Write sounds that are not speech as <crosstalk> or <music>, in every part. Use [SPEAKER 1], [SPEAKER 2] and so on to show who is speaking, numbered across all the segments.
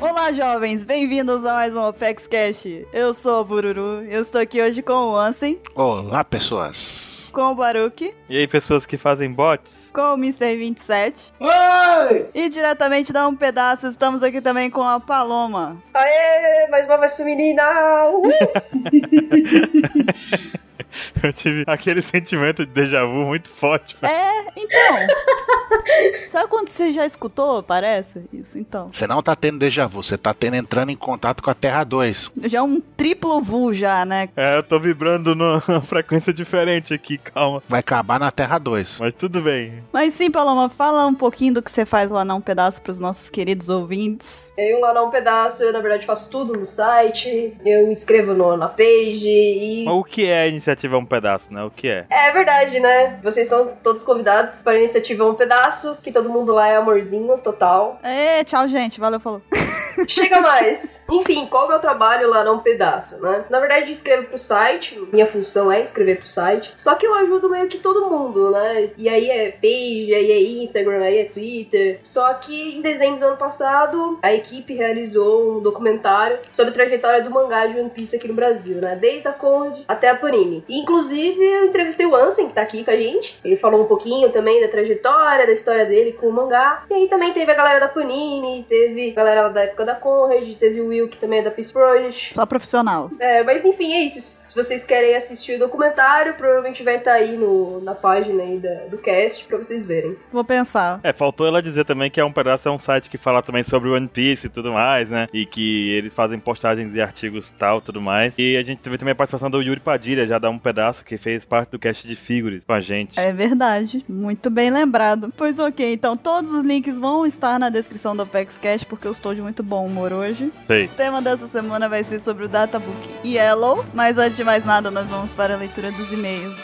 [SPEAKER 1] Olá, jovens! Bem-vindos a mais um Opex Cash. Eu sou o Bururu eu estou aqui hoje com o Ansem,
[SPEAKER 2] Olá, pessoas!
[SPEAKER 1] com o Baruque,
[SPEAKER 3] E aí, pessoas que fazem bots? <laughs>
[SPEAKER 1] com o Mr. 27. E diretamente da Um Pedaço, estamos aqui também com a Paloma.
[SPEAKER 4] Aê, mais uma voz feminina! Uh!
[SPEAKER 3] Eu tive aquele sentimento de déjà vu muito forte.
[SPEAKER 1] É. Então, sabe quando você já escutou, parece? Isso, então.
[SPEAKER 2] Você não tá tendo déjà vu, você tá tendo entrando em contato com a Terra 2.
[SPEAKER 1] Já é um triplo vu já, né?
[SPEAKER 3] É, eu tô vibrando numa <laughs> frequência diferente aqui, calma.
[SPEAKER 2] Vai acabar na Terra 2.
[SPEAKER 3] Mas tudo bem.
[SPEAKER 1] Mas sim, Paloma, fala um pouquinho do que você faz lá na Um Pedaço para os nossos queridos ouvintes.
[SPEAKER 4] Eu lá um pedaço, eu na verdade faço tudo no site, eu inscrevo no, na page e.
[SPEAKER 3] Mas o que é a iniciativa Um Pedaço, né? O que é?
[SPEAKER 4] É verdade, né? Vocês estão todos convidados para a iniciativa Um Pedaço, que todo mundo lá é amorzinho total.
[SPEAKER 1] É, tchau, gente. Valeu, falou.
[SPEAKER 4] Chega mais! Enfim, qual é o meu trabalho lá num pedaço, né? Na verdade, eu escrevo pro site, minha função é escrever pro site, só que eu ajudo meio que todo mundo, né? E aí é page, aí é Instagram, aí é Twitter. Só que em dezembro do ano passado, a equipe realizou um documentário sobre a trajetória do mangá de One Piece aqui no Brasil, né? Desde a Conde até a Panini. E, Inclusive, eu entrevistei o Ansem, que tá aqui com a gente. Ele falou um pouquinho também da trajetória, da história dele com o mangá. E aí também teve a galera da Panini, teve a galera da época da Conrad, teve o Will, que também é da Peace Project.
[SPEAKER 1] Só profissional.
[SPEAKER 4] É, mas enfim, é isso. Se vocês querem assistir o documentário, provavelmente vai estar aí no, na página aí da- do cast pra vocês verem.
[SPEAKER 1] Vou pensar.
[SPEAKER 3] É, faltou ela dizer também que é Um Pedaço é um site que fala também sobre One Piece e tudo mais, né? E que eles fazem postagens e artigos tal, tudo mais. E a gente teve também a participação do Yuri Padilha, já dá Um Pedaço, que fez parte do cast de figures com a gente.
[SPEAKER 1] É verdade, muito bem lembrado. Pois ok, então todos os links vão estar na descrição do Apex Cash, porque eu estou de muito bom humor hoje.
[SPEAKER 3] Sei.
[SPEAKER 1] O tema dessa semana vai ser sobre o Databook Yellow, mas antes de mais nada, nós vamos para a leitura dos e-mails.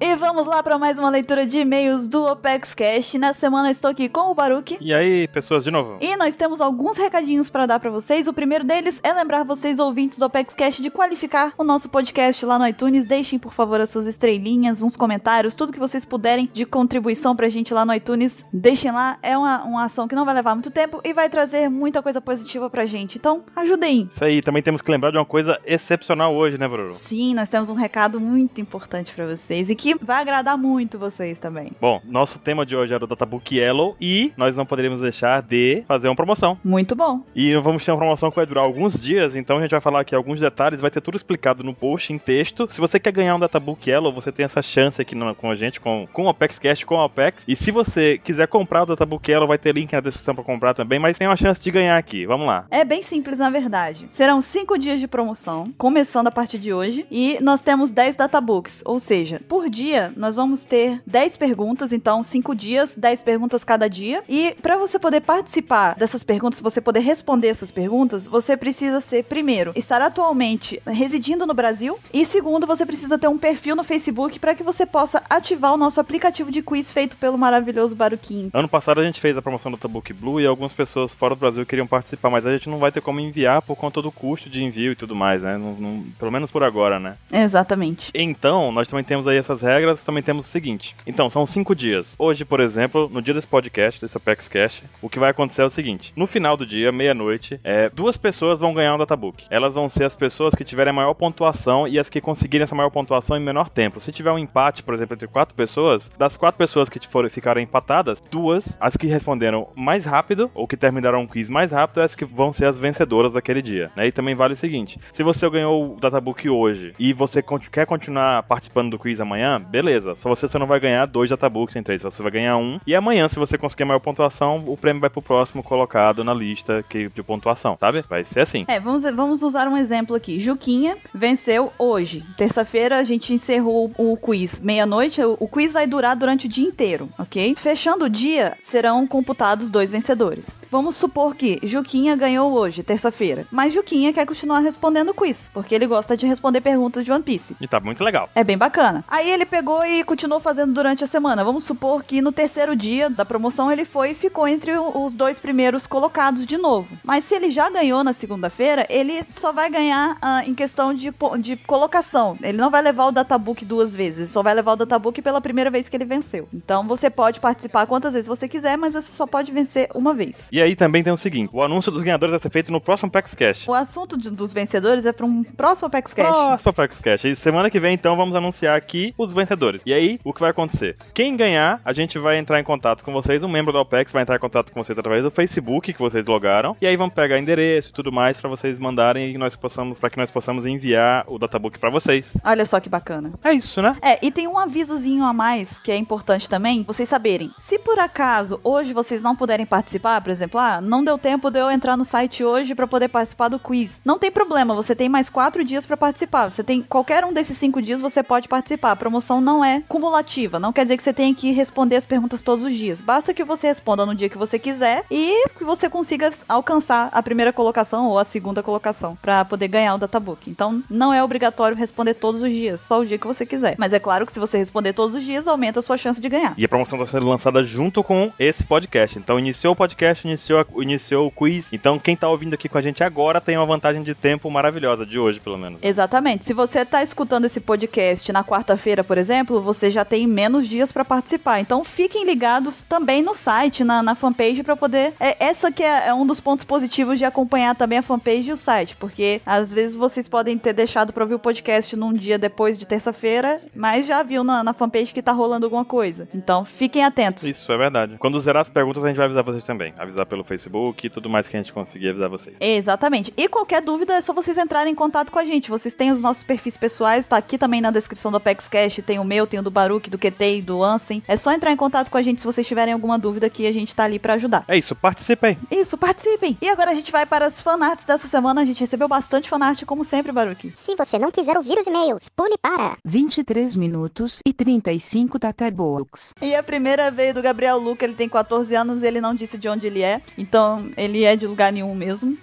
[SPEAKER 1] E Vamos lá para mais uma leitura de e-mails do Opex Cash. Na semana eu estou aqui com o Baruque.
[SPEAKER 3] E aí, pessoas, de novo?
[SPEAKER 1] E nós temos alguns recadinhos pra dar pra vocês. O primeiro deles é lembrar vocês, ouvintes do Apex Cash, de qualificar o nosso podcast lá no iTunes. Deixem, por favor, as suas estrelinhas, uns comentários, tudo que vocês puderem de contribuição pra gente lá no iTunes. Deixem lá, é uma, uma ação que não vai levar muito tempo e vai trazer muita coisa positiva pra gente. Então, ajudem!
[SPEAKER 3] Isso aí, também temos que lembrar de uma coisa excepcional hoje, né, Bruno?
[SPEAKER 1] Sim, nós temos um recado muito importante pra vocês e que vai agradar muito vocês também.
[SPEAKER 3] Bom, nosso tema de hoje era o Databook Yellow e nós não poderíamos deixar de fazer uma promoção.
[SPEAKER 1] Muito bom.
[SPEAKER 3] E vamos ter uma promoção que vai durar alguns dias, então a gente vai falar aqui alguns detalhes, vai ter tudo explicado no post, em texto. Se você quer ganhar um Databook Yellow, você tem essa chance aqui no- com a gente, com, com o Apex Cash, com a Apex. E se você quiser comprar o Databook Yellow, vai ter link na descrição pra comprar também, mas tem uma chance de ganhar aqui. Vamos lá.
[SPEAKER 1] É bem simples, na verdade. Serão cinco dias de promoção, começando a partir de hoje, e nós temos 10 databooks, ou seja, por dia nós vamos ter 10 perguntas, então cinco dias, 10 perguntas cada dia. E para você poder participar dessas perguntas, você poder responder essas perguntas, você precisa ser primeiro, estar atualmente residindo no Brasil, e segundo, você precisa ter um perfil no Facebook para que você possa ativar o nosso aplicativo de quiz feito pelo maravilhoso Baruquinho.
[SPEAKER 3] Ano passado a gente fez a promoção do Tabook Blue e algumas pessoas fora do Brasil queriam participar, mas a gente não vai ter como enviar por conta do custo de envio e tudo mais, né? Não- não- pelo menos por agora, né?
[SPEAKER 1] Exatamente.
[SPEAKER 3] Então, nós também temos aí essas regras, também temos o seguinte. Então, são cinco dias. Hoje, por exemplo, no dia desse podcast, desse Apex Cash, o que vai acontecer é o seguinte. No final do dia, meia-noite, é, duas pessoas vão ganhar um databook. Elas vão ser as pessoas que tiverem a maior pontuação e as que conseguirem essa maior pontuação em menor tempo. Se tiver um empate, por exemplo, entre quatro pessoas, das quatro pessoas que foram, ficaram empatadas, duas, as que responderam mais rápido ou que terminaram o quiz mais rápido, é as que vão ser as vencedoras daquele dia. né? E também vale o seguinte: se você ganhou o databook hoje e você con- quer continuar participando do quiz amanhã, beleza. Só você, só não vai ganhar dois databooks em três, você vai ganhar um. E amanhã, se você conseguir a maior pontuação, o prêmio vai pro próximo colocado na lista que- de pontuação, sabe? Vai ser assim.
[SPEAKER 1] É, vamos, vamos usar um exemplo aqui. Juquinha venceu hoje. Terça-feira a gente encerrou o quiz. Meia-noite, o, o quiz vai durar durante o dia inteiro, ok? Fechando o dia, serão computados dois vencedores. Vamos supor que Juquinha ganhou hoje, terça-feira. Mas Juquinha quer continuar respondendo o quiz, porque ele gosta de responder perguntas de One Piece.
[SPEAKER 3] E tá muito legal.
[SPEAKER 1] É bem bacana. Aí ele pegou e continuou fazendo durante a semana. Vamos supor que no terceiro dia da promoção ele foi e ficou entre o- os dois primeiros colocados de novo. Mas se ele já ganhou na segunda-feira, ele só vai ganhar ah, em questão de, po- de colocação. Ele não vai levar o databook duas vezes, ele só vai levar o databook pela primeira vez que ele venceu. Então você pode participar quantas vezes você quiser, mas você só pode vencer uma vez.
[SPEAKER 3] E aí também tem o seguinte: o anúncio dos ganhadores vai ser feito no próximo PAX Cash.
[SPEAKER 1] O assunto de- dos vencedores é para um próximo Apex Cash.
[SPEAKER 3] Próximo PAX Cash. E semana que vem, então, vamos anunciar aqui os vencedores. E aí, o que vai acontecer? Quem ganhar, a gente vai entrar em contato com vocês. Um membro da OPEX vai entrar em contato com vocês através do Facebook que vocês logaram. E aí vamos pegar endereço e tudo mais pra vocês mandarem e nós possamos, para que nós possamos enviar o databook pra vocês.
[SPEAKER 1] Olha só que bacana.
[SPEAKER 3] É isso, né?
[SPEAKER 1] É, e tem um avisozinho a mais que é importante também, vocês saberem. Se por acaso hoje vocês não puderem participar, por exemplo, ah, não deu tempo de eu entrar no site hoje pra poder participar do quiz. Não tem problema, você tem mais quatro dias pra participar. Você tem qualquer um desses cinco dias você pode participar. A promoção não é cumulativa, não quer dizer que você tenha que responder as perguntas todos os dias. Basta que você responda no dia que você quiser e que você consiga alcançar a primeira colocação ou a segunda colocação pra poder ganhar o databook. Então, não é obrigatório responder todos os dias, só o dia que você quiser. Mas é claro que se você responder todos os dias, aumenta a sua chance de ganhar.
[SPEAKER 3] E a promoção está sendo lançada junto com esse podcast. Então iniciou o podcast, iniciou, a- iniciou o quiz. Então quem tá ouvindo aqui com a gente agora tem uma vantagem de tempo maravilhosa, de hoje pelo menos.
[SPEAKER 1] Exatamente. Se você tá escutando esse podcast na quarta-feira, por exemplo, você já tem menos dias pra participar. Então fiquem ligados também no site, na, na fanpage, pra poder. É, essa que é, é um dos pontos positivos de acompanhar também a fanpage e o site, porque às vezes vocês podem ter deixado pra ouvir o podcast num dia depois de terça-feira, mas já viu na, na fanpage que tá rolando alguma coisa. Então fiquem atentos.
[SPEAKER 3] Isso é verdade. Quando zerar as perguntas, a gente vai avisar vocês também. Avisar pelo Facebook e tudo mais que a gente conseguir avisar vocês.
[SPEAKER 1] Exatamente. E qualquer dúvida é só vocês entrarem em contato com a gente. Vocês têm os nossos perfis pessoais, tá aqui também na descrição do Apex Cash, tem o meu, tem o do Baruque, do QT e do Ansem. É só entrar em contato com a gente se vocês tiverem alguma dúvida que a gente tá ali pra ajudar.
[SPEAKER 3] É isso, participem.
[SPEAKER 1] Isso, participem! E agora a gente vai para as fanarts dessa semana. A gente recebeu bastante fanart, como sempre, Baruque.
[SPEAKER 5] Se você não quiser ouvir os e-mails, pule para.
[SPEAKER 6] 23 minutos e 35 Databox.
[SPEAKER 1] E a primeira veio do Gabriel Luca, ele tem 14 anos e ele não disse de onde ele é. Então, ele é de lugar nenhum mesmo.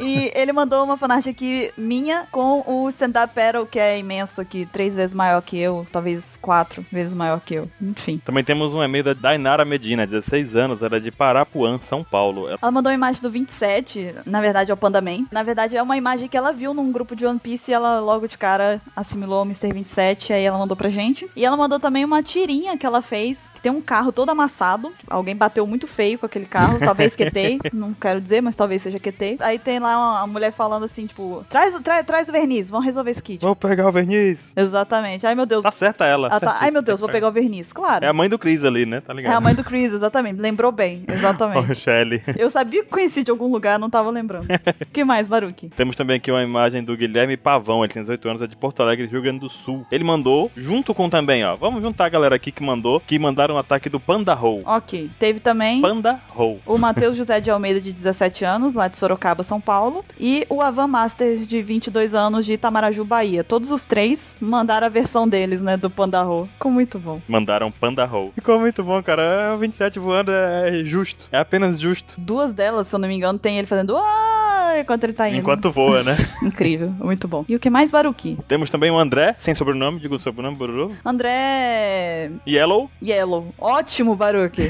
[SPEAKER 1] e ele mandou uma fanart aqui minha com o stand-up paddle, que é imenso aqui, três vezes maior que eu, talvez quatro vezes maior que eu. Enfim.
[SPEAKER 3] Também temos um e-mail da Dainara Medina, 16 anos, ela é de Parapuã, São Paulo. Ela-
[SPEAKER 1] Ela mandou uma imagem do 27, na verdade é o Panda Man. Na verdade é uma imagem que ela viu num grupo de One Piece e ela logo de cara assimilou o Mr. 27, aí ela mandou pra gente. E ela mandou também uma tirinha que ela fez, que tem um carro todo amassado. Tipo, Alguém bateu muito feio com aquele carro, talvez QT, não quero dizer, mas talvez seja QT. Aí tem lá uma mulher falando assim, tipo, traz o, traz, traz o verniz, vamos resolver esse kit.
[SPEAKER 3] Vou pegar o verniz.
[SPEAKER 1] Exatamente. Ai meu Deus.
[SPEAKER 3] Acerta
[SPEAKER 1] Ela
[SPEAKER 3] ela.
[SPEAKER 1] tá,
[SPEAKER 3] certíssima.
[SPEAKER 1] ai meu Deus, vou pegar o verniz, claro.
[SPEAKER 3] É a mãe do Cris ali, né?
[SPEAKER 1] É
[SPEAKER 3] Tá
[SPEAKER 1] a
[SPEAKER 3] ligado?
[SPEAKER 1] mãe do Chris, exatamente. Lembrou bem, exatamente.
[SPEAKER 3] <laughs> Ô, Shelley.
[SPEAKER 1] Eu sabia que conheci de algum lugar, não tava lembrando. que mais, Baruque?
[SPEAKER 3] Temos também aqui uma imagem do Guilherme Pavão, ele tem 18 anos, é de Porto Alegre, Rio Grande do Sul. Ele mandou, junto com também, ó. Vamos juntar a galera aqui que mandou, que mandaram um ataque do Panda Roll.
[SPEAKER 1] Ok, teve também
[SPEAKER 3] Panda Roll.
[SPEAKER 1] o Matheus José de Almeida, de 17 anos, lá de Sorocaba, São Paulo, e o Avan Masters, de 22 anos, de Itamaraju, Bahia. Todos os três mandaram a versão deles, né, do Pandarro. Ficou muito bom.
[SPEAKER 3] Mandaram Panda Roll. Ficou muito bom, cara. É, o 27 voando é justo. É apenas justo.
[SPEAKER 1] Duas delas, se eu não me engano, tem ele fazendo "Uai", enquanto ele tá indo.
[SPEAKER 3] Enquanto voa, né?
[SPEAKER 1] Incrível, muito bom. E o que mais, Baruque?
[SPEAKER 3] Temos também o André, sem sobrenome, digo o sobrenome, Bururu.
[SPEAKER 1] André
[SPEAKER 3] Yellow,
[SPEAKER 1] Yellow. Ótimo, Baruque.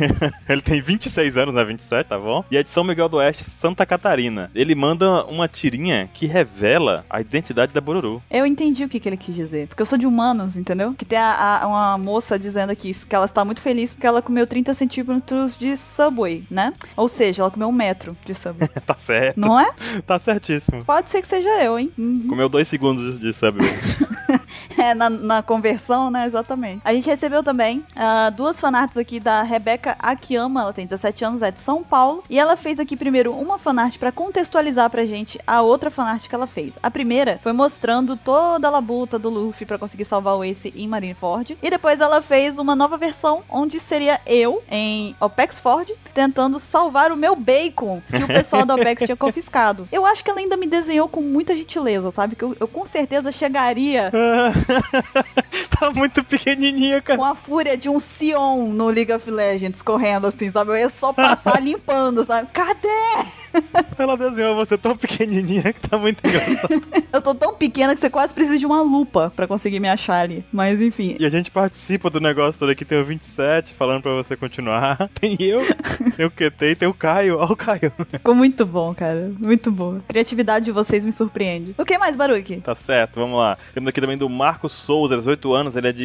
[SPEAKER 3] ele tem 26 anos, né? 27, tá bom? E é de São Miguel do Oeste, Santa Catarina. Ele manda uma tirinha que revela a identidade da Bururu. <laughs>
[SPEAKER 1] Eu entendi o que, que ele quis dizer. Porque eu sou de humanos, entendeu? Que tem a- a- uma moça dizendo aqui que ela está muito feliz porque ela comeu 30 centímetros de subway, né? Ou seja, ela comeu um metro de subway.
[SPEAKER 3] Tá certo,
[SPEAKER 1] Não é?
[SPEAKER 3] tá certíssimo.
[SPEAKER 1] Pode ser que seja eu, hein? Uhum.
[SPEAKER 3] Comeu dois segundos de Subway.
[SPEAKER 1] <laughs> É, na, na conversão, né? Exatamente. A gente recebeu também ah, duas fanarts aqui da Rebeca Akiyama. Ela tem 17 anos, é de São Paulo. E ela fez aqui primeiro uma fanart pra contextualizar pra gente a outra fanart que ela fez. A primeira foi mostrando toda a labuta do Luffy pra conseguir salvar o Ace em Marineford. E depois ela fez uma nova versão onde seria eu em Opexford tentando salvar o meu bacon que o pessoal da Opex tinha confiscado. Eu acho que ela ainda me desenhou com muita gentileza, sabe? Que eu, eu com certeza chegaria
[SPEAKER 3] tá muito pequenininha, cara.
[SPEAKER 1] Com a fúria de um Sion no League of Legends correndo assim, sabe? Eu ia só passar limpando, sabe? Cadê?
[SPEAKER 3] Ela desenhou você tão pequenininha que tá muito engraçado.
[SPEAKER 1] Eu tô tão pequena que você quase precisa de uma lupa pra conseguir me achar ali. Mas enfim.
[SPEAKER 3] E a gente participa do negócio todo aqui. Tem o 27 falando pra você continuar. Tem eu, tem o QT e tem o Caio. Ó o Caio. <laughs>
[SPEAKER 1] Ficou muito bom, cara. Muito bom. A criatividade de vocês me surpreende. O que mais, Baruque?
[SPEAKER 3] Tá certo, vamos lá. Temos aqui também do Marcos Souza, 18 anos. Ele é de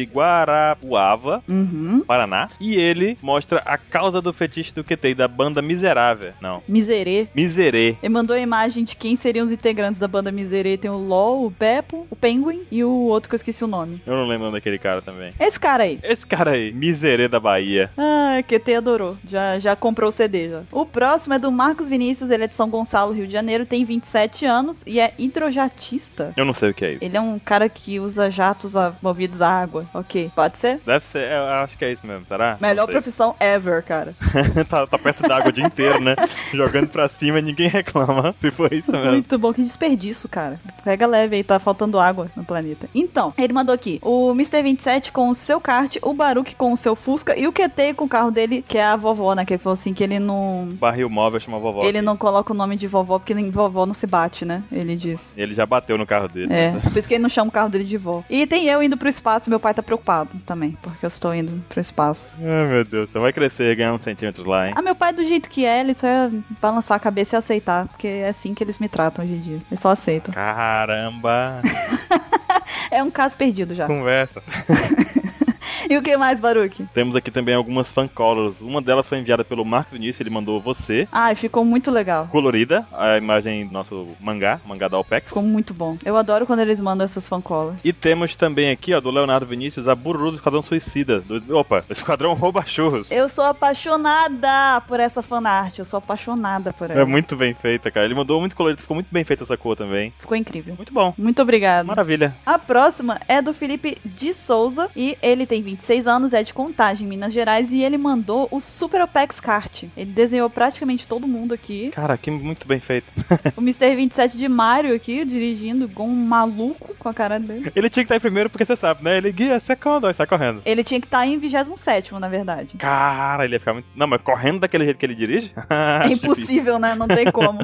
[SPEAKER 3] Guarapuava,
[SPEAKER 1] Uhum.
[SPEAKER 3] Paraná. E ele mostra a causa do fetiche do QT e da banda Miserável. Não.
[SPEAKER 1] Miserê.
[SPEAKER 3] Miserê.
[SPEAKER 1] Ele mandou a imagem de quem seriam os integrantes da banda Miserê. Tem o LOL, o Beppo, o Penguin e o outro que eu esqueci o nome.
[SPEAKER 3] Eu não lembro daquele cara também.
[SPEAKER 1] Esse cara aí.
[SPEAKER 3] Esse cara aí, Miserê da Bahia.
[SPEAKER 1] Ah, QT adorou. Já, já comprou o CD já. O próximo é do Marcos Vinícius, ele é de São Gonçalo, Rio de Janeiro, tem 27 anos e é hidrojatista.
[SPEAKER 3] Eu não sei o que é isso.
[SPEAKER 1] Ele é um cara que usa jatos a- movidos à água. Ok, pode ser?
[SPEAKER 3] Deve ser, eu acho que é isso mesmo, será?
[SPEAKER 1] Melhor
[SPEAKER 3] Não sei.
[SPEAKER 1] profissão ever, cara.
[SPEAKER 3] <laughs> tá, tá perto d'água o dia inteiro, né? Jogando pra cima, ninguém reclama. Se for isso mesmo.
[SPEAKER 1] Muito bom, que desperdício, cara. Pega leve aí, tá faltando água no planeta. Então, ele mandou aqui o Mr. 27 com o seu kart, o Baruque com o seu Fusca e o QT com o carro dele, que é a vovó, né? Que ele falou assim que ele não.
[SPEAKER 3] Barril móvel chama vovó.
[SPEAKER 1] Ele não coloca o nome de vovó porque nem vovó não se bate, né? Ele diz.
[SPEAKER 3] Ele já bateu no carro dele.
[SPEAKER 1] É, por isso que ele não chama o carro dele de vó. E tem eu indo pro espaço, meu pai tá preocupado também, porque eu estou indo pro espaço.
[SPEAKER 3] Ai, meu Deus, você vai crescer, ganhar uns centímetros lá, hein?
[SPEAKER 1] Ah, meu pai, do jeito que é, ele só ia balançar a cabeça e aceitar, porque é assim que eles me tratam hoje em dia. Eles só aceitam. <laughs>
[SPEAKER 3] Caramba,
[SPEAKER 1] É um caso perdido já.
[SPEAKER 3] conversa.
[SPEAKER 1] E o que mais, Baruque?
[SPEAKER 3] Temos aqui também algumas fancolors. Uma delas foi enviada pelo Marcos Vinícius, ele mandou você.
[SPEAKER 1] Ai, ficou muito legal.
[SPEAKER 3] Colorida, a imagem do nosso mangá, mangá da Alpex.
[SPEAKER 1] Ficou muito bom. Eu adoro quando eles mandam essas fancolors.
[SPEAKER 3] E temos também aqui, ó, do Leonardo Vinícius, a Bururu do Esquadrão Suicida. Do, opa, do Esquadrão <laughs> Rouba Churros.
[SPEAKER 1] Eu sou apaixonada por essa fanart, eu sou apaixonada por ela.
[SPEAKER 3] É muito bem feita, cara. Ele mandou muito colorido, ficou muito bem feita essa cor também.
[SPEAKER 1] Ficou incrível.
[SPEAKER 3] Muito bom.
[SPEAKER 1] Muito obrigada.
[SPEAKER 3] Maravilha.
[SPEAKER 1] A próxima é do Felipe de Souza e ele tem 26 anos, é de Contagem, Minas Gerais e ele mandou o Super Opex Kart. Ele desenhou praticamente todo mundo aqui.
[SPEAKER 3] Cara, que muito bem feito.
[SPEAKER 1] O Mr. 27 de Mario aqui dirigindo com um maluco com a cara dele.
[SPEAKER 3] Ele tinha que estar em primeiro porque você sabe, né? Ele guia, secando, aí sai correndo.
[SPEAKER 1] Ele tinha que estar em 27 na verdade.
[SPEAKER 3] Cara, ele ia ficar muito. Não, mas correndo daquele jeito que ele dirige? <laughs>
[SPEAKER 1] É impossível, né? Não tem como.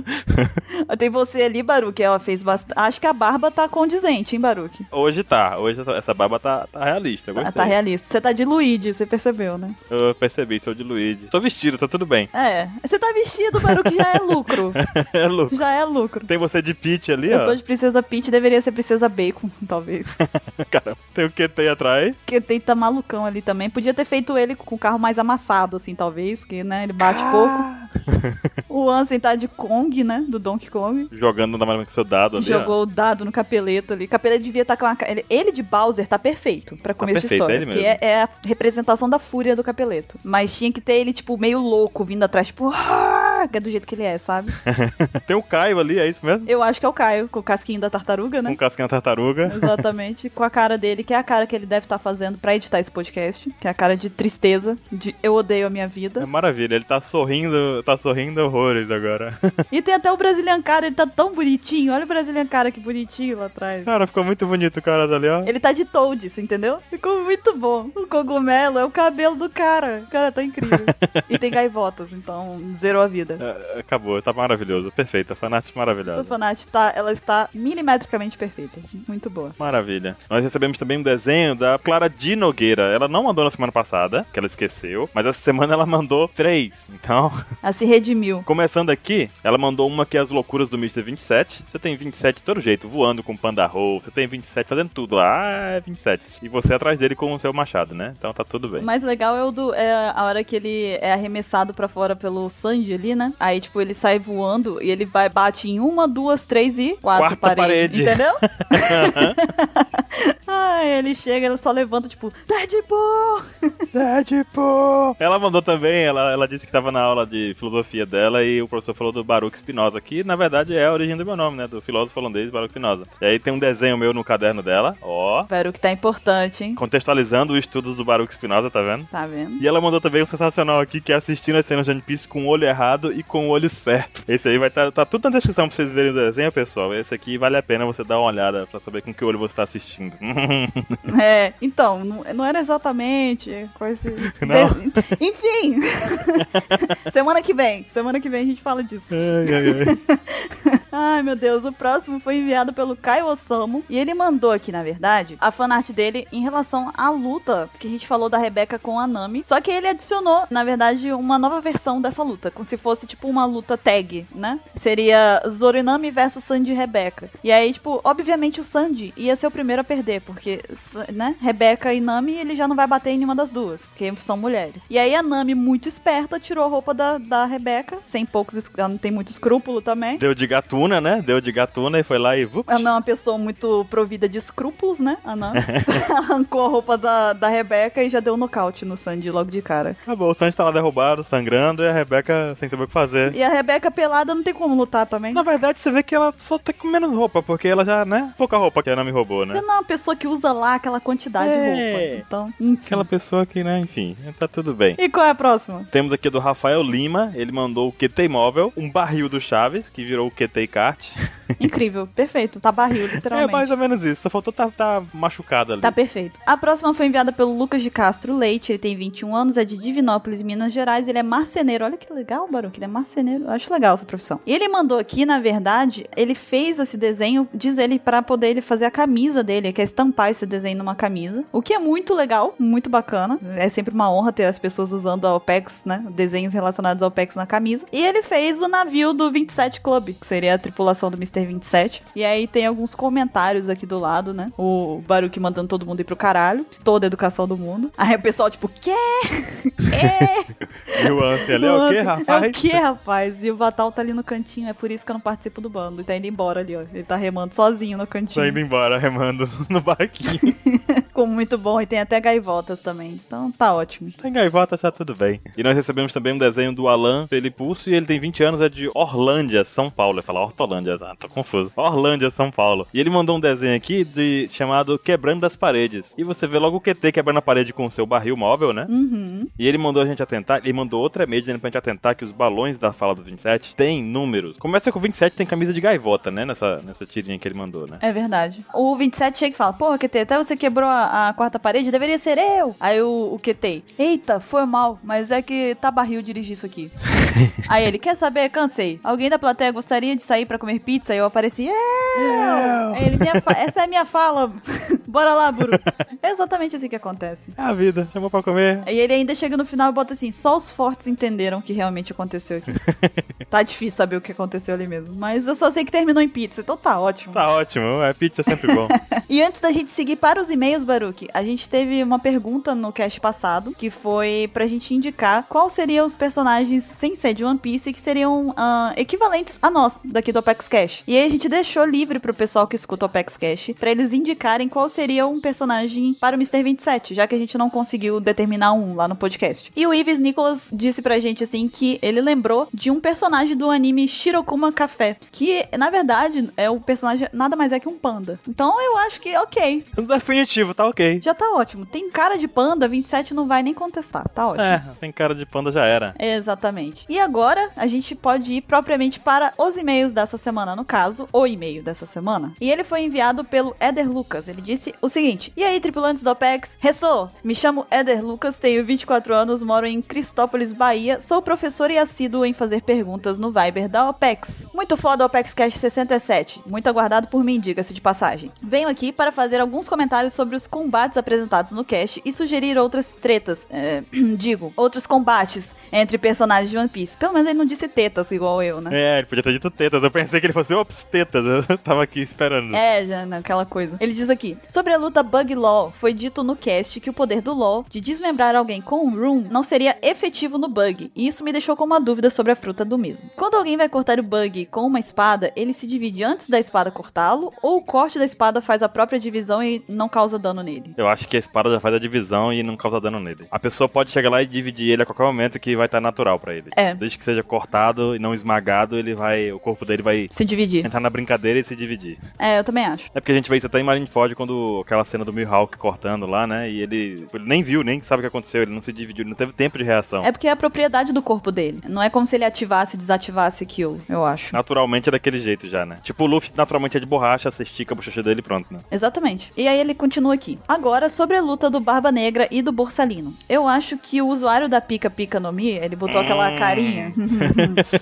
[SPEAKER 1] tem você ali, Baruque. Ela fez bastante. Acho que a barba tá condizente, hein, Baruque?
[SPEAKER 3] Hoje tá, hoje essa- essa barba tá, tá realista. Eu
[SPEAKER 1] Tá,
[SPEAKER 3] gostei.
[SPEAKER 1] tá realista. Você tá de Luigi, você percebeu, né?
[SPEAKER 3] Eu percebi, sou de Luigi. Tô vestido, tá tudo bem. <laughs>
[SPEAKER 1] É. Você tá vestido, Baruque, já é lucro.
[SPEAKER 3] É louco.
[SPEAKER 1] Já é lucro.
[SPEAKER 3] Tem você de Peach ali,
[SPEAKER 1] Eu
[SPEAKER 3] ó.
[SPEAKER 1] tô de Princesa Peach, deveria ser Princesa Bacon, <laughs> talvez.
[SPEAKER 3] <laughs> Cara, tem o que tem atrás.
[SPEAKER 1] Porque tem tá malucão ali também. Podia ter feito ele com o carro mais amassado, assim, talvez, que, né, ele bate pouco. O Ansem tá de Kong, né, do Donkey Kong.
[SPEAKER 3] Jogando na mão com seu dado ali. ó.
[SPEAKER 1] Jogou o dado no capeleto ali. O capeleto devia estar com uma. ca- Ele, ele de Bowser tá perfeito pra começo
[SPEAKER 3] perfeito,
[SPEAKER 1] de
[SPEAKER 3] é
[SPEAKER 1] história.
[SPEAKER 3] ele
[SPEAKER 1] porque é,
[SPEAKER 3] mesmo.
[SPEAKER 1] é a representação da fúria do capeleto. Mas tinha que ter ele, tipo, meio louco vindo atrás, tipo, "Ah", que é do jeito que ele é, sabe?
[SPEAKER 3] Tem o Caio ali, é isso mesmo?
[SPEAKER 1] Eu acho que é o Caio, com o casquinho da tartaruga, né?
[SPEAKER 3] Com casquinha na tartaruga.
[SPEAKER 1] Exatamente, com a cara dele, que é a cara que ele deve estar fazendo pra editar esse podcast, que é a cara de tristeza, de eu odeio a minha
[SPEAKER 3] É
[SPEAKER 1] vida.
[SPEAKER 3] maravilha, ele tá sorrindo, tá sorrindo horrores agora. <laughs>
[SPEAKER 1] E tem até o Brazilian Cara, ele tá tão bonitinho. Olha o Brazilian Cara que bonitinho lá atrás.
[SPEAKER 3] Cara, ficou muito bonito o cara dali, ó.
[SPEAKER 1] Ele tá de Toads, entendeu? Ficou muito bom. O cogumelo é o cabelo do cara. O cara tá incrível. e tem gaivotas, então zerou a vida.
[SPEAKER 3] É, Acabou, tá maravilhoso, perfeita, fanart
[SPEAKER 1] Essa
[SPEAKER 3] maravilhosa.
[SPEAKER 1] fanart tá, ela está milimetricamente perfeita. Muito boa.
[SPEAKER 3] Maravilha. Nós recebemos também um desenho da Clara de Nogueira. Ela não mandou na semana passada, que ela esqueceu, mas essa semana ela mandou três. Então, <laughs>
[SPEAKER 1] Ela se redimiu.
[SPEAKER 3] começando aqui, ela mandou uma que é as loucuras do Mr. 27. Você tem 27 de todo jeito, voando com panda roll, você tem 27 fazendo tudo lá, ah, é 27. E você atrás dele com o seu machado, né? Então tá tudo bem.
[SPEAKER 1] O mais legal é o do é a hora que ele é arremessado pra fora pelo Sanji ali, né? Aí, tipo, ele sai voando e ele vai, bate em uma, duas, três e quatro
[SPEAKER 3] Quarta
[SPEAKER 1] paredes.
[SPEAKER 3] parede. <laughs>
[SPEAKER 1] Entendeu? <laughs> Ai, ele chega, ele só levanta, tipo, Deadpool!
[SPEAKER 3] Deadpool! Ela mandou também, ela, ela disse que tava na aula de filosofia dela e o professor falou do Baruch Spinoza, que na verdade é a origem do meu nome, né? Do filósofo holandês Baruch Spinoza. E aí tem um desenho meu no caderno dela, ó,
[SPEAKER 1] Pera, o que tá importante, hein?
[SPEAKER 3] contextualizando os estudos do Baruch Spinoza, tá vendo?
[SPEAKER 1] Tá
[SPEAKER 3] <laughs>
[SPEAKER 1] vendo?
[SPEAKER 3] E ela mandou também um sensacional aqui, que é assistindo as cenas de One Piece com o olho errado e com o olho certo. Esse aí vai estar tá, tudo na descrição pra vocês verem o desenho, pessoal. Esse aqui vale a pena você dar uma olhada pra saber com que olho você tá assistindo. <laughs>
[SPEAKER 1] É, então, não, não era exatamente com esse.
[SPEAKER 3] Não.
[SPEAKER 1] de- <laughs> Enfim! <laughs> semana que vem, semana que vem a gente fala disso. Ai, meu Deus, o próximo foi enviado pelo Kai Osamu. E ele mandou aqui, na verdade, a fanart dele em relação à luta que a gente falou da Rebeca com a Nami. Só que ele adicionou, na verdade, uma nova versão dessa luta. Como se fosse, tipo, uma luta tag, né? Seria Zorinami versus Sandy e Rebeca. E aí, tipo, obviamente o Sandy ia ser o primeiro a perder, porque, s- né? Rebeca e Nami, ele já não vai bater em nenhuma das duas, porque são mulheres. E aí a Nami, muito esperta, tirou a roupa da, da Rebeca, sem poucos. es- Ela não tem muito escrúpulo também.
[SPEAKER 3] Deu de gatuna, né? Deu de gatuna e foi lá e... vup.
[SPEAKER 1] Ela não é uma pessoa muito provida de escrúpulos, né? A
[SPEAKER 3] <laughs>
[SPEAKER 1] Nami arrancou a roupa da, da Rebeca e já deu um nocaute no Sandy logo de cara.
[SPEAKER 3] Acabou, o Sanji tá lá derrubado, sangrando, e a Rebeca sem saber o que fazer.
[SPEAKER 1] E a Rebeca pelada não tem como lutar também.
[SPEAKER 3] Na verdade, você vê que ela só tá com menos roupa, porque ela já, né? Pouca roupa que a Nami roubou, né?
[SPEAKER 1] Ela não é uma pessoa que usa lá aquela quantidade de
[SPEAKER 3] É.
[SPEAKER 1] roupa. Então, enfim.
[SPEAKER 3] Aquela pessoa que, né, enfim, tá tudo bem.
[SPEAKER 1] E qual é a
[SPEAKER 3] <laughs>
[SPEAKER 1] próxima?
[SPEAKER 3] Temos aqui do Rafael Lima, ele mandou o QT Imóvel, um barril do Chaves, que virou o QT Kart.
[SPEAKER 1] Incrível, perfeito. Tá barril,
[SPEAKER 3] É
[SPEAKER 1] literalmente.
[SPEAKER 3] mais ou menos isso, só faltou tá, tá machucada ali.
[SPEAKER 1] Tá perfeito. A próxima foi enviada pelo Lucas de Castro Leite, ele tem 21 anos, é de Divinópolis, Minas Gerais, ele é marceneiro. Olha que legal, Barão, que ele é marceneiro. Eu acho legal essa profissão. E ele mandou aqui, na verdade, ele fez esse desenho, diz ele, pra poder ele fazer a camisa dele, ele quer estampar esse desenho numa camisa, o que é muito legal, muito bacana. É sempre uma honra ter as pessoas usando a OPEX, né, desenhos relacionados ao OPEX na camisa. E ele fez o navio do 27 Club, que seria a tripulação do Mr. 27. E aí tem alguns comentários aqui do lado, né? O Baruch mandando todo mundo ir pro caralho, toda a educação do mundo. <laughs> Aí o pessoal, tipo, quê?
[SPEAKER 3] E o Ansem ali, é o quê,
[SPEAKER 1] <laughs>
[SPEAKER 3] rapaz?
[SPEAKER 1] É o quê, rapaz? E o Vatal tá ali no cantinho, é por isso que eu não participo do bando. Ele tá indo embora ali, ó. Ele tá remando sozinho no cantinho.
[SPEAKER 3] Tá indo embora, remando <laughs> no barquinho.
[SPEAKER 1] <laughs> Ficou muito bom e tem até gaivotas também. Então tá ótimo.
[SPEAKER 3] Tá em gaivota, tá tudo bem. E nós recebemos também um desenho do Alan Felipulso, e ele tem 20 anos, é de Orlândia, São Paulo. Eu ia falar Hortolândia, tá? Tô confuso. Orlândia, São Paulo. E ele mandou um desenho aqui de chamado Quebrando as Paredes. E você vê logo o QT quebrando a parede com o seu barril móvel, né?
[SPEAKER 1] Uhum.
[SPEAKER 3] E ele mandou a gente atentar, ele mandou outra e-mail dizendo pra gente atentar que os balões da fala do 27 têm números. Começa com o 27, tem camisa de gaivota, né? Nessa, nessa tirinha que ele mandou, né?
[SPEAKER 1] É verdade. O 27 chega e fala: Porra, QT, até você quebrou a, a quarta parede, deveria ser eu. Aí o, o QT: Eita, foi mal, mas é que tá barril dirigir isso aqui. Aí ele: Quer saber? Cansei. Alguém da plateia gostaria de sair pra comer pizza? Aí eu apareci: Eu! Aí ele: "Minha fa- Essa é a minha fala. <laughs> Bora lá, Buru. É exatamente assim que acontece.
[SPEAKER 3] É a vida, chamou pra comer.
[SPEAKER 1] E ele ainda chega no final e bota assim: só os fortes entenderam o que realmente aconteceu aqui. tá difícil saber o que aconteceu ali mesmo. Mas eu só sei que terminou em pizza, então tá ótimo.
[SPEAKER 3] Tá ótimo, é pizza é sempre <laughs> bom.
[SPEAKER 1] E antes da gente seguir para os e-mails, Baruque, a gente teve uma pergunta no cast passado, que foi pra gente indicar qual seriam os personagens sem ser de One Piece que seriam ah, equivalentes a nós, daqui do Apex Cash. E aí a gente deixou livre pro pessoal que escuta o Apex Cash, pra eles indicarem qual seria um personagem para o Mr. 27, já que a gente não conseguiu determinar um lá no podcast. E o Ives Nicholas disse pra gente, assim, que ele lembrou de um personagem do anime Shirokuma Café, que, na verdade, é o personagem nada mais é que um panda. Então eu acho que, ok,
[SPEAKER 3] Definitivo, tá ok.
[SPEAKER 1] já tá ótimo. Tem cara de panda, 27 não vai nem contestar, tá ótimo.
[SPEAKER 3] É, sem cara de panda já era.
[SPEAKER 1] Exatamente. E agora a gente pode ir propriamente para os e-mails dessa semana, no caso, o e-mail dessa semana. E ele foi enviado pelo Eder Lucas. Ele disse o seguinte: E aí, tripulantes do OPEX? Ressou! Me chamo Eder Lucas, tenho 24 anos, moro em Cristópolis, Bahia, sou professor e assíduo em fazer perguntas no Viber da OPEX. Muito foda, OPEX Cash 67. Muito aguardado por mim, diga-se de passagem. Venho aqui para fazer alguns comentários sobre os combates apresentados no cast e sugerir outras tretas. é, <clears throat> digo, outros combates entre personagens de One Piece. Pelo menos ele não disse tetas igual eu, né?
[SPEAKER 3] É, ele podia ter dito tetas. Eu pensei que ele fosse, ops, tetas. <laughs> Eu tava aqui esperando.
[SPEAKER 1] <laughs> É, já, né, aquela coisa. Ele diz aqui: sobre a luta Bug Law, foi dito no cast que o poder do Law de desmembrar alguém com um Room não seria efetivo no Bug, e isso me deixou com uma dúvida sobre a fruta do mesmo. Quando alguém vai cortar o Bug com uma espada, ele se divide antes da espada cortá-lo, ou o corte da espada faz a própria divisão e não causa dano nele?
[SPEAKER 3] Eu acho que a espada já faz a divisão e não causa dano nele. A pessoa pode chegar lá e dividir ele a qualquer momento que vai estar natural pra ele.
[SPEAKER 1] É.
[SPEAKER 3] Desde que seja cortado e não esmagado, ele vai. O corpo dele vai
[SPEAKER 1] Se dividir.
[SPEAKER 3] entrar na brincadeira e se dividir.
[SPEAKER 1] É, eu também acho.
[SPEAKER 3] É porque a gente vê isso até em Marineford quando aquela cena do Mihawk cortando lá, né? E ele, ele nem viu, nem sabe o que aconteceu, ele não se dividiu, ele não teve tempo de reação.
[SPEAKER 1] É porque é a propriedade do corpo dele. Não é como se ele ativasse e desativasse aquilo, eu acho.
[SPEAKER 3] Naturalmente é daquele jeito já, né? Tipo, o Luffy naturalmente é de borracha, você estica a bochecha dele e pronto, né?
[SPEAKER 1] Exatamente. E aí ele continua aqui. Agora, sobre a luta do Barba Negra e do Borsalino. Eu acho que o usuário da Pica Pica no Mi, ele botou aquela
[SPEAKER 3] Hum.
[SPEAKER 1] carinha. <laughs>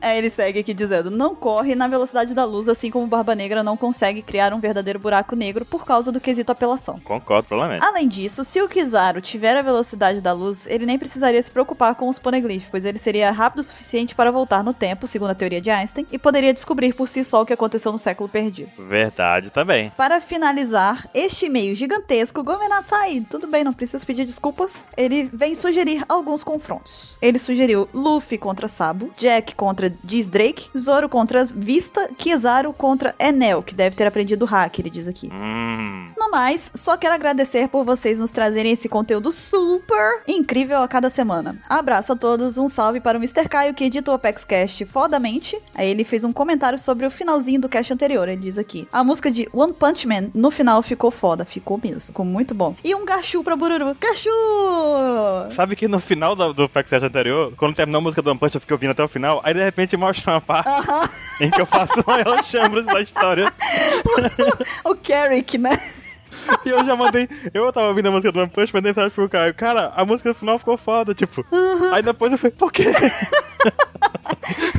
[SPEAKER 1] aí ele segue aqui dizendo: Não corre na velocidade da luz, assim como o Barba Negra não consegue criar um verdadeiro buraco negro por causa do quesito apelação.
[SPEAKER 3] Concordo, provavelmente.
[SPEAKER 1] Além disso, se o Kizaru tiver a velocidade da luz, ele nem precisaria se preocupar com os poneglyphs, pois ele seria rápido o suficiente para voltar no tempo, segundo a teoria de Einstein, e poderia descobrir por si só o que aconteceu no século perdido.
[SPEAKER 3] Verdade também.
[SPEAKER 1] Para finalizar este e-mail gigantesco, Gomenasai, tudo bem, não precisa pedir desculpas. Ele vem sugerir alguns confrontos. Ele sugeriu Luffy contra Sabo, Jack contra Diz Drake, Zoro contra Vista, Kizaru contra Enel, que deve ter aprendido o hack, ele diz aqui.
[SPEAKER 3] Hum.
[SPEAKER 1] No mais, só quero agradecer por vocês nos trazerem esse conteúdo super incrível a cada semana. Abraço a todos, um salve para o Mr. Caio que edita o ApexCast fodamente. Aí ele fez um comentário sobre o finalzinho do cast anterior, ele diz aqui. A música de One Punch Man no final ficou foda, ficou mesmo, ficou muito bom. E um gachu pra Bururu. Gachu!
[SPEAKER 3] Sabe que no final do, do Package anterior, quando terminou a música do One Punch, eu fiquei ouvindo até o final, aí de repente mostra uma parte em que eu faço o maior chambres da história.
[SPEAKER 1] O Carrick, né?
[SPEAKER 3] E eu já mandei. Eu tava ouvindo a música do One Punch, mandei mensagem pro Caio. Cara, a música no final ficou foda, tipo. Aí depois eu falei, por quê?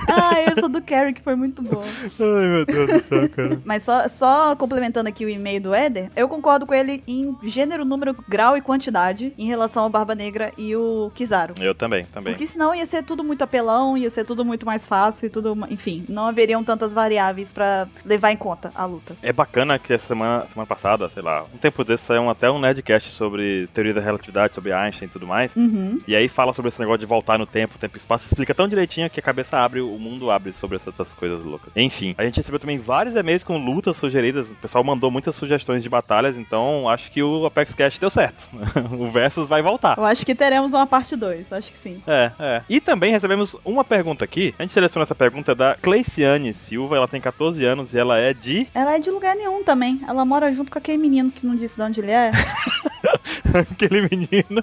[SPEAKER 1] Ah, essa do Carrick foi muito boa.
[SPEAKER 3] Ai, meu Deus do céu, cara.
[SPEAKER 1] Mas só, só complementando aqui o e-mail do Éder, eu concordo com ele em gênero, número, grau e quantidade em relação ao Barba Negra e o Kizaru.
[SPEAKER 3] Eu também, também.
[SPEAKER 1] Porque senão ia ser tudo muito apelão, ia ser tudo muito mais fácil e tudo. Enfim, não haveriam tantas variáveis pra levar em conta a luta.
[SPEAKER 3] É bacana que essa semana, semana passada, sei lá, um tempo desse saiu até um Nerdcast sobre teoria da relatividade, sobre Einstein e tudo mais.
[SPEAKER 1] Uhum.
[SPEAKER 3] E aí fala sobre esse negócio de voltar no tempo, tempo e espaço. Explica tão direitinho que a cabeça abre, o mundo abre sobre essas, essas coisas loucas. Enfim, a gente recebeu também vários e-mails com lutas sugeridas. O pessoal mandou muitas sugestões de batalhas, então acho que o Apex Cash deu certo. <laughs> o Versus vai voltar.
[SPEAKER 1] Eu acho que teremos uma parte 2, acho que sim.
[SPEAKER 3] É, é. E também recebemos uma pergunta aqui. A gente seleciona essa pergunta da Cleiciane Silva. Ela tem 14 anos e ela é de. <laughs>
[SPEAKER 1] Ela é de lugar nenhum também. Ela mora junto com aquele menino que não disse de onde ele é.
[SPEAKER 3] aquele menino.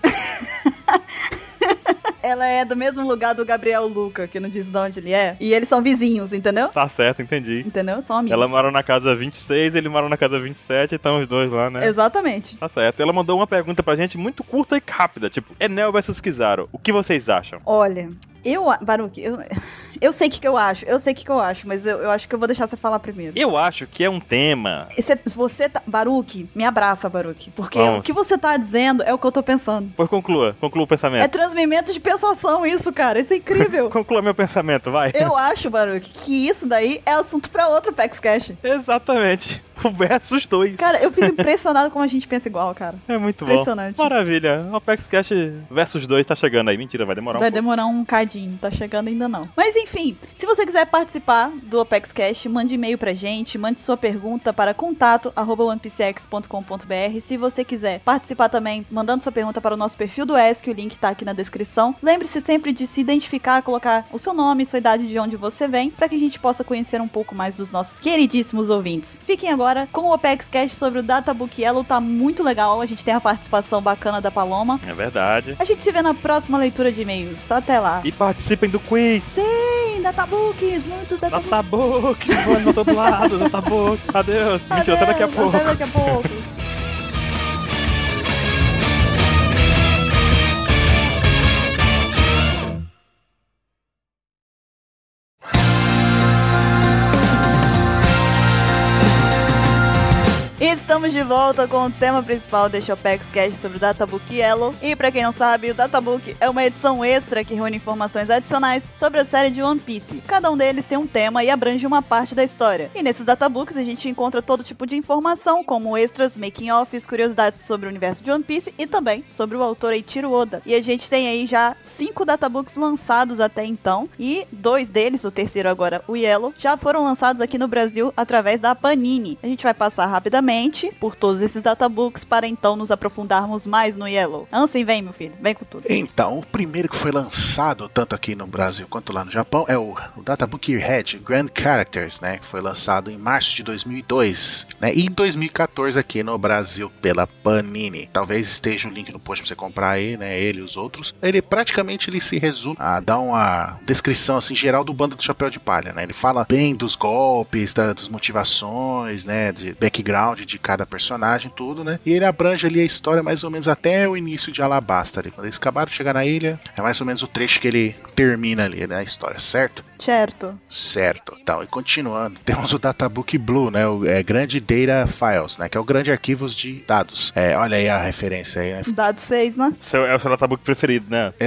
[SPEAKER 1] <laughs> Ela é do mesmo lugar do Gabriel Luca, que não disse de onde ele é. E eles são vizinhos, entendeu?
[SPEAKER 3] Tá certo, entendi.
[SPEAKER 1] Entendeu? São amigos.
[SPEAKER 3] Ela mora na casa 26, ele mora na casa 27, então os dois lá, né?
[SPEAKER 1] Exatamente.
[SPEAKER 3] Tá certo. Ela mandou uma pergunta pra gente muito curta e rápida, tipo, Enel versus Kizaru, o que vocês acham?
[SPEAKER 1] Olha, eu. a- Baruque, eu, <laughs> eu sei o que, que eu acho, eu sei o que, que eu acho, mas eu, eu acho que eu vou deixar você falar primeiro.
[SPEAKER 3] Eu acho que é um tema.
[SPEAKER 1] Você, você tá. Baruque, me abraça, Baruque. Porque
[SPEAKER 3] Vamos.
[SPEAKER 1] o que você tá dizendo é o que eu tô pensando.
[SPEAKER 3] Pois conclua, conclua
[SPEAKER 1] É,
[SPEAKER 3] o pensamento.
[SPEAKER 1] transmimento de pensação, isso, cara. Isso é
[SPEAKER 3] <laughs>
[SPEAKER 1] incrível.
[SPEAKER 3] Conclua meu pensamento, vai.
[SPEAKER 1] eu acho, Baruque, que isso daí é assunto pra outro PEX Cash.
[SPEAKER 3] Exatamente. O versus 2.
[SPEAKER 1] Cara, eu fico impressionado como a gente pensa igual, cara.
[SPEAKER 3] é muito bom.
[SPEAKER 1] Impressionante.
[SPEAKER 3] Maravilha. O Apex Cash versus 2 tá chegando aí. Mentira, vai demorar
[SPEAKER 1] Vai
[SPEAKER 3] um pouco.
[SPEAKER 1] demorar um cadinho, tá chegando ainda não. Mas enfim, se você quiser participar do Apex Cash, mande e-mail pra gente, mande sua pergunta para contato@onepcx.com.br. Se você quiser participar também, mandando sua pergunta para o nosso perfil do ESC, o link tá aqui na descrição. Lembre-se sempre de se identificar, colocar o seu nome, sua idade, de onde você vem, para que a gente possa conhecer um pouco mais dos nossos queridíssimos ouvintes. Fiquem agora com o Apex Cash sobre o Databook Yellow, tá muito legal. A gente tem a participação bacana da Paloma.
[SPEAKER 3] É verdade.
[SPEAKER 1] A gente se vê na próxima leitura de e-mails. Até lá.
[SPEAKER 3] E participem do quiz.
[SPEAKER 1] Sim, databooks, muitos databooks.
[SPEAKER 3] <laughs> Databooks, voando pra todo lado, Databooks, adeus. Mentira, até daqui a
[SPEAKER 1] Adeus,
[SPEAKER 3] pouco.
[SPEAKER 1] Até daqui a pouco.
[SPEAKER 3] <laughs>
[SPEAKER 1] E Estamos de volta com o tema principal deste Opex Cash sobre o Databook Yellow. E pra quem não sabe, o Databook é uma edição extra que reúne informações adicionais sobre a série de One Piece. Cada um deles tem um tema e abrange uma parte da história. E nesses databooks a gente encontra todo tipo de informação, como extras, making-offs, curiosidades sobre o universo de One Piece e também sobre o autor Eiichiro Oda. E a gente tem aí já cinco databooks lançados até então, e dois deles, o terceiro agora, o Yellow, já foram lançados aqui no Brasil através da Panini. A gente vai passar rapidamente brevemente por todos esses databooks para então nos aprofundarmos mais no Yellow. Ansem, vem, meu filho, vem com tudo.
[SPEAKER 2] Então, o primeiro que foi lançado, tanto aqui no Brasil quanto lá no Japão, é o, o Databook Red Grand Characters, né? Que foi lançado em março de 2002, né? E em 2014 aqui no Brasil pela Panini. Talvez esteja o link no post pra você comprar aí, né? Ele e os outros. Ele praticamente ele se resume a dar uma descrição, assim, geral do bando do Chapéu de Palha, né? Ele fala bem dos golpes, da, das motivações, né? De background de cada personagem, tudo, né? E ele abrange ali a história mais ou menos até o início de Alabasta, ali. Quando eles acabaram de chegar na ilha, é mais ou menos o trecho que ele termina ali, né? A história, certo?
[SPEAKER 1] Certo.
[SPEAKER 2] Certo. Então, e continuando, <laughs> temos o Databook Blue, né? O é, grande Data Files, né? Que é o grande arquivo de dados. É, olha aí a referência aí, né?
[SPEAKER 1] Dado 6, né?
[SPEAKER 3] Seu, é o seu databook preferido, né?
[SPEAKER 2] <laughs>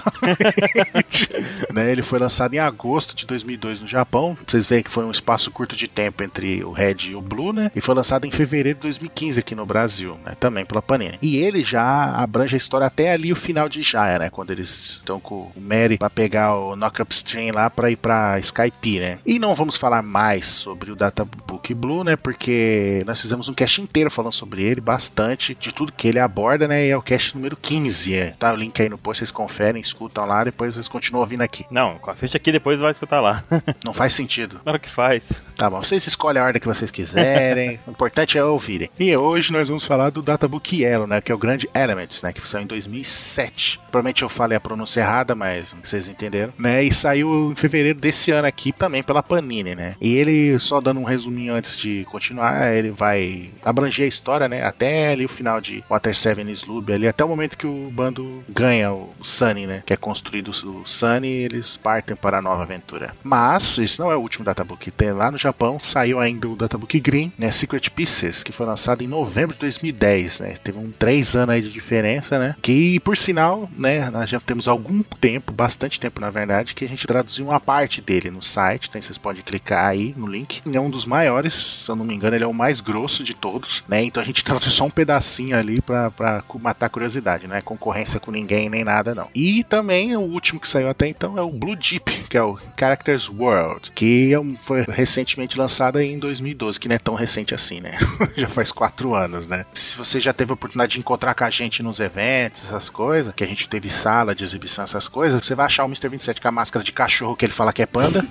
[SPEAKER 2] Exatamente. <laughs> né, ele foi lançado em agosto de 2002 no Japão. Vocês veem que foi um espaço curto de tempo entre o Red e o Blue, né? E foi lançado em fevereiro de 2015 aqui no Brasil, né? Também pela Panini. E ele já abrange a história até ali o final de Jaya, né? Quando eles estão com o Mary pra pegar o Knock Upstream lá pra ir pra Skype, né? E não vamos falar mais sobre o Databook Blue, né? Porque nós fizemos um cast inteiro falando sobre ele, bastante, de tudo que ele aborda, né? E é o cast número 15, é. Tá o link aí no post, vocês conferem, escutam lá, depois vocês continuam ouvindo aqui.
[SPEAKER 3] Não, com a ficha aqui depois vai escutar lá. <laughs>
[SPEAKER 2] Não faz sentido.
[SPEAKER 3] Claro que faz.
[SPEAKER 2] Tá bom, vocês escolhem a ordem que vocês <laughs> quiserem. o importante é ouvirem. E hoje nós vamos falar do Databook Yellow, né? Que é o grande Elements, né? Que saiu em 2007. Provavelmente eu falei a pronúncia errada, mas vocês entenderam, né? E saiu em fevereiro desse ano aqui também pela Panini, né? E ele, só dando um resuminho antes de continuar, ele vai abranger a história, né? Até ali o final de Water Seven Slub, ali até o momento que o bando ganha o Sunny, né? Que é construído o Sunny e eles partem para a nova aventura. Mas esse não é o último Databook. Tem lá no Japão saiu ainda o Databook Green, né? Secret Pieces, que foi lançado em novembro de 2010, né? Teve um três anos aí de diferença, né? Que, por sinal, né? Nós já temos algum tempo, bastante tempo na verdade, que a gente traduziu uma parte dele no site, então vocês podem clicar aí no link. É um dos maiores, se eu não me engano, ele é o mais grosso de todos, né? Então a gente <laughs> traduziu só um pedacinho ali pra, pra cu- matar a curiosidade, né? Concorrência com ninguém nem nada, não. E também o último que saiu até então é o Blue Deep, que é o Characters World, que é um- foi recentemente lançado aí em 2012, que não é tão recente assim, né? <laughs> já faz quatro anos, né? Se você já teve a oportunidade de encontrar com a gente nos eventos, essas coisas, que a gente teve sala de exibição, essas coisas, você vai achar o Mr. 27 com a máscara de cachorro que ele fala que é panda.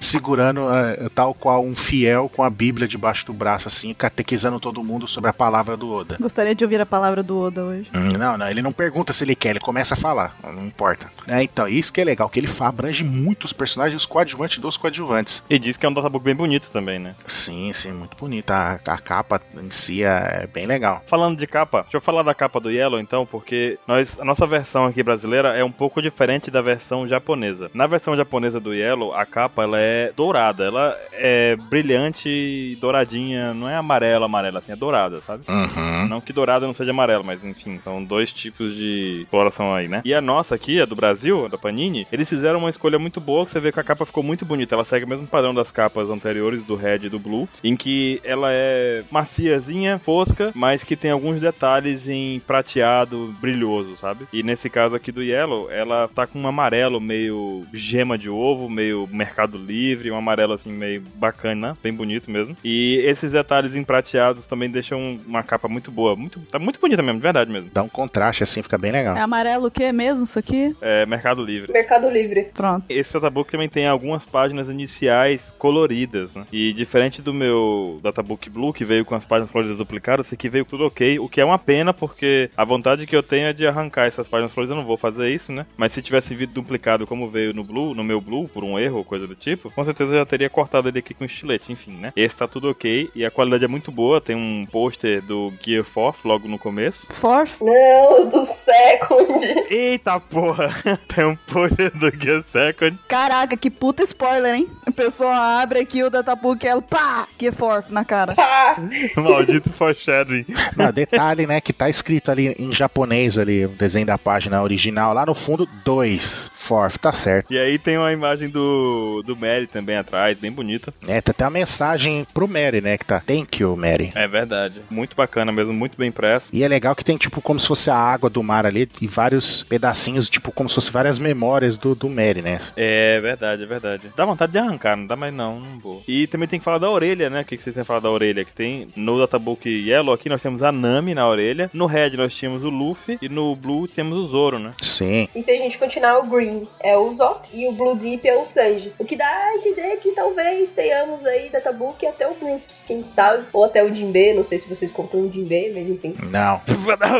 [SPEAKER 2] segurando eh, tal qual um fiel com a Bíblia debaixo do braço, assim, catequizando todo mundo sobre a palavra do Oda.
[SPEAKER 1] Gostaria de ouvir a palavra do Oda hoje.
[SPEAKER 2] Hum, Não, não, ele não pergunta se ele quer, ele começa a falar, não importa. É, então, isso que é legal, que ele fa- abrange muitos personagens, os coadjuvantes dos coadjuvantes.
[SPEAKER 3] E diz que é um databook bem bonito também, né?
[SPEAKER 2] Sim, sim, muito bonita. A, a capa em si é, é bem legal.
[SPEAKER 3] Falando de capa, deixa eu falar da capa do Yellow então, porque nós, a nossa versão aqui brasileira é um pouco diferente da versão japonesa. Na versão japonesa do Yellow, a capa ela é dourada, ela é brilhante e douradinha, não é amarela, amarela, assim, é dourada, sabe?
[SPEAKER 2] Uhum.
[SPEAKER 3] Não que dourado não seja amarelo, mas enfim, são dois tipos de coloração aí, né? E a nossa aqui, a do Brasil, a da Panini, eles fizeram uma escolha muito boa, que você vê que a capa ficou muito bonita. Ela segue o mesmo padrão das capas anteriores, do Red e do Blue, em que ela é maciazinha, fosca, mas que tem alguns detalhes em prateado, brilhoso, sabe? E nesse caso aqui do Yellow, ela tá com um amarelo meio gema de ovo, meio mercado livre, um amarelo assim meio bacana, bem bonito mesmo. E esses detalhes em prateados também deixam uma capa muito boa, muito, tá muito bonita mesmo, de verdade mesmo.
[SPEAKER 2] Dá um contraste assim, fica bem legal.
[SPEAKER 1] É amarelo o quê mesmo isso aqui?
[SPEAKER 3] É, Mercado Livre.
[SPEAKER 4] Mercado Livre.
[SPEAKER 1] Pronto.
[SPEAKER 3] Esse databook também tem algumas páginas iniciais coloridas, né? E diferente do meu databook blue, que veio com as páginas coloridas duplicadas, esse aqui veio tudo ok, o que é uma pena, porque a vontade que eu tenho é de arrancar essas páginas coloridas, eu não vou fazer isso, né? Mas se tivesse vindo duplicado como veio no blue, no meu blue, por um erro ou coisa do tipo, com certeza eu já teria cortado ele aqui com estilete, enfim, né? Esse tá tudo ok, e a qualidade é muito boa, tem um pôster do Gear 4 logo no começo,
[SPEAKER 1] Forth?
[SPEAKER 4] Não, do Second.
[SPEAKER 3] <laughs> Eita porra! <laughs> Tem um pôster do Gear Second.
[SPEAKER 1] Caraca, que puta spoiler, hein? A pessoa abre aqui o databook e ela pá! Que forth na cara.
[SPEAKER 4] Pá!
[SPEAKER 3] Maldito <laughs> foreshadowing.
[SPEAKER 2] Não, detalhe, um né, que tá escrito ali em japonês ali, o desenho da página original, lá no fundo, dois. forth, tá certo.
[SPEAKER 3] E aí tem uma imagem do, do Mary também atrás, bem bonita.
[SPEAKER 2] É, tem até uma mensagem pro Mary, né? Que tá Thank you, Mary.
[SPEAKER 3] É verdade. Muito bacana mesmo, muito bem impresso.
[SPEAKER 2] E é legal que tem, tipo, como se fosse a água do mar ali e vários pedacinhos, tipo, como se fosse várias memórias do, do Mary, né?
[SPEAKER 3] É verdade, é verdade. Dá vontade de arrancar, não dá mais não, não vou. E também tem que falar da orelha, né? O que que vocês têm que falar da orelha? Que tem no Databook Yellow aqui nós temos a Nami na orelha, no Red nós tínhamos o Luffy e no Blue temos o Zoro, <laughs> né?
[SPEAKER 2] Sim.
[SPEAKER 4] E se a gente continuar, o Green é o Zop e o Blue Deep é o Sanji. O que dá a entender que talvez tenhamos aí Databook até o Brook, quem sabe, ou até o Jinbe, não sei se vocês contam o Jinbe, mas enfim.
[SPEAKER 2] Não.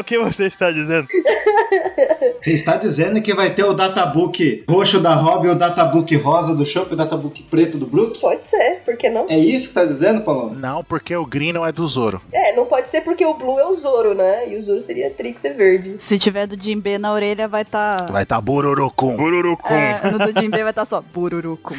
[SPEAKER 3] o que você está dizendo? <laughs>
[SPEAKER 7] Você está dizendo que vai ter o databook roxo da Robin, o databook rosa do Chopper, o databook preto do Brook?
[SPEAKER 4] Pode ser, por que não?
[SPEAKER 7] É isso que você está dizendo, Paloma?
[SPEAKER 2] Não, porque o Green não é do Zoro.
[SPEAKER 4] É, não pode ser porque o Blue é o Zoro, né? E o Zoro seria Trix e Verde.
[SPEAKER 1] Se tiver do Jimbe na orelha, vai tá.
[SPEAKER 2] Vai tá Bororocum.
[SPEAKER 3] Bururucum.
[SPEAKER 1] É, no do Jimbe vai tá só bururuco.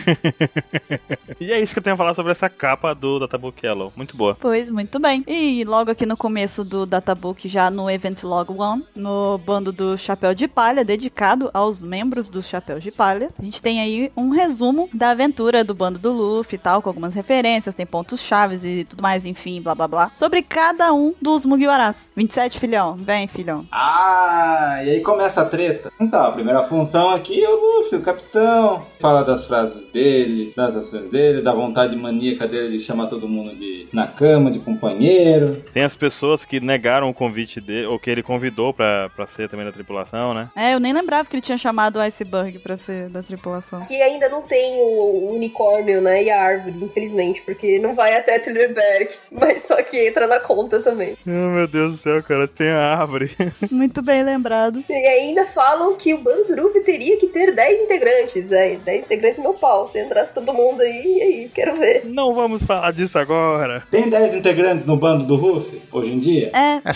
[SPEAKER 3] E é isso que eu tenho a falar sobre essa capa do Databook Yellow. Muito boa.
[SPEAKER 1] <laughs> Pois, muito bem. E logo aqui no começo do Databook, já no Event Log One, no bando do Chapéu de Palha, dedicado aos membros do Chapéu de Palha, a gente tem aí um resumo da aventura do bando do Luffy e tal, com algumas referências, tem pontos chaves e tudo mais, enfim, blá blá blá, sobre cada um dos Mugiwaras. 27, filhão. Vem, filhão.
[SPEAKER 7] Ah, e aí começa a treta. Então, a primeira função aqui é o Luffy, o capitão. Fala das frases dele, das ações dele, da vontade maníaca dele de chamar todo mundo de na cama, de companheiro.
[SPEAKER 3] Tem as pessoas que negaram o convite dele, ou que ele convidou pra, pra ser também da tripulação, né?
[SPEAKER 1] É, eu nem lembrava que ele tinha chamado o Iceberg pra ser da tripulação.
[SPEAKER 4] E ainda não tem o unicórnio, né? E a árvore, infelizmente, porque não vai até Tillerberg. <laughs> Mas só que entra na conta também.
[SPEAKER 3] Oh, meu Deus do céu, cara, tem a árvore.
[SPEAKER 1] Muito bem lembrado.
[SPEAKER 4] E ainda falam que o bando do Luffy teria que ter 10 integrantes. É, 10 integrantes meu pau. Se entrasse todo mundo aí, e aí, quero ver.
[SPEAKER 3] <laughs> Não vamos falar disso agora.
[SPEAKER 7] Tem 10 integrantes no bando do Ruffy hoje em dia?
[SPEAKER 1] É,
[SPEAKER 2] É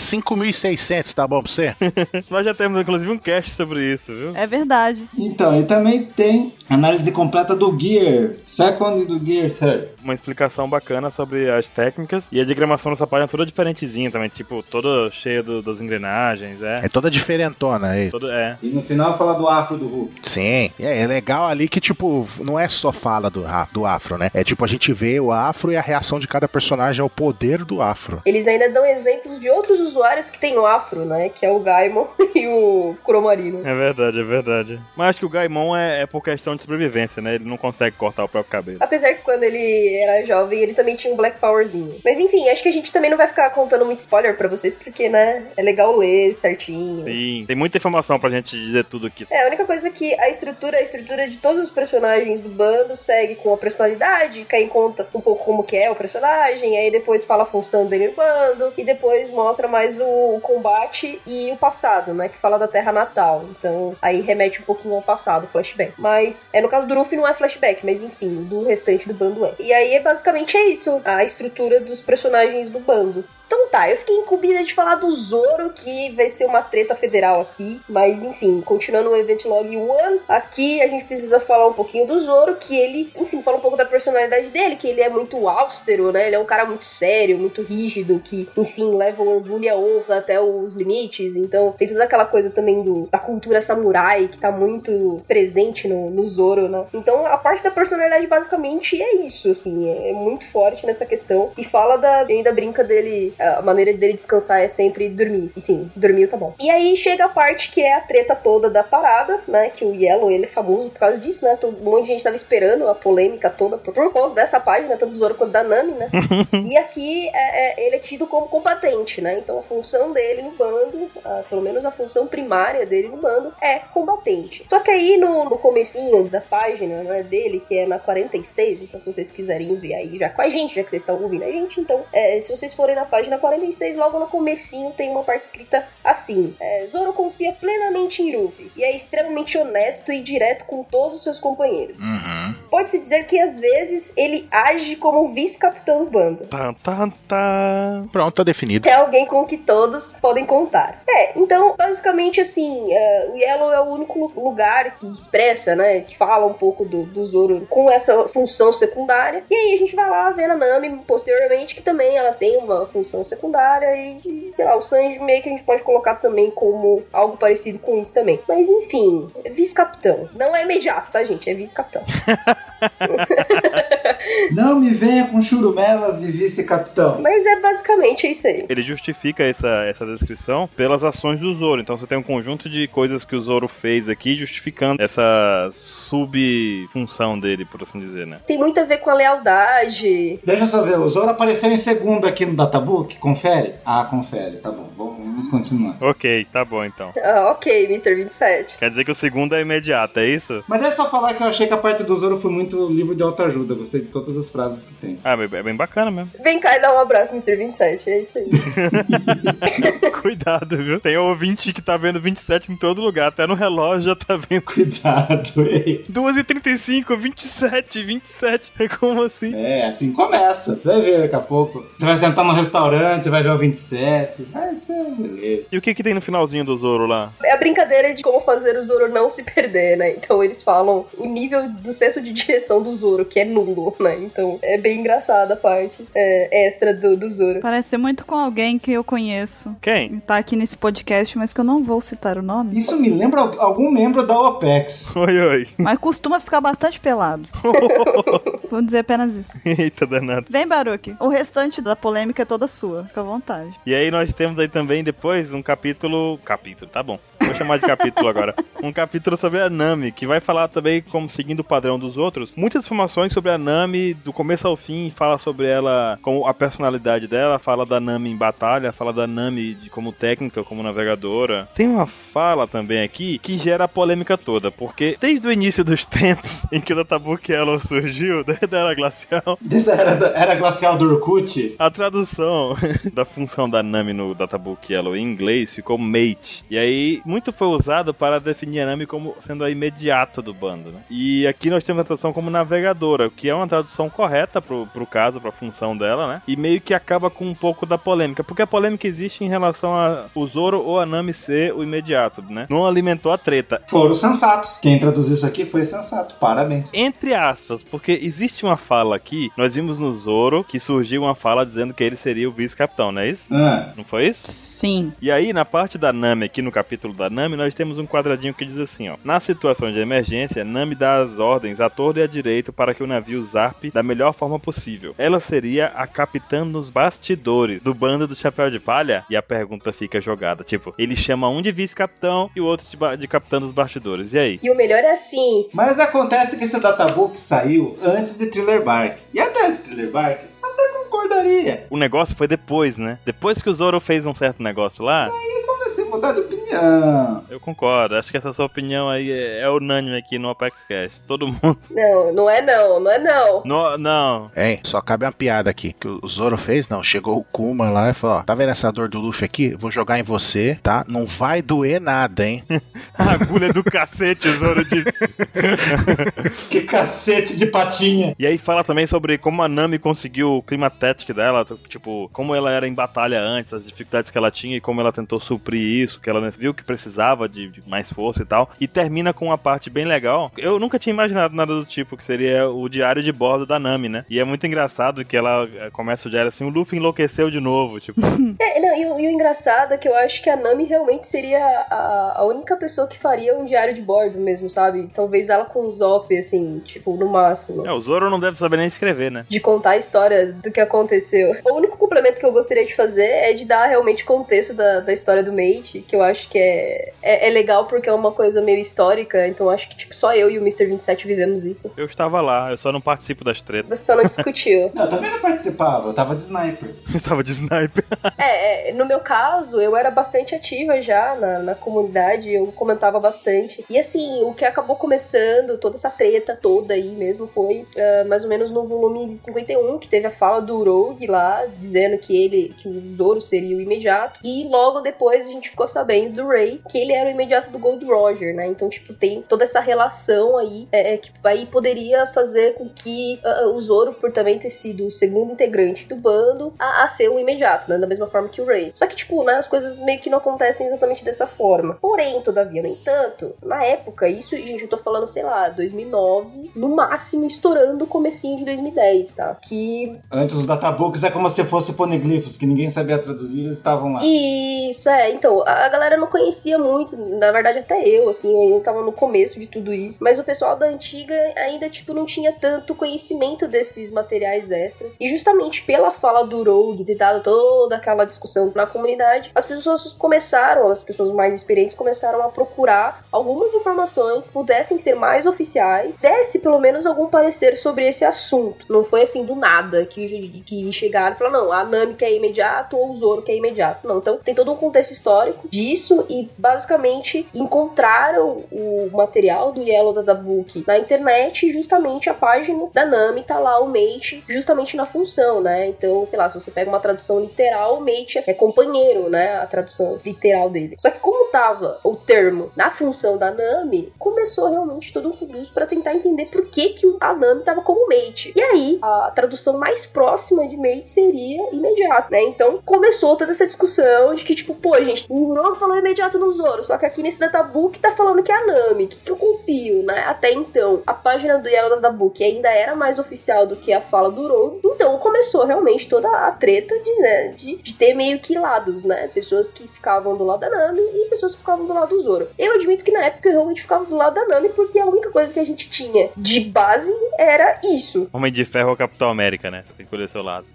[SPEAKER 2] 5.600, tá bom pra você?
[SPEAKER 3] Nós já temos, inclusive, um cast sobre isso, viu?
[SPEAKER 1] é verdade.
[SPEAKER 7] Então, e também tem análise completa do Gear Second e do Gear Third.
[SPEAKER 3] Uma explicação bacana sobre as técnicas. E a diagramação dessa página é toda diferentezinha também, tipo, toda cheia do- das engrenagens, é.
[SPEAKER 2] É toda diferentona aí.
[SPEAKER 3] Todo, é.
[SPEAKER 7] E no final fala do afro do Ruffy.
[SPEAKER 2] Sim. E É, é legal ali que, tipo, não é só fala do, ra- do afro, né? É tipo, a gente vê o afro e a reação de cada personagem ao poder do afro.
[SPEAKER 4] Eles ainda dão exemplos de outros usuários que tem o afro, né? Que é o Gaimon <laughs> e o Cromarino.
[SPEAKER 3] É verdade, é verdade. Mas acho que o Gaimon é, é por questão de sobrevivência, né? Ele não consegue cortar o próprio cabelo.
[SPEAKER 4] Apesar que quando ele era jovem, ele também tinha um Black Powerzinho. Mas enfim, acho que a gente também não vai ficar contando muito spoiler pra vocês, porque, né? É legal ler certinho.
[SPEAKER 3] Sim, tem muita informação pra gente dizer tudo aqui.
[SPEAKER 4] É, a única coisa é que a estrutura, a estrutura de todos os personagens do bando segue com a personalidade, cai em conta um pouco como que é o personagem, aí depois fala a função dele no bando, e depois mostra mais o, o combate e o passado, né? Que fala da terra natal. Então, aí remete um pouquinho ao passado, flashback. Mas, é no caso do Ruffy não é flashback, mas enfim, do restante do bando é. E aí, é basicamente é isso, a estrutura dos personagens do bando. Então tá, eu fiquei incumbida de falar do Zoro, que vai ser uma treta federal aqui. Mas enfim, continuando o Event Log One, um aqui a gente precisa falar um pouquinho do Zoro, que ele, enfim, fala um pouco da personalidade dele, que ele é muito austero, né? Ele é um cara muito sério, muito rígido, que, enfim, leva o orgulho e a honra até os limites. Então tem toda aquela coisa também do, da cultura samurai, que tá muito presente no, no Zoro, né? Então a parte da personalidade basicamente é isso, assim, é muito forte nessa questão. E fala da. e ainda brinca dele. A maneira dele descansar é sempre dormir. Enfim, dormir tá bom. E aí chega a parte que é a treta toda da parada, né? Que o Yellow, ele é famoso por causa disso, né? Todo, um monte de gente tava esperando a polêmica toda por, por conta dessa página, tanto do Zoro quanto da Nami, né? E aqui é- é- ele é tido como combatente, né? Então a função dele no bando, ah, pelo menos a função primária dele no bando, é combatente. Só que aí no, no comecinho da página né, dele, que é na 46, então se vocês quiserem ver aí já com a gente, já que vocês estão ouvindo a gente, então é, se vocês forem na página 46, logo no comecinho tem uma parte escrita assim, é, Zoro confia plenamente em Ruffy e é extremamente honesto e direto com todos os seus companheiros.
[SPEAKER 2] Uhum.
[SPEAKER 4] Pode-se dizer que às vezes ele age como vice-capitão do bando.
[SPEAKER 3] Tá, tá, tá.
[SPEAKER 2] Pronto, tá definido.
[SPEAKER 4] É alguém com que todos podem contar. É, então, basicamente assim, é, o Yellow é o único lugar que expressa, né? Que fala um pouco do, do Zoro com essa função secundária. E aí a gente vai lá ver a Nami posteriormente, que também ela tem uma função função secundária e, e, sei lá, o Sanji meio que a gente pode colocar também como algo parecido com isso também. Mas enfim, é vice-capitão. Não é imediato, tá, gente? É vice-capitão.
[SPEAKER 7] Não me venha com churumelas de vice-capitão.
[SPEAKER 4] Mas é basicamente isso aí.
[SPEAKER 3] Ele justifica essa, essa descrição pelas ações do Zoro. Então você tem um conjunto de coisas que o Zoro fez aqui justificando essa subfunção dele, por assim dizer, né?
[SPEAKER 4] Tem muito a ver com a lealdade.
[SPEAKER 7] Deixa eu só ver, o Zoro apareceu em segundo aqui no Databook. Confere? Ah, confere. Tá bom, vamos continuar.
[SPEAKER 3] Ok, tá bom então.
[SPEAKER 4] Ah, ok, Mr. 27.
[SPEAKER 3] Quer dizer que o segundo é imediato, é isso?
[SPEAKER 7] Mas deixa eu só falar que eu achei que a parte do Zoro foi muito livro de autoajuda. Gostei de todas as frases que tem. <laughs>
[SPEAKER 3] Ah, é bem- é bem bacana mesmo.
[SPEAKER 4] Vem cá e dá um abraço, Mr. 27. É isso aí.
[SPEAKER 3] <laughs> Cuidado, viu? Tem ouvinte que tá vendo 27 em todo lugar, até no relógio já tá vendo.
[SPEAKER 7] Cuidado, ei.
[SPEAKER 3] 2h35, 27, 27. Como assim?
[SPEAKER 7] É, assim começa. Você vai ver daqui a pouco. Você vai sentar no restaurante, vai ver o 27. Vai ser beleza.
[SPEAKER 3] E o que que tem no finalzinho do Zoro lá?
[SPEAKER 4] É a brincadeira de como fazer o Zoro não se perder, né? Então eles falam o nível do senso de direção do Zoro, que é nulo, né? Então é bem engraçada a parte é, extra do, do Zoro.
[SPEAKER 1] Parece ser muito com alguém que eu conheço.
[SPEAKER 3] Quem?
[SPEAKER 1] Tá aqui nesse podcast, mas que eu não vou citar o
[SPEAKER 7] <laughs>
[SPEAKER 1] nome.
[SPEAKER 7] Isso me lembra al- algum membro da OPEX.
[SPEAKER 3] Oi, oi.
[SPEAKER 1] Mas costuma ficar bastante pelado. Vou dizer apenas isso.
[SPEAKER 3] <laughs> Eita danado.
[SPEAKER 1] Vem, Baruque. O restante da polêmica é toda sua. Fica à vontade.
[SPEAKER 3] E aí nós temos aí também depois um capítulo. Capítulo, tá bom. Vou chamar de capítulo agora. Um capítulo sobre a Nami, que vai falar também, como seguindo o padrão dos outros, muitas informações sobre a Nami, do começo ao fim, fala sobre ela, como a personalidade dela, fala da Nami em batalha, fala da Nami de- como técnica, como navegadora. Tem uma fala também aqui que gera a polêmica toda, porque desde o início dos <laughs> tempos em que o Databook Yellow surgiu, <laughs> da era glacial,
[SPEAKER 7] Desde a era, da- era glacial do Urkut.
[SPEAKER 3] a tradução <laughs> da função da Nami no Databook Yellow em inglês ficou mate. E aí, muito foi usado para definir a Nami como sendo a imediata do bando, né? E aqui nós temos a tradução como navegadora, que é uma tradução correta pro, pro caso, pra função dela, né? E meio que acaba com um pouco da polêmica, porque a polêmica existe em relação a o Zoro ou a Nami ser o imediato, né? Não alimentou a treta.
[SPEAKER 7] Foram sensatos. Quem traduziu isso aqui foi sensato. Parabéns.
[SPEAKER 3] Entre aspas, porque existe uma fala aqui, nós vimos no Zoro que surgiu uma fala dizendo que ele seria o vice-capitão, não é isso?
[SPEAKER 7] Ah,
[SPEAKER 3] Não foi isso?
[SPEAKER 1] Sim.
[SPEAKER 3] E aí, na parte da Nami, aqui no capítulo da Nami, nós temos um quadradinho que diz assim, ó. Na situação de emergência, Nami dá as ordens à torre e à direita para que o navio zarpe da melhor forma possível. Ela seria a capitã dos bastidores do bando do Chapéu de Palha? E a pergunta fica jogada, tipo, ele chama um de vice-capitão e o outro de, ba- de capitã dos bastidores. E aí?
[SPEAKER 4] E o melhor é assim.
[SPEAKER 7] Mas acontece que esse databook saiu antes de Thriller Bark. E até antes de Thriller Bark, até concordaria.
[SPEAKER 3] O negócio foi depois, né? Depois que o Zoro fez um certo negócio lá,
[SPEAKER 7] Eu comecei a mudar de opinião.
[SPEAKER 3] eu concordo. Acho que essa sua opinião aí é, é unânime aqui no Apex Cash. Todo mundo. <laughs>
[SPEAKER 4] Não, não é não, não é não.
[SPEAKER 3] No- não,
[SPEAKER 2] Hein? Só cabe uma piada aqui. Que o Zoro fez, não. Chegou o Kuma lá e falou: ó, tá vendo essa dor do Luffy aqui? Vou jogar em você, tá? Não vai doer nada, hein?
[SPEAKER 3] A agulha do cacete, o Zoro disse.
[SPEAKER 7] Que cacete de patinha.
[SPEAKER 3] E aí fala também sobre como a Nami conseguiu o clima tactic dela, t- tipo, como ela era em batalha antes, as dificuldades que ela tinha e como ela tentou suprir isso, que ela né, viu que precisava de, de mais força e tal. E termina com uma parte bem legal. Eu nunca tinha imaginado nada do tipo, que seria o diário de bordo da Nami, né? E é muito engraçado que ela eh, começa o diário assim, o Luffy enlouqueceu de novo, tipo,
[SPEAKER 4] É, não, e, o- e o engraçado é que eu acho que a Nami realmente seria a, a única pessoa que faria um diário de bordo mesmo, sabe? Talvez ela com o Zop, assim, tipo, no máximo.
[SPEAKER 3] é, o Zoro não deve saber nem escrever, né?
[SPEAKER 4] de contar a história do que aconteceu. O único complemento que eu gostaria de fazer é de dar realmente contexto da, da história do Mate, que eu acho que é, é, é legal porque é uma coisa meio histórica, então acho que tipo, só eu e o Mr. 27 vivemos isso.
[SPEAKER 3] Eu estava lá, eu só não participo das tretas. <laughs>
[SPEAKER 4] Você só não discutiu.
[SPEAKER 7] Não, eu também não participava, eu tava de sniper.
[SPEAKER 3] Eu estava de sniper.
[SPEAKER 4] É, é, no meu caso, eu era bastante ativa já na, na comunidade, eu comentava bastante. E assim, o que acabou começando, toda essa treta toda aí mesmo, foi ah, mais ou menos no volume 51, que teve a fala do Rogue lá, dizendo que ele, que o Zoro seria o imediato. E logo depois a gente ficou ficou sabendo do Ray que ele era o imediato do Gold Roger, né? Então, tipo, tem toda essa relação aí é, é, que aí poderia fazer com que ah, o Zoro, por também ter sido o segundo integrante do bando, a, a ser o imediato, né? Da mesma forma que o Ray. Só que, tipo, né, as coisas meio que não acontecem exatamente dessa forma. Porém, todavia, no entanto, na época, isso, gente, eu tô falando, sei lá, 2009, no máximo estourando o comecinho de 2010, tá? Que
[SPEAKER 7] Antes os databooks é como se fosse poneglifos, que ninguém sabia traduzir, eles estavam lá.
[SPEAKER 4] Isso, é. Então, a a galera não conhecia muito, na verdade até eu, assim, eu ainda tava no começo de tudo isso. Mas o pessoal da antiga ainda, tipo, não tinha tanto conhecimento desses materiais extras. E justamente pela fala do Rogue, ter dado toda aquela discussão na comunidade, as pessoas começaram, as pessoas mais experientes começaram a procurar algumas informações que pudessem ser mais oficiais, desse pelo menos algum parecer sobre esse assunto. Não foi assim do nada que, que chegaram e falaram, não, a Nami que é imediato ou o Zoro que é imediato. Não, então tem todo um contexto histórico disso e basicamente encontraram o material do Yellow da Dabuki na internet e justamente a página da Nami tá lá o mate justamente na função, né? Então, sei lá, se você pega uma tradução literal, o mate é companheiro, né? A tradução literal dele. Só que como tava o termo na função da Nami, começou realmente todo um fuduso para tentar entender por que que a Nami tava como mate. E aí, a tradução mais próxima de mate seria imediato, né? Então, começou toda essa discussão de que tipo, pô, gente, o Zoro falou imediato no Zoro, só que aqui nesse databook tá falando que é a Nami, que, que eu confio, né? Até então, a página do Yellow Databook ainda era mais oficial do que a fala do Rogue, então começou realmente toda a treta de, né, de, de ter meio que lados, né? Pessoas que ficavam do lado da Nami e pessoas que ficavam do lado do Zoro. Eu admito que na época eu realmente ficava do lado da Nami, porque a única coisa que a gente tinha de base era isso.
[SPEAKER 3] Homem de Ferro ou Capitão América, né? Tem que escolher o seu lado.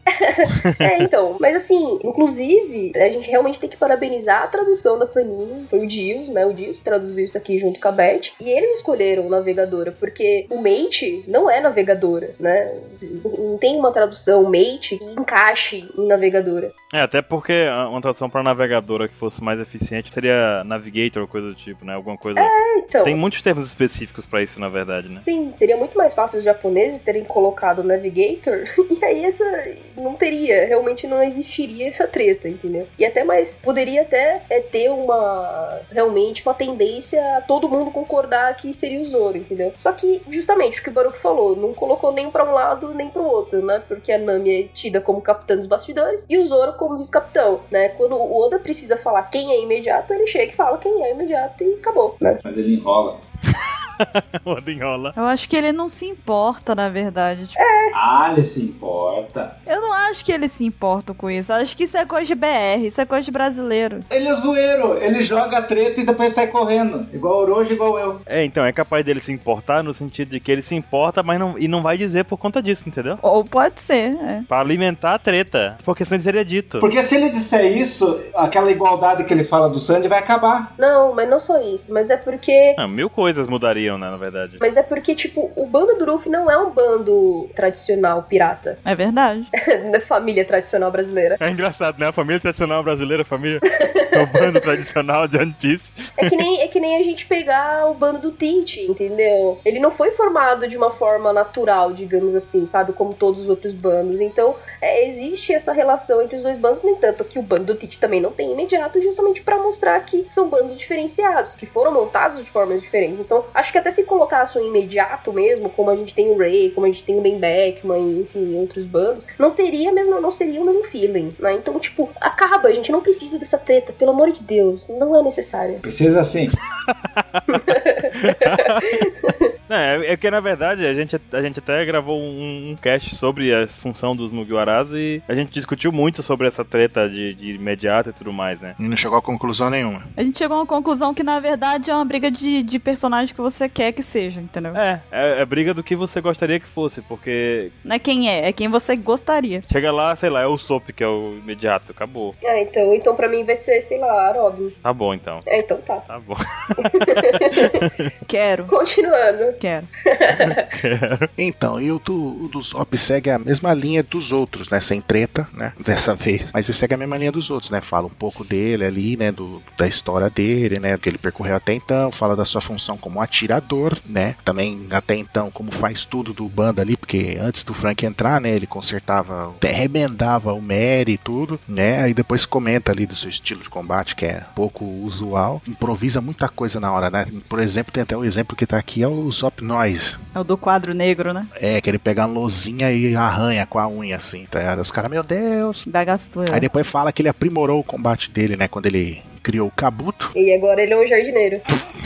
[SPEAKER 4] É, então, mas assim, inclusive, a gente realmente tem que parabenizar a tradução da Panini, foi o Dios, né? O Dios traduziu isso aqui junto com a Beth, e eles escolheram navegadora, porque o Mate não é navegadora, né? Não tem uma tradução Mate que encaixe em navegadora.
[SPEAKER 3] É, até porque a- uma tradução pra navegadora que fosse mais eficiente seria Navigator ou coisa do tipo, né? Alguma coisa.
[SPEAKER 4] É, Então,
[SPEAKER 3] Tem muitos termos específicos pra isso, na verdade, né? <laughs>
[SPEAKER 4] Sim, seria muito mais fácil os japoneses terem colocado Navigator <laughs> e aí essa não teria, realmente não existiria essa treta, entendeu? E até mais, poderia até é, ter uma, realmente, uma tendência a todo mundo concordar que seria o Zoro, entendeu? Só que, justamente, o que o Baruch falou, não colocou nem pra um lado nem pro outro, né? Porque a Nami é tida como capitã dos bastidores e o Zoro como vice-capitão, né? Quando o Oda precisa falar quem é imediato, ele chega e fala quem é imediato e acabou, né?
[SPEAKER 7] Mas ele enrola.
[SPEAKER 3] O Adinhola.
[SPEAKER 1] Eu acho que ele não se importa, na verdade. Tipo,
[SPEAKER 7] Ah, ele se importa.
[SPEAKER 1] Eu não acho que eles se importam com isso. Eu acho que isso é coisa de BR, isso é coisa de brasileiro.
[SPEAKER 7] Ele é zoeiro, ele joga a treta e depois sai correndo. Igual o Orochi, igual eu.
[SPEAKER 3] É, então, é capaz dele se importar no sentido de que ele se importa, mas não, e não vai dizer por conta disso, entendeu?
[SPEAKER 1] Ou pode ser, é.
[SPEAKER 3] Pra alimentar a treta. Porque senão ele seria dito.
[SPEAKER 7] Porque se ele disser isso, aquela igualdade que ele fala do Sandy vai acabar.
[SPEAKER 4] Não, mas não só isso, mas é porque
[SPEAKER 3] Ah, mil coisas mudariam, né, na verdade.
[SPEAKER 4] Mas é porque, tipo, o bando do Ruffy não é um bando tradicional pirata, <laughs>
[SPEAKER 1] É verdade.
[SPEAKER 4] da família tradicional brasileira.
[SPEAKER 3] É engraçado, né? A família tradicional brasileira, a família. <laughs> o bando tradicional de One Piece.
[SPEAKER 4] É que nem, é que nem a gente pegar o bando do Tint, entendeu? Ele não foi formado de uma forma natural, digamos assim, sabe? Como todos os outros bandos. Então, é, existe essa relação entre os dois bandos, no entanto, que o bando do Tint também não tem imediato, justamente pra mostrar que são bandos diferenciados, que foram montados de formas diferentes. Então, acho que até se colocasse um imediato mesmo, como a gente tem o Ray, como a gente tem o Ben Beckman, enfim, outros bandos, não teria mesmo, não seria o mesmo feeling, né? Então, tipo, acaba, a gente não precisa dessa treta, pelo amor de Deus, não é necessária.
[SPEAKER 7] Precisa assim, sim.
[SPEAKER 3] Não, é, é que na verdade a gente, a gente até gravou um, um cast sobre a função dos Mugiwaras e a gente discutiu muito sobre essa treta de, de imediato e tudo mais, né?
[SPEAKER 2] E não chegou a conclusão nenhuma.
[SPEAKER 1] A gente chegou a uma conclusão que, na verdade, é uma briga de, de personagem que você quer que seja, entendeu?
[SPEAKER 3] É, é, é briga do que você gostaria que fosse, porque
[SPEAKER 1] Não é quem é, é quem você gostaria.
[SPEAKER 3] chega lá, sei lá, é o Sop que é o imediato, acabou.
[SPEAKER 4] Ah, então, então pra mim vai ser, sei lá, Robin.
[SPEAKER 3] Tá bom <laughs> então.
[SPEAKER 4] É, então tá.
[SPEAKER 3] Tá bom.
[SPEAKER 1] Quero,
[SPEAKER 4] Continuando.
[SPEAKER 1] quero.
[SPEAKER 2] Então, e o do, o do Zop segue a mesma linha dos outros, né? Sem treta, né? <laughs> Dessa vez. Mas ele segue a mesma linha dos outros, né? Fala um pouco dele ali, né? Do, da história dele, né? Do que ele percorreu até então. Fala da sua função como atirador, né? Também até então, como faz tudo do bando ali, porque antes do Frank entrar, né? Ele consertava, até arrebentava o Mary e tudo, né? Aí depois comenta ali do seu estilo de combate, que é pouco usual. Improvisa muita coisa na hora, né? Por exemplo, tem até o exemplo que tá aqui, é o Zop Noise,
[SPEAKER 1] É o do quadro negro, né?
[SPEAKER 2] é, que ele pega a lousinha e arranha com a unha, assim, tá ligado? Os caras, meu Deus.
[SPEAKER 1] Da gastura.
[SPEAKER 2] Aí depois fala que ele aprimorou o combate dele, né? Quando ele criou o Kabuto.
[SPEAKER 4] E agora ele é um jardineiro.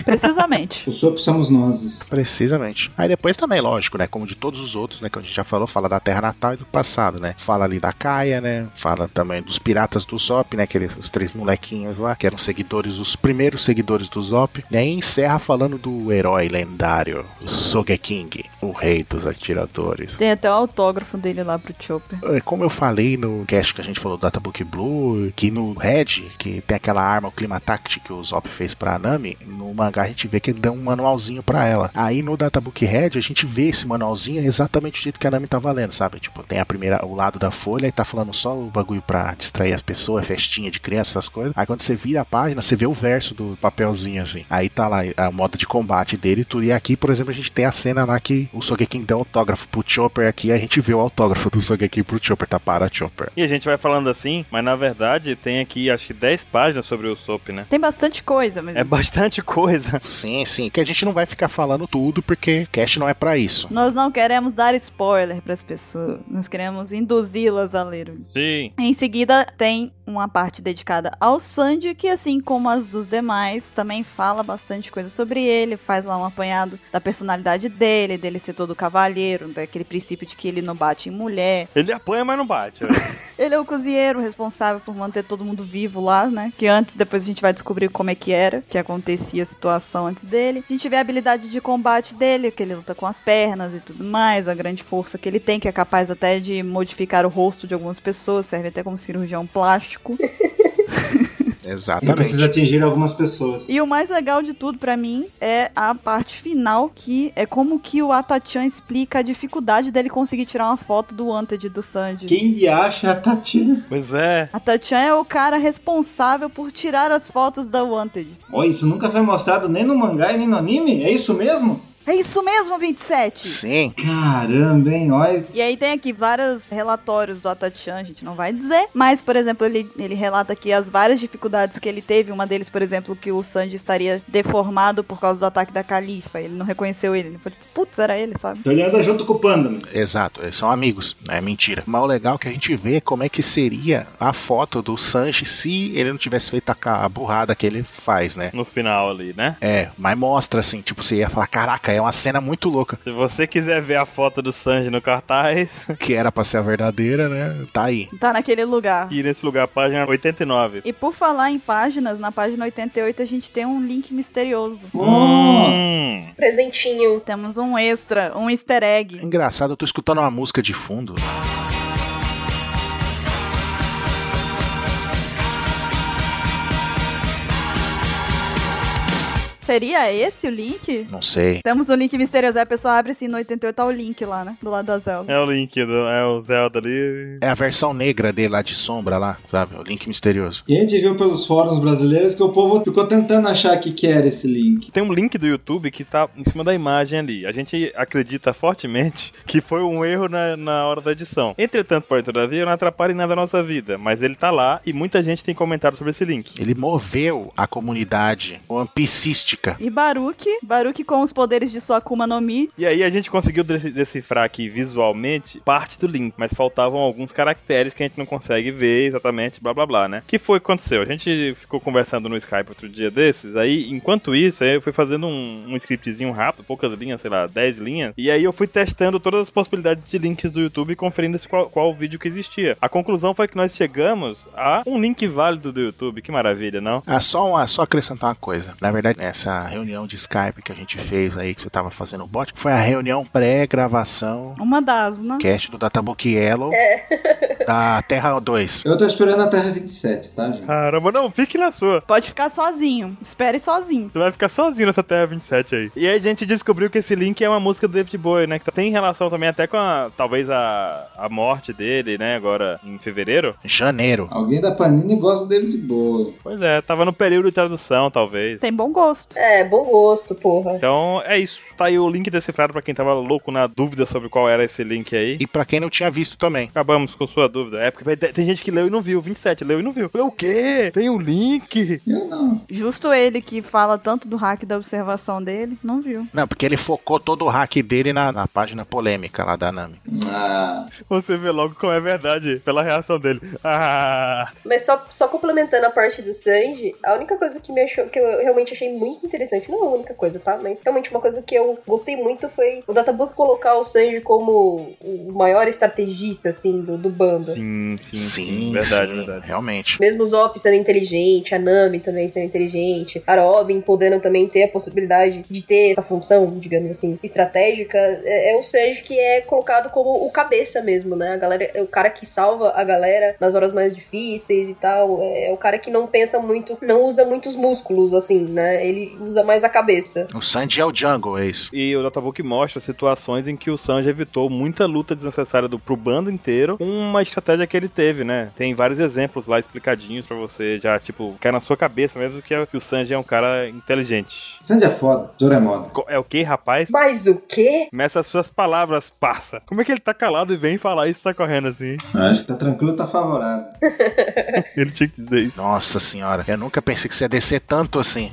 [SPEAKER 1] Precisamente. <laughs>
[SPEAKER 7] Os sopros somos nós.
[SPEAKER 2] Precisamente. Aí depois também, lógico, né? Como de todos os outros, né? Que a gente já falou, fala da Terra Natal e do passado, né? Fala ali da Caia, né? Fala também dos piratas do Zop, né? Aqueles os três molequinhos lá, que eram seguidores, os primeiros seguidores do Zop. Né, e encerra falando do herói lendário, o Sogeking, o rei dos atiradores.
[SPEAKER 1] Tem até o autógrafo dele lá pro Chopper.
[SPEAKER 2] É, Como eu falei no cast que a gente falou do Databook Blue, que no Red, que tem aquela arma, o Climatact que o Zop fez pra Nami, no mangá a gente vê que ele deu um manualzinho pra ela. Aí no Databook Red a gente vê esse manualzinho exatamente do jeito que a Nami tava lendo, sabe? Tipo, tem a primeira, o lado da folha e tá falando só o bagulho pra distrair as pessoas, festinha de criança, essas coisas. Aí quando você vira a página, você vê o verso do papelzinho assim. Aí tá lá a moda de combate dele e tudo. E aqui, por exemplo, a gente tem a cena lá que o Sogeking deu autógrafo pro Chopper aqui, a gente vê o autógrafo do Sogeking pro Chopper, tá para Chopper.
[SPEAKER 3] E a gente vai falando assim, mas na verdade tem aqui acho que 10 páginas sobre o Sop, né?
[SPEAKER 1] Tem bastante coisa, mas.
[SPEAKER 3] É bastante coisa.
[SPEAKER 2] Sim, sim, que a gente não vai ficar falando tudo porque cast não é pra isso.
[SPEAKER 1] Nós não queremos dar spoiler pras pessoas. Nós queremos induzi-las a ler o
[SPEAKER 3] Sim.
[SPEAKER 1] Em seguida, tem uma parte dedicada ao Sandy, que assim como as dos demais, também fala bastante coisa sobre ele, faz lá um apanhado da personalidade dele, dele ser todo cavalheiro, daquele princípio de que ele não bate em mulher.
[SPEAKER 3] Ele apanha, mas não bate. né?
[SPEAKER 1] Ele é o cozinheiro responsável por manter todo mundo vivo lá, né? Que antes, depois a gente vai descobrir como é que era, que acontecia a situação antes dele. A gente vê a habilidade de combate dele, que ele luta com as pernas e tudo mais, a grande força que ele tem, que é capaz até de modificar o rosto de algumas pessoas, serve até como cirurgião plástico.
[SPEAKER 7] Ele precisa
[SPEAKER 2] Exatamente.
[SPEAKER 7] atingir algumas pessoas.
[SPEAKER 1] E o mais legal de tudo pra mim é a parte final, que é como que o Atachan explica a dificuldade dele conseguir tirar uma foto do Wanted do Sandy.
[SPEAKER 7] Quem lhe acha é a Tatiana.
[SPEAKER 3] <laughs> pois é.
[SPEAKER 1] A Tachan é o cara responsável por tirar as fotos da Wanted.
[SPEAKER 7] Ó, isso nunca foi mostrado nem no mangá e nem no anime? É isso mesmo?
[SPEAKER 1] É isso mesmo, 27!
[SPEAKER 2] Sim.
[SPEAKER 7] Caramba, hein? Olha.
[SPEAKER 1] E aí tem aqui vários relatórios do Atachan, a gente não vai dizer, mas, por exemplo, ele, ele relata aqui as várias dificuldades que ele teve. Uma deles, por exemplo, que o Sanji estaria deformado por causa do ataque da Califa. Ele não reconheceu ele. Ele falou, tipo, putz, era ele, sabe?
[SPEAKER 7] Então ele anda junto com o Panda. né?
[SPEAKER 2] Exato, eles são amigos, é mentira. Mas o legal é que a gente vê como é que seria a foto do Sanji se ele não tivesse feito a, ca- a burrada que ele faz, né?
[SPEAKER 3] No final ali, né?
[SPEAKER 2] É, mas mostra assim, tipo, você ia falar, caraca, é uma cena muito louca, <laughs>
[SPEAKER 3] Se você quiser ver a foto do Sanji no cartaz,
[SPEAKER 2] que era pra ser a verdadeira, né? Tá aí.
[SPEAKER 1] Tá naquele lugar.
[SPEAKER 3] e nesse lugar, página 89.
[SPEAKER 1] E por falar em páginas, na página 88 a gente tem um link misterioso.
[SPEAKER 7] Ó,
[SPEAKER 3] Hum.
[SPEAKER 4] Presentinho.
[SPEAKER 1] Temos um extra, um easter egg.
[SPEAKER 2] Engraçado, eu tô escutando uma música de fundo.
[SPEAKER 1] Seria esse o link?
[SPEAKER 2] Não sei.
[SPEAKER 1] Temos um link misterioso. Aí a pessoa abre assim no 88, tá o link lá, né? Do lado da Zelda.
[SPEAKER 3] É o link, do, é o Zelda ali.
[SPEAKER 2] É a versão negra dele lá de sombra lá, sabe? O link misterioso.
[SPEAKER 7] E a gente viu pelos fóruns brasileiros que o povo ficou tentando achar que que era esse link.
[SPEAKER 3] Tem um link do YouTube que tá em cima da imagem ali. A gente acredita fortemente <laughs> que foi um erro na, na hora da edição. Entretanto, por todavia, não atrapalha em nada a nossa vida. Mas ele tá lá e muita gente tem comentado sobre esse link.
[SPEAKER 2] Ele moveu a comunidade One Pieceística.
[SPEAKER 1] E Baruque, Baruque com os poderes de sua Akuma no Mi,
[SPEAKER 3] E aí a gente conseguiu dec- decifrar aqui visualmente parte do link, mas faltavam alguns caracteres que a gente não consegue ver exatamente, blá blá blá, né? O que foi que aconteceu? A gente ficou conversando no Skype outro dia desses, aí enquanto isso, aí eu fui fazendo um, um scriptzinho rápido, poucas linhas, sei lá, 10 linhas, e aí eu fui testando todas as possibilidades de links do YouTube e conferindo se qual, qual vídeo que existia. A conclusão foi que nós chegamos a um link válido do YouTube, que maravilha, não?
[SPEAKER 2] Ah, só, uma, só acrescentar uma coisa. Na verdade, essa reunião de Skype que a gente fez aí, que você tava fazendo o bot, foi a reunião pré-gravação
[SPEAKER 1] uma das, né?
[SPEAKER 2] cast do Databook Yellow. Da Terra 2.
[SPEAKER 7] Eu tô esperando a Terra 27, tá, gente?
[SPEAKER 3] Caramba, não, fique na sua.
[SPEAKER 1] Pode ficar sozinho. Espere sozinho.
[SPEAKER 3] Tu vai ficar sozinho nessa Terra 27 aí. E aí a gente descobriu que esse Link é uma música do David Bowie, né? Que tem relação também até com a, talvez a, a morte dele, né? Agora em fevereiro.
[SPEAKER 2] Janeiro.
[SPEAKER 7] Alguém da Panini gosta do David Bowie.
[SPEAKER 3] Pois é, tava no período de tradução, talvez.
[SPEAKER 1] Tem bom gosto.
[SPEAKER 4] É, bom gosto, porra.
[SPEAKER 3] Então é isso. Tá aí o link decifrado pra quem tava louco na dúvida sobre qual era esse link aí.
[SPEAKER 2] E pra quem não tinha visto também.
[SPEAKER 3] Acabamos com sua dúvida. É porque vai- tem gente que leu e não viu. 27 leu e não viu. Leu o quê? Tem um link? <laughs>
[SPEAKER 7] Eu não.
[SPEAKER 1] Justo ele que fala tanto do hack da observação dele, não viu.
[SPEAKER 2] Não, porque ele focou todo o hack dele na, na página polêmica lá da Nami.
[SPEAKER 7] Ah,
[SPEAKER 3] Você vê logo como é verdade pela reação dele. Ah.
[SPEAKER 4] Mas só, só complementando a parte do Sanji, a única coisa que me achou, que eu realmente achei muito interessante, não a única coisa, tá? Mas realmente uma coisa que eu gostei muito foi o Databook colocar o Sanji como o maior estrategista, assim, do, do bando.
[SPEAKER 3] Sim, sim,
[SPEAKER 2] verdade,
[SPEAKER 3] Verdade, verdade.
[SPEAKER 2] Realmente.
[SPEAKER 4] Mesmo o Zop sendo inteligente, a Nami também sendo inteligente, a Robin podendo também ter a possibilidade de ter essa função, digamos assim, estratégica, é, é o Sanji que é colocado como o cabeça mesmo, né? A galera, é o cara que salva a galera nas horas mais difíceis e tal, é, é o cara que não pensa muito, não usa muitos músculos, assim, né? Ele usa mais a cabeça.
[SPEAKER 2] O Sanji é o Jungle, é isso.
[SPEAKER 3] E o Databook mostra situações em que o Sanji evitou muita luta desnecessária do, pro bando inteiro com uma estratégia que ele teve, né? Tem vários exemplos lá explicadinhos pra você já, tipo, cai na sua cabeça mesmo que, é- que o Sanji é um cara inteligente.
[SPEAKER 7] Sandy é foda. Zoro é moda.
[SPEAKER 3] Co- É o que, rapaz?
[SPEAKER 4] Mas o quê?
[SPEAKER 3] Começa as suas palavras, parça. Como é que ele tá calado e vem falar isso, tá correndo assim?
[SPEAKER 7] Acho que tá tranquilo, tá favorável.
[SPEAKER 3] Ele tinha que dizer isso.
[SPEAKER 2] Nossa senhora, eu nunca pensei que você ia descer tanto assim.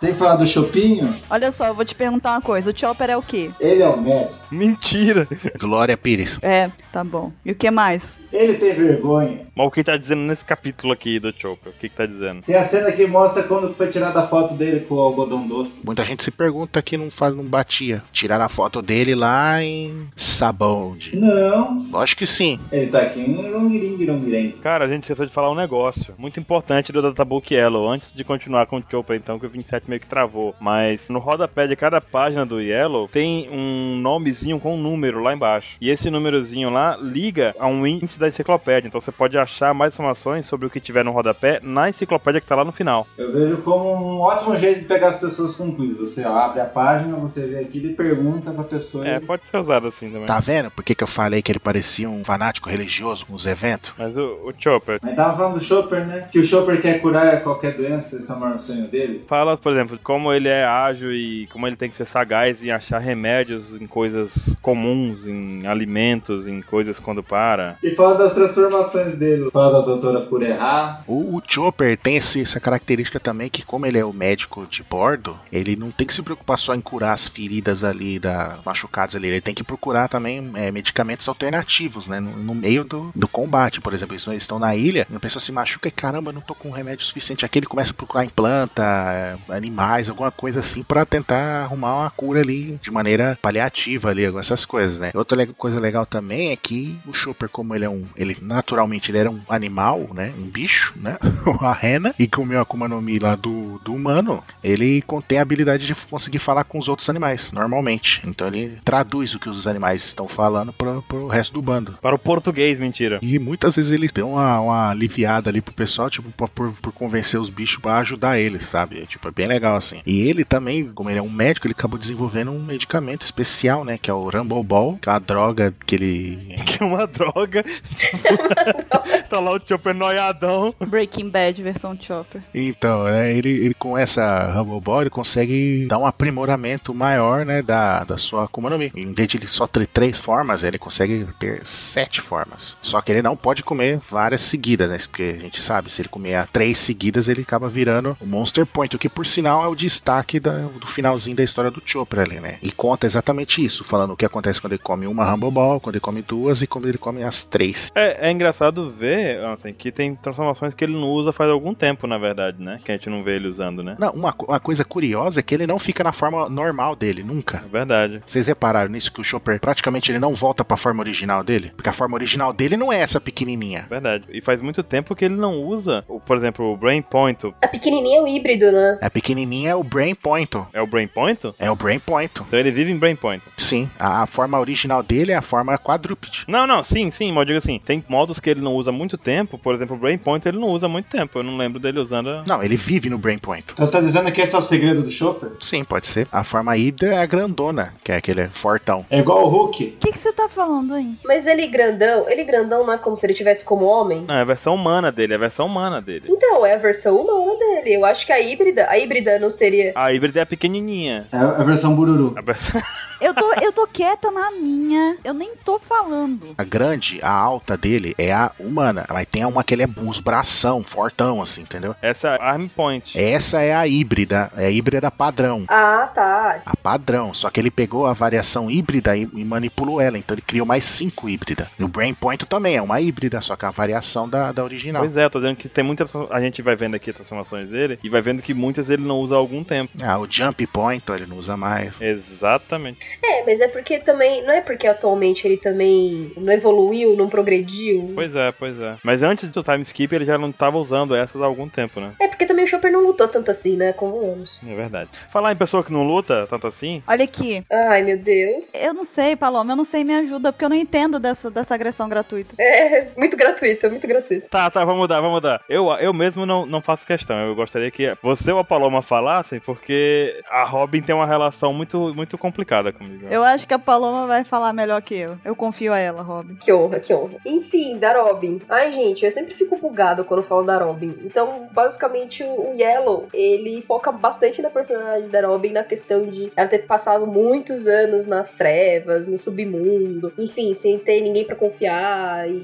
[SPEAKER 7] Tem que falar do Chopinho?
[SPEAKER 1] Olha só, eu vou te perguntar uma coisa. O Chopper é o quê?
[SPEAKER 7] Ele é o médico.
[SPEAKER 3] Mentira!
[SPEAKER 2] <laughs> Glória Pires.
[SPEAKER 1] É, tá bom. E o que mais?
[SPEAKER 7] Ele tem vergonha.
[SPEAKER 3] Mas o que tá dizendo nesse capítulo aqui do Chopper? O que, que tá dizendo?
[SPEAKER 7] Tem a cena que mostra quando foi tirada a foto dele com o algodão doce.
[SPEAKER 2] Muita gente se pergunta que não faz, não batia. Tiraram a foto dele lá em Sabondi.
[SPEAKER 7] Não,
[SPEAKER 2] Lógico que sim.
[SPEAKER 7] ele tá aqui em Rongirim de Rongirim.
[SPEAKER 3] Cara, a gente esqueceu de falar um negócio muito importante do Databook Yellow. Antes de continuar com o Chopper, então, que o 27 meio que travou. Mas no rodapé de cada página do Yellow tem um nomezinho com um número lá embaixo. E esse númerozinho lá liga a um índice da enciclopédia. Então você pode achar mais informações sobre o que tiver no rodapé na enciclopédia que tá lá no final.
[SPEAKER 7] Eu vejo como um ótimo jeito de pegar as pessoas com quiz. Você abre a página, você vê aquilo e pergunta pra pessoa.
[SPEAKER 3] É, pode ser usado assim também.
[SPEAKER 2] Tá vendo por que, que eu falei que ele parecia um fanático religioso com os eventos?
[SPEAKER 3] Mas o, o Chopper.
[SPEAKER 7] Mas tava falando do Chopper, né? Que o Chopper quer curar qualquer doença, esse é o maior sonho dele.
[SPEAKER 3] Fala, por exemplo, como ele é ágil e como ele tem que ser sagaz em achar remédios em coisas comuns, em alimentos, em coisas quando para.
[SPEAKER 7] E fala das transformações dele. Fala da doutora por errar.
[SPEAKER 2] O, o Chopper tem esse- essa característica também que, como ele é o médico de bordo, ele não tem que se preocupar só em curar as feridas ali, da, machucadas ali. Ele tem que procurar também é, medicamentos alternativos, né? No, no meio do, do combate. Por exemplo, eles estão na ilha, uma pessoa se machuca e caramba, eu não tô com remédio suficiente. Aqui ele começa a procurar em planta, é, animais, alguma coisa assim, pra tentar arrumar uma cura ali de maneira paliativa ali, algumas- essas coisas, né? Outra le- coisa legal também é que o Chopper, como ele é um. Ele naturalmente ele era um animal, né? Um bicho, né? <laughs> uma rena, e comeu a Akuma no Mi lá do, do humano, ele contém a habilidade de conseguir falar com os outros animais, normalmente. Então ele traduz o que os animais estão falando pro, pro resto do bando.
[SPEAKER 3] Para o português, mentira. <laughs>
[SPEAKER 2] E muitas vezes eles dão uma, uma aliviada ali pro pessoal, tipo, pra- por, por convencer os bichos pra ajudar eles, sabe? É, tipo, é bem legal assim. E ele também, como ele é um médico, ele acabou desenvolvendo um medicamento especial, né? Que é o Rumble Ball, que é uma droga que ele.
[SPEAKER 3] Que é uma droga. Tipo, <laughs> tá lá o Chopper noiadão.
[SPEAKER 1] Breaking Bad versão Chopper.
[SPEAKER 2] Então, né, ele, ele com essa Rumble Ball, ele consegue dar um aprimoramento maior, né? Da, da sua Akuma no Mi. Em vez de ele só ter três formas, ele consegue ter sete formas. Só que ele não pode comer várias seguidas, né? Porque a gente sabe, se ele comer a três seguidas, ele acaba virando o Monster Point, o que por sinal é o destaque da- do finalzinho da história do Chopper ali, né? E conta exatamente isso, falando o que acontece quando ele come uma Rumble Ball, quando ele come duas duas e como ele come as três.
[SPEAKER 3] É, é engraçado ver, assim, que tem transformações que ele não usa faz algum tempo, na verdade, né? Que a gente não vê ele usando, né?
[SPEAKER 2] Não, uma, co- uma coisa curiosa é que ele não fica na forma normal dele, nunca.
[SPEAKER 3] É verdade.
[SPEAKER 2] Vocês repararam nisso que o Chopper praticamente ele não volta pra forma original dele? Porque a forma original dele não é essa pequenininha.
[SPEAKER 3] Verdade. E faz muito tempo que ele não usa, o- por exemplo, o Brain Point.
[SPEAKER 4] A pequenininha é um híbrido, né?
[SPEAKER 2] A pequenininha é o Brain Point.
[SPEAKER 3] É o Brain Point?
[SPEAKER 2] É o Brain Point.
[SPEAKER 3] Então ele vive em Brain Point.
[SPEAKER 2] Sim, a, a forma original dele é a forma quadrúpede.
[SPEAKER 3] Não, não, sim, sim, mas eu digo assim, tem modos que ele não usa há muito tempo, por exemplo, o Brain Point ele não usa há muito tempo, eu não lembro dele usando. a-
[SPEAKER 2] Não, ele vive no Brain Point.
[SPEAKER 7] Então você tá dizendo que esse é o segredo do Chopper?
[SPEAKER 2] Sim, pode ser. A forma híbrida é a grandona, que é aquele fortão.
[SPEAKER 7] É igual o Hulk.
[SPEAKER 1] O que que você tá falando aí?
[SPEAKER 4] Mas ele grandão, ele grandão não é como se ele tivesse como homem?
[SPEAKER 3] Não, é a versão humana dele, é a versão humana dele.
[SPEAKER 4] Então, é a versão humana dele. Eu acho que a híbrida, a híbrida não seria.
[SPEAKER 3] A híbrida é a pequenininha.
[SPEAKER 7] É a versão bururu.
[SPEAKER 3] A versão...
[SPEAKER 1] Eu tô, eu tô quieta na minha. Eu nem tô falando.
[SPEAKER 2] A grande, a alta dele é a humana, mas tem uma que ele é uns bração, fortão, assim, entendeu?
[SPEAKER 3] <laughs> Essa é a Arm Point.
[SPEAKER 2] Essa é a híbrida, é a híbrida padrão.
[SPEAKER 4] Ah, tá.
[SPEAKER 2] A padrão, só que ele pegou a variação híbrida e, e manipulou ela, então ele criou mais cinco híbrida. E o Brain Point também é uma híbrida, só que é a variação da, da original.
[SPEAKER 3] Pois é, eu tô dizendo que tem muita. A gente vai vendo aqui as transformações dele e vai vendo que muitas ele não usa há algum tempo.
[SPEAKER 2] Ah, o Jump Point ele não usa mais.
[SPEAKER 3] Exatamente.
[SPEAKER 4] É, mas é porque também. Não é porque atualmente ele também não evoluiu, não progrediu.
[SPEAKER 3] Pois é, pois é. Mas antes do time skip ele já não tava usando essas há algum tempo, né?
[SPEAKER 4] É porque também o Chopper não lutou tanto assim, né? Convenhamos.
[SPEAKER 3] É verdade. Falar em pessoa que não luta tanto assim,
[SPEAKER 1] Olha aqui.
[SPEAKER 4] Ai, meu Deus.
[SPEAKER 1] Eu não sei, Paloma, eu não sei, me ajuda, porque eu não entendo dessa, dessa agressão gratuita.
[SPEAKER 4] É, <laughs> muito gratuito, muito gratuito.
[SPEAKER 3] Tá, tá, vamos mudar, vamos mudar. Eu, eu mesmo não, não faço questão. Eu gostaria que você ou a Paloma falassem, porque a Robin tem uma relação muito, muito complicada comigo.
[SPEAKER 1] Eu acho que a Paloma vai falar melhor que eu. Eu confio a ela, Rob.
[SPEAKER 4] Que honra, que honra. Enfim, da Robin. Ai, gente, eu sempre fico bugado quando falo da Robin. Então, basicamente, o o Yellow, ele foca bastante na personalidade da Robin na questão de ela ter passado muitos anos nas trevas, no submundo, enfim, sem ter ninguém pra confiar, e,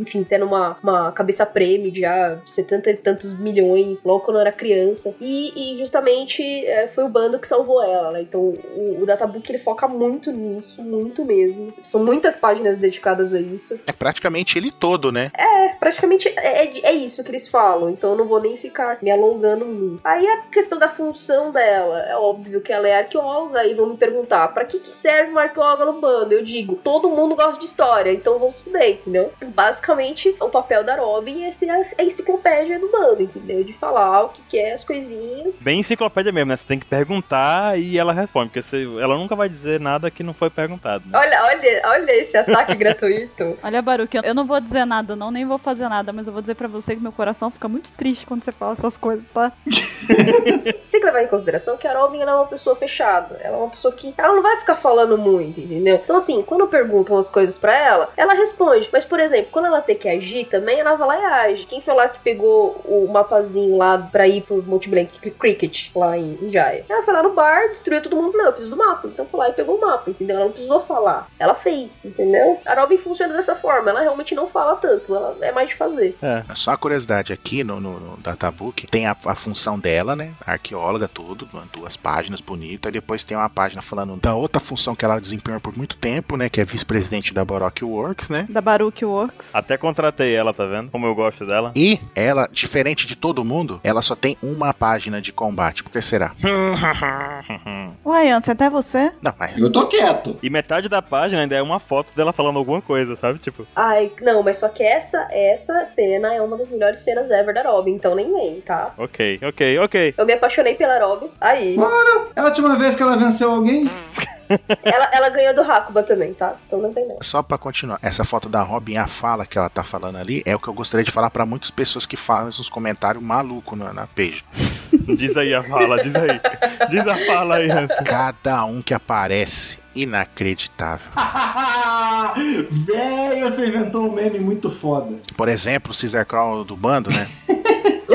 [SPEAKER 4] enfim, tendo uma, uma cabeça prêmio de ah, 70 e tantos milhões, logo quando eu era criança. E, e justamente é, foi o bando que salvou ela, né? Então o, o Databook ele foca muito nisso, muito mesmo. São muitas páginas dedicadas a isso.
[SPEAKER 2] É praticamente ele todo, né?
[SPEAKER 4] É, praticamente é, é- é isso que eles falam, então eu não vou nem ficar me alongando muito. Aí a questão da função dela, é óbvio que ela é arqueóloga e vão me perguntar, pra que, que serve uma arqueóloga no bando? Eu digo, todo mundo gosta de história, então vamos se fuder, entendeu? Basicamente, o papel da Robin é ser a a enciclopédia do bando, entendeu? De falar o que, que é as coisinhas.
[SPEAKER 3] Bem enciclopédia mesmo, né? Você tem que perguntar e ela responde, porque você, ela nunca vai dizer nada que não foi perguntado. Né?
[SPEAKER 4] Olha, olha, olha esse ataque <laughs> gratuito.
[SPEAKER 1] Olha, Baruque, eu- eu não vou dizer nada, não, nem vou fazer nada, mas eu vou dizer pra você que meu coração fica muito triste quando você fala essas coisas, tá?
[SPEAKER 4] tem que levar em consideração que a Robin ela é uma pessoa fechada. Ela é uma pessoa que ela não vai ficar falando muito, entendeu? Então, assim, quando perguntam as coisas pra ela, ela responde. Mas, por exemplo, quando ela tem que agir também, ela vai lá e age. Quem foi lá que pegou o mapazinho lá pra ir pro Monte Blanc cri- Cricket, lá em, em Jaya? Ela foi lá no bar, destruiu todo mundo. Não, eu preciso do mapa. Então foi lá e pegou o mapa, entendeu? Ela não precisou falar. Ela fez, entendeu? A Robin funciona dessa forma. Ela realmente não fala tanto. Ela é mais de fazer.
[SPEAKER 3] É.
[SPEAKER 2] Só uma curiosidade aqui no, no, no Databook, tem a, a função dela, né? Arqueóloga, tudo, duas páginas, bonito. Aí depois tem uma página falando da outra função que ela desempenhou por muito tempo, né? Que é vice-presidente da Baroque Works, né?
[SPEAKER 1] Da Baruque Works.
[SPEAKER 3] Até contratei ela, tá vendo? Como eu gosto dela.
[SPEAKER 2] E ela, diferente de todo mundo, ela só tem uma página de combate. Por que será?
[SPEAKER 1] Uai, Anson, até você?
[SPEAKER 2] Não, mas
[SPEAKER 7] Eu tô quieto.
[SPEAKER 3] E metade da página ainda é uma foto dela falando alguma coisa, sabe? Tipo,
[SPEAKER 4] Ai, não, mas só que essa, essa cena é uma das melhores cenas ever da Robin, então nem vem, tá?
[SPEAKER 3] ok, ok, ok.
[SPEAKER 4] Eu me apaixonei pela Robin. Aí.
[SPEAKER 7] É a última vez que ela venceu alguém?
[SPEAKER 4] ela, ela ganhou do Hakuba também, tá? Então não tem não.
[SPEAKER 2] só pra continuar, essa foto da Robin, a fala que ela tá falando ali, é o que eu gostaria de falar pra muitas pessoas que fazem uns comentários malucos na, na page.
[SPEAKER 3] Diz aí a fala, diz aí. Diz a fala aí, Hans.
[SPEAKER 2] Cada um que aparece, inacreditável.
[SPEAKER 7] <laughs> Véi, você inventou um meme muito foda.
[SPEAKER 2] Por exemplo, o Caesar Crow do bando, né?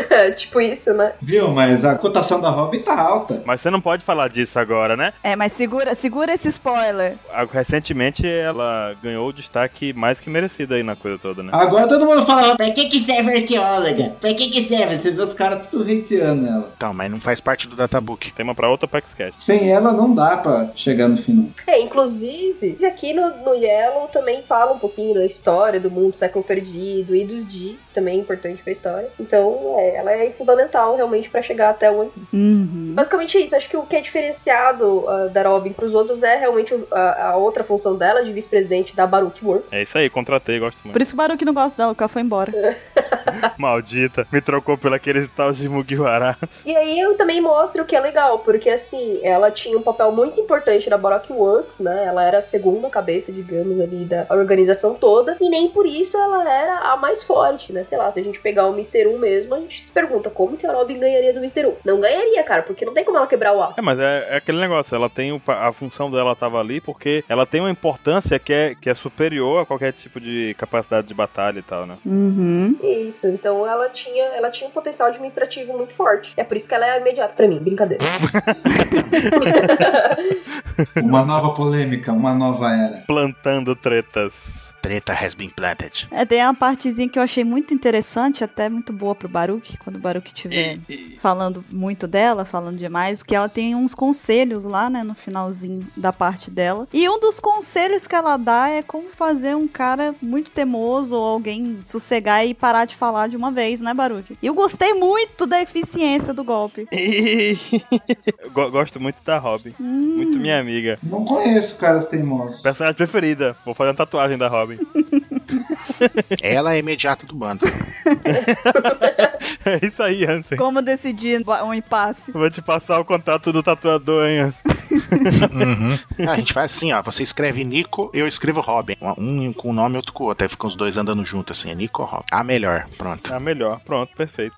[SPEAKER 4] É, <laughs> tipo isso, né?
[SPEAKER 7] Viu? Mas a cotação da Robin tá alta.
[SPEAKER 3] Mas você não pode falar disso agora, né?
[SPEAKER 1] É, mas segura, segura esse spoiler.
[SPEAKER 3] Ah, Recentemente ela ganhou o destaque mais que merecido aí na coisa toda, né?
[SPEAKER 7] Agora todo mundo fala,
[SPEAKER 8] Pra que que serve arqueóloga? Pra que que serve?
[SPEAKER 7] você vê os caras tudo hateando ela.
[SPEAKER 2] Então, mas não faz parte do databook.
[SPEAKER 3] Tema pra outra PaxCast.
[SPEAKER 7] Sem ela não dá pra chegar no final.
[SPEAKER 4] É, inclusive, e aqui no, no Yellow também fala um pouquinho da história do mundo do século perdido e dos Di, também importante pra história. Então, é, ela é fundamental realmente pra chegar até o
[SPEAKER 1] Uhum.
[SPEAKER 4] Basicamente é isso. Acho que o que é diferenciado ah, da Robin pros outros é realmente o- a, a outra função dela de vice-presidente da Baruch Works.
[SPEAKER 3] É isso aí, contratei, gosto muito.
[SPEAKER 1] Por isso que o Baruque não gosta dela, o cara foi embora.
[SPEAKER 3] Maldita, me trocou por aqueles tal de Mugiwara.
[SPEAKER 4] E aí eu também mostro o que é legal, porque assim, ela tinha um papel muito importante na Baroque Works, né? Ela era a segunda cabeça, digamos, ali da organização toda, e nem por isso ela era a mais forte, né? Sei lá, se a gente pegar o Mr. 1 mesmo, a gente se pergunta como que a Robin ganharia do Mr. 1. Não ganharia, cara, porque não tem como ela quebrar o ar.
[SPEAKER 3] É, mas é, é aquele negócio, ela tem o pa- a função dela tava ali porque ela tem uma importância que é, que é superior a qualquer tipo de capacidade de batalha e tal, né?
[SPEAKER 1] Uhum.
[SPEAKER 4] Isso, então ela tinha, ela tinha um potencial administrativo muito forte. É por isso que ela é imediata pra mim, brincadeira.
[SPEAKER 7] Uma nova polêmica, uma nova era.
[SPEAKER 3] Plantando tretas.
[SPEAKER 2] Treta has been planted.
[SPEAKER 1] É, tem uma partezinha que eu achei muito interessante, até muito boa pro Baruque, quando o Baruque estiver falando muito dela, falando demais, que ela tem uns conselhos lá, né, no finalzinho da parte dela. E um dos conselhos que ela dá é como fazer um cara muito temoso ou alguém sossegar e parar de falar de uma vez, né, Baruque? E eu gostei muito da eficiência do golpe.
[SPEAKER 3] Eu go- gosto muito da Robin.
[SPEAKER 1] Hum,
[SPEAKER 3] Muito minha amiga.
[SPEAKER 7] Não conheço caras teimosos.
[SPEAKER 3] Personagem preferida. Vou fazer uma tatuagem da Robin. <laughs>
[SPEAKER 2] Ela é imediata do bando.
[SPEAKER 3] É isso aí, Ansem.
[SPEAKER 1] como decidir um impasse.
[SPEAKER 3] Vou te passar o contato do tatuador, hein, Ansem. Uhum.
[SPEAKER 2] Ah, <laughs> a gente faz assim, ó. Você escreve Nico, eu escrevo Robin. Um com o nome, outro com o outro. Aí ficam os dois andando junto, assim. É Nico ou Robin? A melhor. Pronto.
[SPEAKER 3] Ah, melhor. Pronto, perfeito.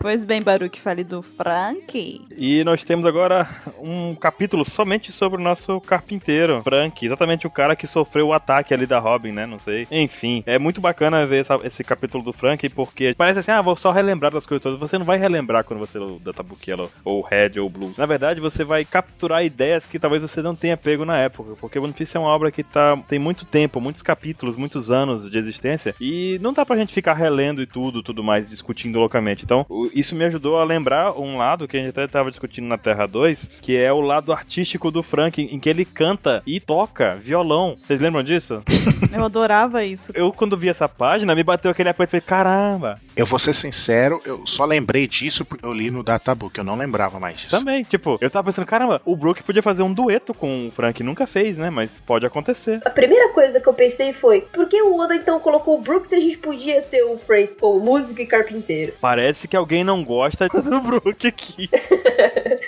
[SPEAKER 1] Pois bem, Baruque, fale do Frank.
[SPEAKER 3] E nós temos agora um capítulo somente sobre o nosso carpinteiro, Frank, exatamente o cara que sofreu o ataque ali da Robin, né? Não sei. Enfim, é muito bacana ver essa- esse capítulo do Frank, porque parece assim, ah, vou só relembrar das coisas todas. Você não vai relembrar quando você lê o Databook Yellow, ou Red, ou Blue. Na verdade, você vai capturar ideias que talvez você não tenha pego na época, porque One Piece é uma obra que tá, tem muito tempo, muitos capítulos, muitos anos de existência, e não dá pra gente ficar relendo e tudo, tudo mais, discutindo loucamente. Então, o- isso me ajudou a lembrar um lado que a gente até tava discutindo na Terra 2, que é o lado artístico do Frank, em que ele canta e toca violão. Vocês lembram disso?
[SPEAKER 1] Eu adorava isso.
[SPEAKER 3] Eu, quando vi essa página, me bateu aquele apoio e falei, caramba,
[SPEAKER 2] Eu vou ser sincero, eu só lembrei disso porque eu li no Databook. Eu não lembrava mais disso.
[SPEAKER 3] também, tipo, eu tava pensando, caramba, o Brook podia fazer um dueto com o Frank, nunca fez, né, mas pode acontecer.
[SPEAKER 4] A primeira coisa que eu pensei foi: por que o Oda então colocou o Brooks se a gente podia ter o Frank como músico e carpinteiro?
[SPEAKER 3] Parece que alguém não gosta <laughs> do Brook aqui.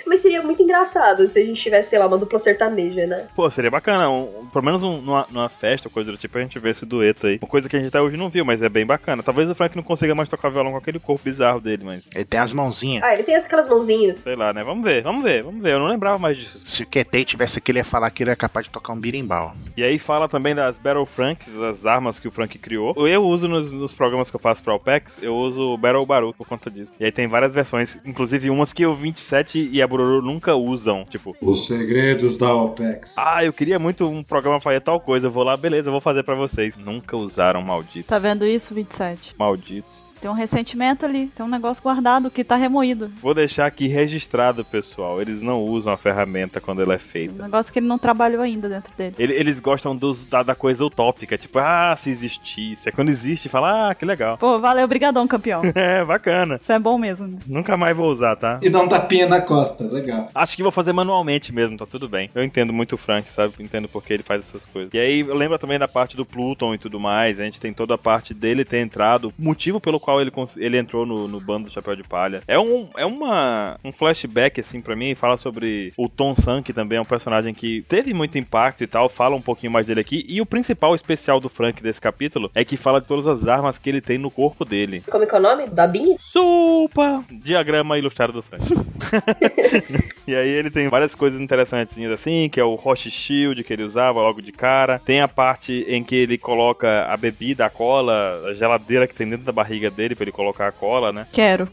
[SPEAKER 4] Mas seria muito engraçado se a gente tivesse, sei lá, uma dupla sertaneja, né?
[SPEAKER 3] Pô, seria bacana, um, um- pelo menos um- numa, numa festa, coisa do tipo, a gente vê esse dueto aí. Uma coisa que a gente até hoje não viu, mas é bem bacana. Talvez o Frank não consiga mais tocar violão com aquele corpo bizarro dele, mas
[SPEAKER 2] Ele tem as mãozinhas.
[SPEAKER 4] Ah, ele tem aquelas mãozinhas.
[SPEAKER 3] sei lá, né? Vamos ver, vamos ver, vamos ver. Eu não lembrava mais disso.
[SPEAKER 2] Se o Ketei tivesse aqui, ele ia falar que ele é capaz de tocar um birimbau.
[SPEAKER 3] E aí fala também das Battle Franks, das armas que o Frank criou. Eu uso nos, nos programas que eu faço pra OPEX, eu uso o Battle Baru por conta disso. E aí tem várias versões, inclusive umas que o 27 e a Bururu nunca usam. Tipo,
[SPEAKER 7] Os segredos da OPEX.
[SPEAKER 3] ah, eu queria muito um programa fazer tal coisa, eu vou lá, beleza, eu vou fazer pra vocês. Nunca usaram, maldito.
[SPEAKER 1] Tá vendo isso, 27?
[SPEAKER 3] Malditos.
[SPEAKER 1] Tem um ressentimento ali, tem um negócio guardado que tá remoído.
[SPEAKER 3] Vou deixar aqui registrado, pessoal. Eles não usam a ferramenta quando ela é
[SPEAKER 1] Um
[SPEAKER 3] feita.
[SPEAKER 1] negócio que ele não trabalhou ainda dentro dele.
[SPEAKER 3] Ele- Eles gostam dos- da, da coisa utópica, tipo, ah, se existisse. É Quando existe, fala, ah, que legal. <laughs>
[SPEAKER 1] Pô, valeu, brigadão, campeão.
[SPEAKER 3] É, bacana.
[SPEAKER 1] Isso é bom mesmo.
[SPEAKER 3] Nunca mais vou usar, tá?
[SPEAKER 7] E dá um tapinha na costa, legal.
[SPEAKER 3] Acho que vou fazer manualmente mesmo, tá tudo bem. Eu entendo muito o Frank, sabe? Eu Entendo porque ele faz essas coisas. E aí, eu lembro também da parte do Pluton e tudo mais. A gente tem toda a parte dele ter entrado, o motivo pelo qual ele, cons- ele entrou no, no bando do Chapéu de Palha. É um, é uma, um flashback, assim, pra mim. Fala sobre o Tom San, que também é um personagem que teve muito impacto e tal. Fala um pouquinho mais dele aqui. E o principal especial do Frank desse capítulo é que fala de todas as armas que ele tem no corpo dele.
[SPEAKER 4] Como é que é o nome? Da Binha?
[SPEAKER 3] Supa! Diagrama ilustrado do Frank. <laughs> E aí ele tem várias coisas interessantezinhas assim, que é o Roche Shield que ele usava logo de cara. Tem a parte em que ele coloca a bebida, a cola, a geladeira que tem dentro da barriga dele pra ele colocar a cola, né?
[SPEAKER 1] Quero.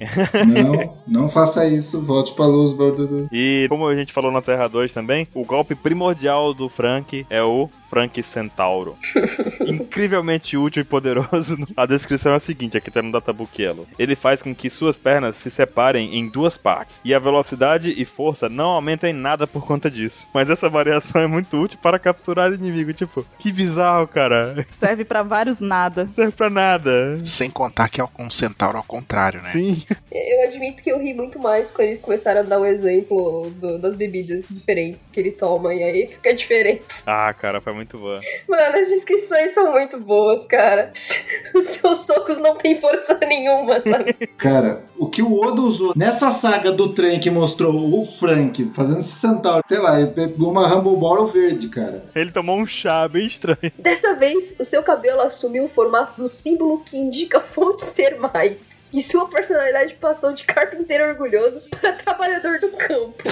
[SPEAKER 7] Não, não faça isso. Volte pra luz, Bordudu.
[SPEAKER 3] E como a gente falou na Terra 2 também, o golpe primordial do Frank é o Frank Centauro. Incrivelmente útil e poderoso. A descrição é a seguinte, aqui tá no Databook Yellow. Ele faz com que suas pernas se separem em duas partes, e a velocidade e força não aumentam em nada por conta disso. Mas essa variação é muito útil para capturar inimigo. Tipo, que bizarro, cara.
[SPEAKER 1] Serve pra vários nada.
[SPEAKER 3] Não serve pra nada.
[SPEAKER 2] Sem contar que é um centauro ao contrário, né?
[SPEAKER 3] Sim.
[SPEAKER 4] Eu admito que eu ri muito mais quando eles começaram a dar o exemplo do- das bebidas diferentes que ele toma, e aí fica diferente.
[SPEAKER 3] Ah, cara, foi muito boa.
[SPEAKER 4] Mano, as descrições são muito boas, cara. <laughs> Os seus socos não têm força nenhuma, sabe?
[SPEAKER 7] Cara, o que o Oda usou nessa saga do trem que mostrou o Frank fazendo esse centauro, sei lá, ele pegou uma Rumble Ball verde, cara.
[SPEAKER 3] Ele tomou um chá bem estranho.
[SPEAKER 4] Dessa vez, o seu cabelo assumiu o formato do símbolo que indica fontes termais. E sua personalidade passou de carpinteiro orgulhoso para trabalhador do campo.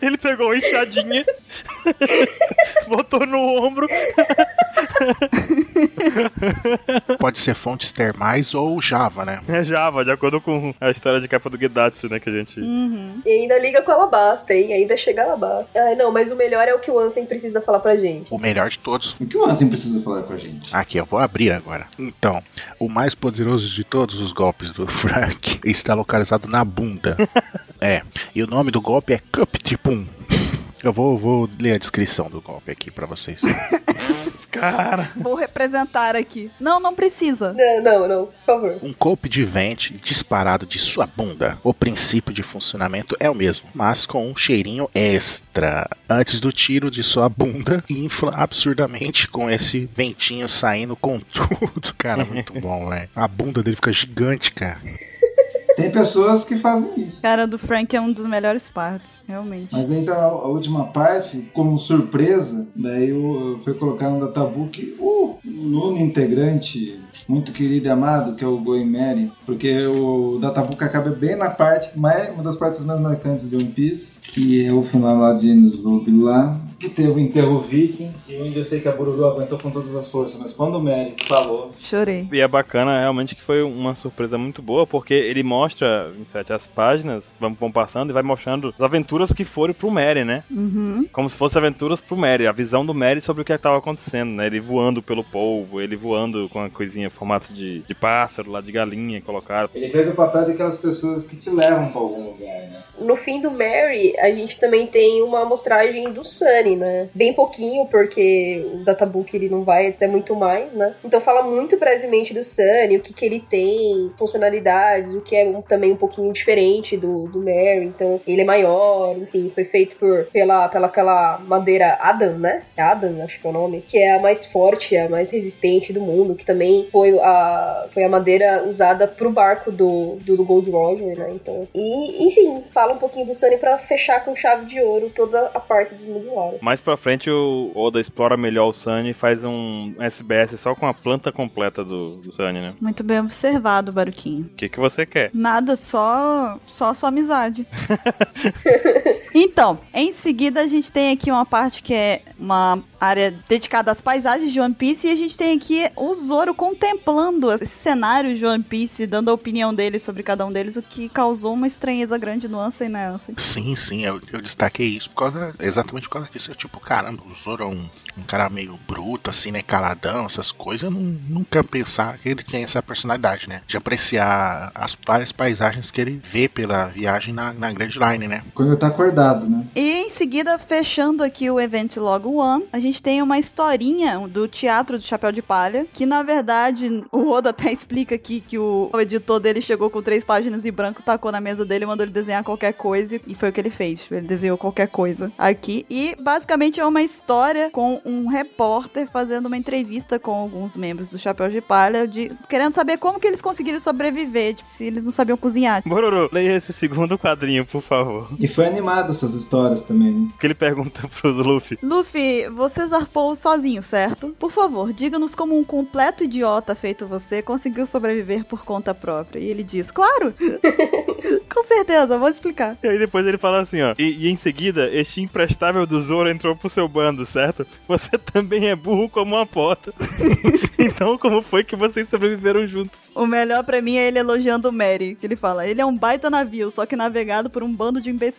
[SPEAKER 3] Ele pegou uma enxadinha, <laughs> botou no ombro.
[SPEAKER 2] Pode ser fontes termais ou Java, né?
[SPEAKER 3] É Java, de acordo com a história de capa do Gedatsu, né? Que a gente.
[SPEAKER 1] Uhum.
[SPEAKER 4] E ainda liga com a Alabasta, hein? Ainda chega a Alabasta. Ah, não, mas o melhor é o que o Ansem precisa falar pra gente.
[SPEAKER 2] O melhor de todos.
[SPEAKER 7] O que o Ansem precisa falar com a gente?
[SPEAKER 2] Aqui, eu vou abrir agora. Então, o mais poderoso de todos os golpes do <laughs> Frank está localizado na <laughs> bunda. é, e o nome do golpe é Cup Tipum. Eu vou, vou ler a descrição do golpe aqui pra <laughs> vocês.
[SPEAKER 3] Cara,
[SPEAKER 1] Vou representar aqui. Não, não precisa.
[SPEAKER 4] Não, não, não, por favor.
[SPEAKER 2] Um golpe de vente disparado de sua bunda. O princípio de funcionamento é o mesmo, mas com um cheirinho extra. Antes do tiro de sua bunda, infla absurdamente com esse ventinho saindo com <laughs> tudo. Cara, muito bom, velho. A bunda dele fica gigante, cara.
[SPEAKER 7] Tem pessoas que fazem isso.
[SPEAKER 1] Cara do Frank é um dos melhores partes, realmente.
[SPEAKER 7] Mas aí tá a a última parte, como surpresa, daí eu, eu fui colocar no databook o Luna integrante muito querido e amado, que é o Goimeri, porque o databook acaba bem na parte, mais, uma das partes mais marcantes de One Piece, que é o final lá de Enislub lá, que teve o enterro viking, e onde eu sei que a Bururu aguentou com todas as forças, mas quando o Mary falou
[SPEAKER 1] Chorei.
[SPEAKER 3] E é bacana realmente que foi uma surpresa muito boa, porque ele mostra, em fato, as páginas vão, vão passando e vai mostrando as aventuras que foram pro Mary, né?
[SPEAKER 1] Uhum.
[SPEAKER 3] Como se fossem aventuras pro Mary, a visão do Mary sobre o que estava acontecendo, né? Ele voando pelo polvo, ele voando com a coisinha em formato de, de pássaro, lá de galinha, colocaram.
[SPEAKER 7] Ele fez o papel daquelas pessoas que te levam pra algum lugar, né?
[SPEAKER 4] No fim do Mary, a gente também tem uma amostragem do Sunny, né? Bem pouquinho, porque o databook ele não vai até muito mais, né? Então fala muito brevemente do Sunny, o que, que ele tem, funcionalidades, o que é um- também um pouquinho diferente do, do Mary. Então ele é maior, enfim, foi feito por, pela, pela aquela madeira Adam, né? É Adam, acho que é o nome. Que é a mais forte, a mais resistente do mundo, que também foi a, foi a madeira usada pro barco do, do, do Gold Roger, né? Então, e, enfim, fala um pouquinho do Sunny pra fechar com chave de ouro toda a parte dos Mugiwara.
[SPEAKER 3] Mais pra frente, o Oda explora melhor o Sunny e faz um SBS só com a planta completa do, do Sunny, né?
[SPEAKER 1] Muito bem observado, Baruquinho.
[SPEAKER 3] O que, que você quer?
[SPEAKER 1] Nada, só, só sua amizade. <laughs> então, em seguida a gente tem aqui uma parte que é uma área dedicada às paisagens de One Piece e a gente tem aqui o Zoro contemplando esse cenário de One Piece, dando a opinião dele sobre cada um deles, o que causou uma estranheza grande no Ansem, né, Ansem?
[SPEAKER 2] Sim, sim, eu, eu destaquei isso por causa, exatamente por causa disso. Eu, tipo, caramba, o Zoro é um, um cara meio bruto, assim, né? Caladão, essas coisas. Eu nu- nunca pensar que ele tem essa personalidade, né? De apreciar as várias paisagens que ele vê pela viagem na, na Grand Line, né?
[SPEAKER 7] Quando tá acordado, né?
[SPEAKER 1] E em seguida, fechando aqui o Event Log One, a gente tem uma historinha do Teatro do Chapéu de Palha, que na verdade o Oda até explica aqui que o editor dele chegou com três páginas em branco, tacou na mesa dele, mandou ele desenhar qualquer coisa e foi o que ele fez. Ele desenhou qualquer coisa aqui. E basicamente é uma história com um repórter fazendo uma entrevista com alguns membros do Chapéu de Palha, de, querendo saber como que eles conseguiram sobreviver, tipo, se eles não sabiam cozinhar.
[SPEAKER 3] Bororo, leia esse segundo quadrinho, por favor. <laughs>
[SPEAKER 7] E foi animado essas histórias também, né?
[SPEAKER 3] Que ele pergunta pros Luffy.
[SPEAKER 1] Luffy, você zarpou sozinho, certo? Por favor, diga-nos como um completo idiota feito você conseguiu sobreviver por conta própria. E ele diz, claro! Com certeza, vou explicar.
[SPEAKER 3] E aí depois ele fala assim, ó. E, e em seguida, este imprestável do Zoro entrou pro seu bando, certo? Você <laughs> também é burro como uma porta. <laughs> então, como foi que vocês sobreviveram juntos?
[SPEAKER 1] O melhor pra mim é ele elogiando o Mary, que ele fala, ele é um baita navio, só que navegado por um bando de imbecis.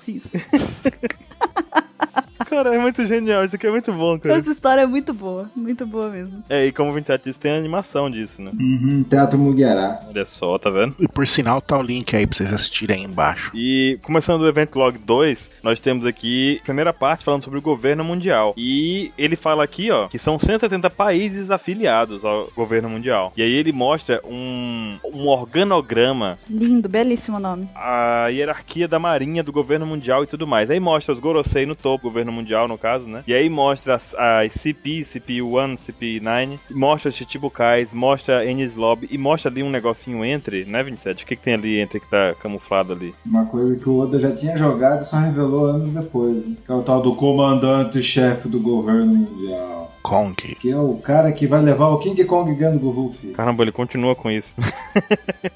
[SPEAKER 3] Cara, é muito genial. Isso aqui é muito bom, cara.
[SPEAKER 1] Essa história é muito boa, muito boa mesmo.
[SPEAKER 3] É, e como o 27 disse, tem animação disso, né?
[SPEAKER 7] Uhum, Teatro Mugiará.
[SPEAKER 3] Olha só, tá vendo?
[SPEAKER 2] E por sinal, tá o link aí pra vocês assistirem aí embaixo.
[SPEAKER 3] E começando o Event Log 2, nós temos aqui a primeira parte falando sobre o governo mundial. E ele fala aqui, ó, que são 170 países afiliados ao governo mundial. E aí ele mostra um, um organograma,
[SPEAKER 1] Lindo, belíssimo nome.
[SPEAKER 3] a hierarquia da marinha, do governo mundial e tudo mais. Aí mostra os Gorosei no topo, governo mundial no caso, né? E aí mostra as, as CP, CP1, CP9, mostra os Chichibukais, mostra Ennis Lobby e mostra ali um negocinho entre, né, 27? O que, que tem ali entre que tá camuflado ali?
[SPEAKER 7] Uma coisa que o Oda já tinha jogado e só revelou anos depois, né? Que é o tal do comandante-chefe do governo mundial.
[SPEAKER 2] Kong.
[SPEAKER 7] Que é o cara que vai levar o King Kong Gun do Ruffy.
[SPEAKER 3] Caramba, ele continua com isso.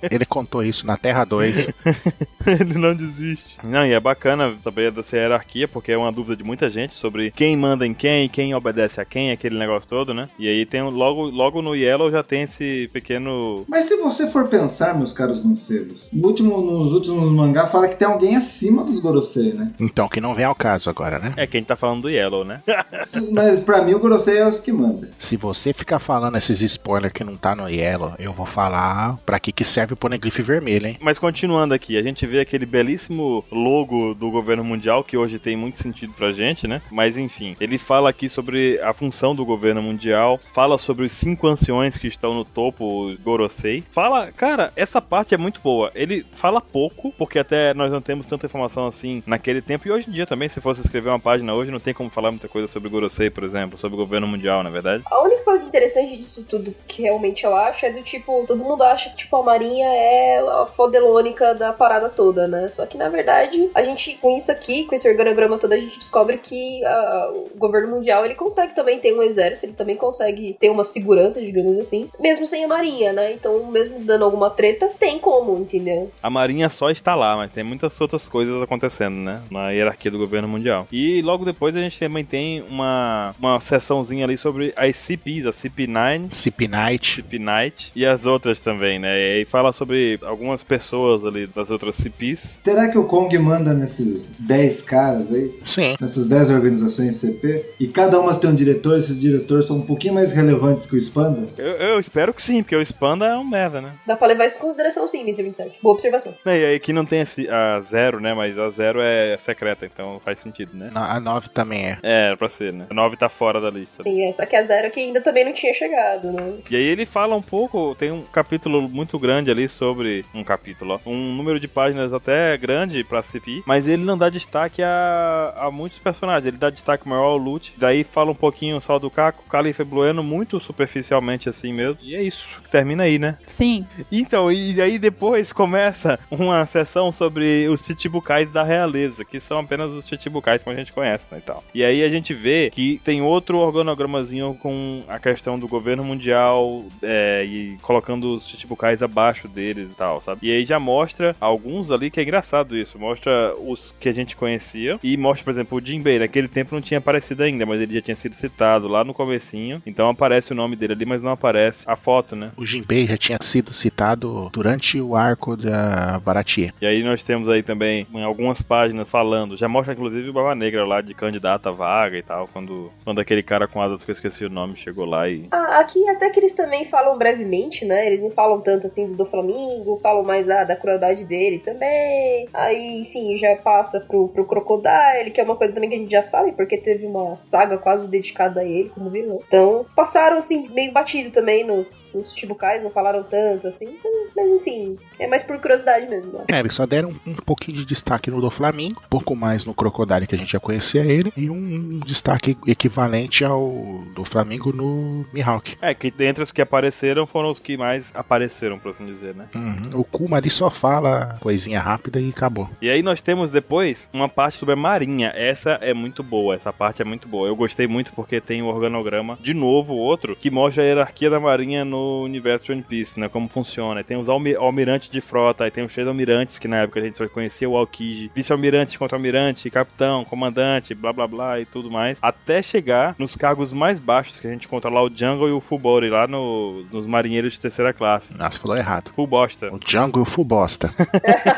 [SPEAKER 2] Ele contou isso na Terra 2.
[SPEAKER 3] <laughs> Ele não desiste. Não, e é bacana saber dessa hierarquia, porque é uma dúvida de muita gente sobre quem manda em quem, quem obedece a quem, aquele negócio todo, né? E aí tem um- logo, logo no Yellow já tem esse pequeno.
[SPEAKER 7] Mas se você for pensar, meus caros mancebos, no último, nos últimos mangá fala que tem alguém acima dos Gorosei, né?
[SPEAKER 2] Então, que não vem ao caso agora, né?
[SPEAKER 3] É quem tá falando do Yellow, né?
[SPEAKER 7] Mas pra mim o Gorosei é os que manda.
[SPEAKER 2] Se você ficar falando esses spoilers que não tá no Yellow, eu vou falar pra que que serve o poneglyph vermelho, hein?
[SPEAKER 3] Mas continuando aqui, a gente vê aquele belíssimo logo do governo mundial, que hoje tem muito sentido pra gente, né? Mas enfim, ele fala aqui sobre a função do governo mundial, fala sobre os cinco anciões que estão no topo, o Gorosei. Fala, cara, essa parte é muito boa. Ele fala pouco, porque até nós não temos tanta informação assim naquele tempo, e hoje em dia também, se fosse escrever uma página hoje, não tem como falar muita coisa sobre Gorosei, por exemplo, sobre o governo mundial, na verdade.
[SPEAKER 4] A única coisa interessante disso tudo que realmente eu acho é do tipo, todo mundo acha que tipo, a Marinha é a fodelônica da parada toda, né? Só que na verdade, a gente com isso aqui, com esse organograma todo, a gente descobre que ah, o governo mundial ele consegue também ter um exército, ele também consegue ter uma segurança, digamos assim, mesmo sem a Marinha, né? Então, mesmo dando alguma treta, tem como, entendeu?
[SPEAKER 3] A marinha só está lá, mas tem muitas outras coisas acontecendo, né? Na hierarquia do governo mundial. E logo depois a gente também tem uma, uma sessãozinha ali sobre as CPs, a CP9,
[SPEAKER 2] Cip Knight.
[SPEAKER 3] CP Knight e as outras também, né? E aí fala sobre algumas pessoas ali das outras CPs.
[SPEAKER 7] Será que o Kong manda nesses 10 caras aí?
[SPEAKER 2] Sim.
[SPEAKER 7] nessas 10 organizações CP, e cada uma tem um diretor, esses diretores são um pouquinho mais relevantes que o Spanda.
[SPEAKER 3] Eu, eu espero que sim, porque o Spanda é um merda, né?
[SPEAKER 4] Dá pra levar isso em consideração sim, Mr. 27. Boa observação.
[SPEAKER 3] É, E aí aqui não tem esse- a zero, né? Mas a zero é secreta, então faz sentido, né?
[SPEAKER 2] Na- A 9 também é.
[SPEAKER 3] É, era pra ser, né? A 9 tá fora da lista.
[SPEAKER 4] Sim, é, só que a Zero que ainda também não tinha chegado, né?
[SPEAKER 3] E aí ele fala um pouco, tem um capítulo muito grande ali sobre um capítulo, ó, um número de páginas até grande pra CPI, mas ele não dá destaque a, a muitos personagens, ele dá destaque maior ao Lute, daí fala um pouquinho só do Caco, Califa e Blueno, muito superficialmente assim mesmo, e é isso, termina aí, né?
[SPEAKER 1] Sim.
[SPEAKER 3] Então, e aí depois começa uma sessão sobre os chichibukais da realeza, que são apenas os chichibukais que a gente conhece, né, e tal. E aí a gente vê que tem outro organogramazinho com a questão do governo mundial é, e colocando os chichibukais abaixo deles e tal, sabe? E aí já mostra alguns ali, que é engraçado isso, mostra os que a gente conhecia e mostra, por exemplo, o Jinbei, naquele tempo não tinha aparecido ainda, mas ele já tinha sido citado lá no comecinho, então aparece o nome dele ali, mas não aparece a foto, né?
[SPEAKER 2] O Jinbei já tinha sido citado durante o arco da Baratie.
[SPEAKER 3] E aí nós temos aí também em algumas páginas falando, já mostra inclusive o Barba Negra lá de candidata à vaga e tal, quando, quando aquele cara com asas que eu esqueci o nome chegou lá e...
[SPEAKER 4] Ah, aqui até que eles também falam brevemente, né? Eles não falam tanto assim do Flamingo, falam mais ah, da crueldade dele também. Aí, enfim, já passa pro, pro Crocodile, que é uma coisa também que a gente já sabe, porque teve uma saga quase dedicada a ele como vilão. Então, passaram assim, meio batido também nos, nos Chibucais, não falaram tanto assim. Então, Mas enfim, é mais por curiosidade mesmo, né? <laughs>
[SPEAKER 2] É, eles só deram um pouquinho de destaque no do Flamengo, um pouco mais no Crocodile que a gente já conhecia ele, e um destaque equivalente ao o do Flamengo no Mihawk.
[SPEAKER 3] É, que dentre os que apareceram foram os que mais apareceram, por assim dizer, né?
[SPEAKER 2] Uhum. O Kuma ali só fala coisinha rápida e acabou.
[SPEAKER 3] E aí nós temos depois uma parte sobre a Marinha. Essa é muito boa, essa parte é muito boa. Eu gostei muito porque tem o organograma, de novo, outro, que mostra a hierarquia da Marinha no universo de One Piece, né? Como funciona. E Tem os almi almirantes de frota, aí tem os três almirantes, que na época a gente só conhecia o Aokiji, vice-almirante contra almirante, capitão, comandante, blá blá blá e tudo mais. Até chegar nos cargos mais baixos, que a gente encontra lá o Jungle e o Fubori, lá no- nos marinheiros de terceira classe.
[SPEAKER 2] Nossa, Ah, falou errado.
[SPEAKER 3] Fubosta.
[SPEAKER 2] O Django e o Full Bosta.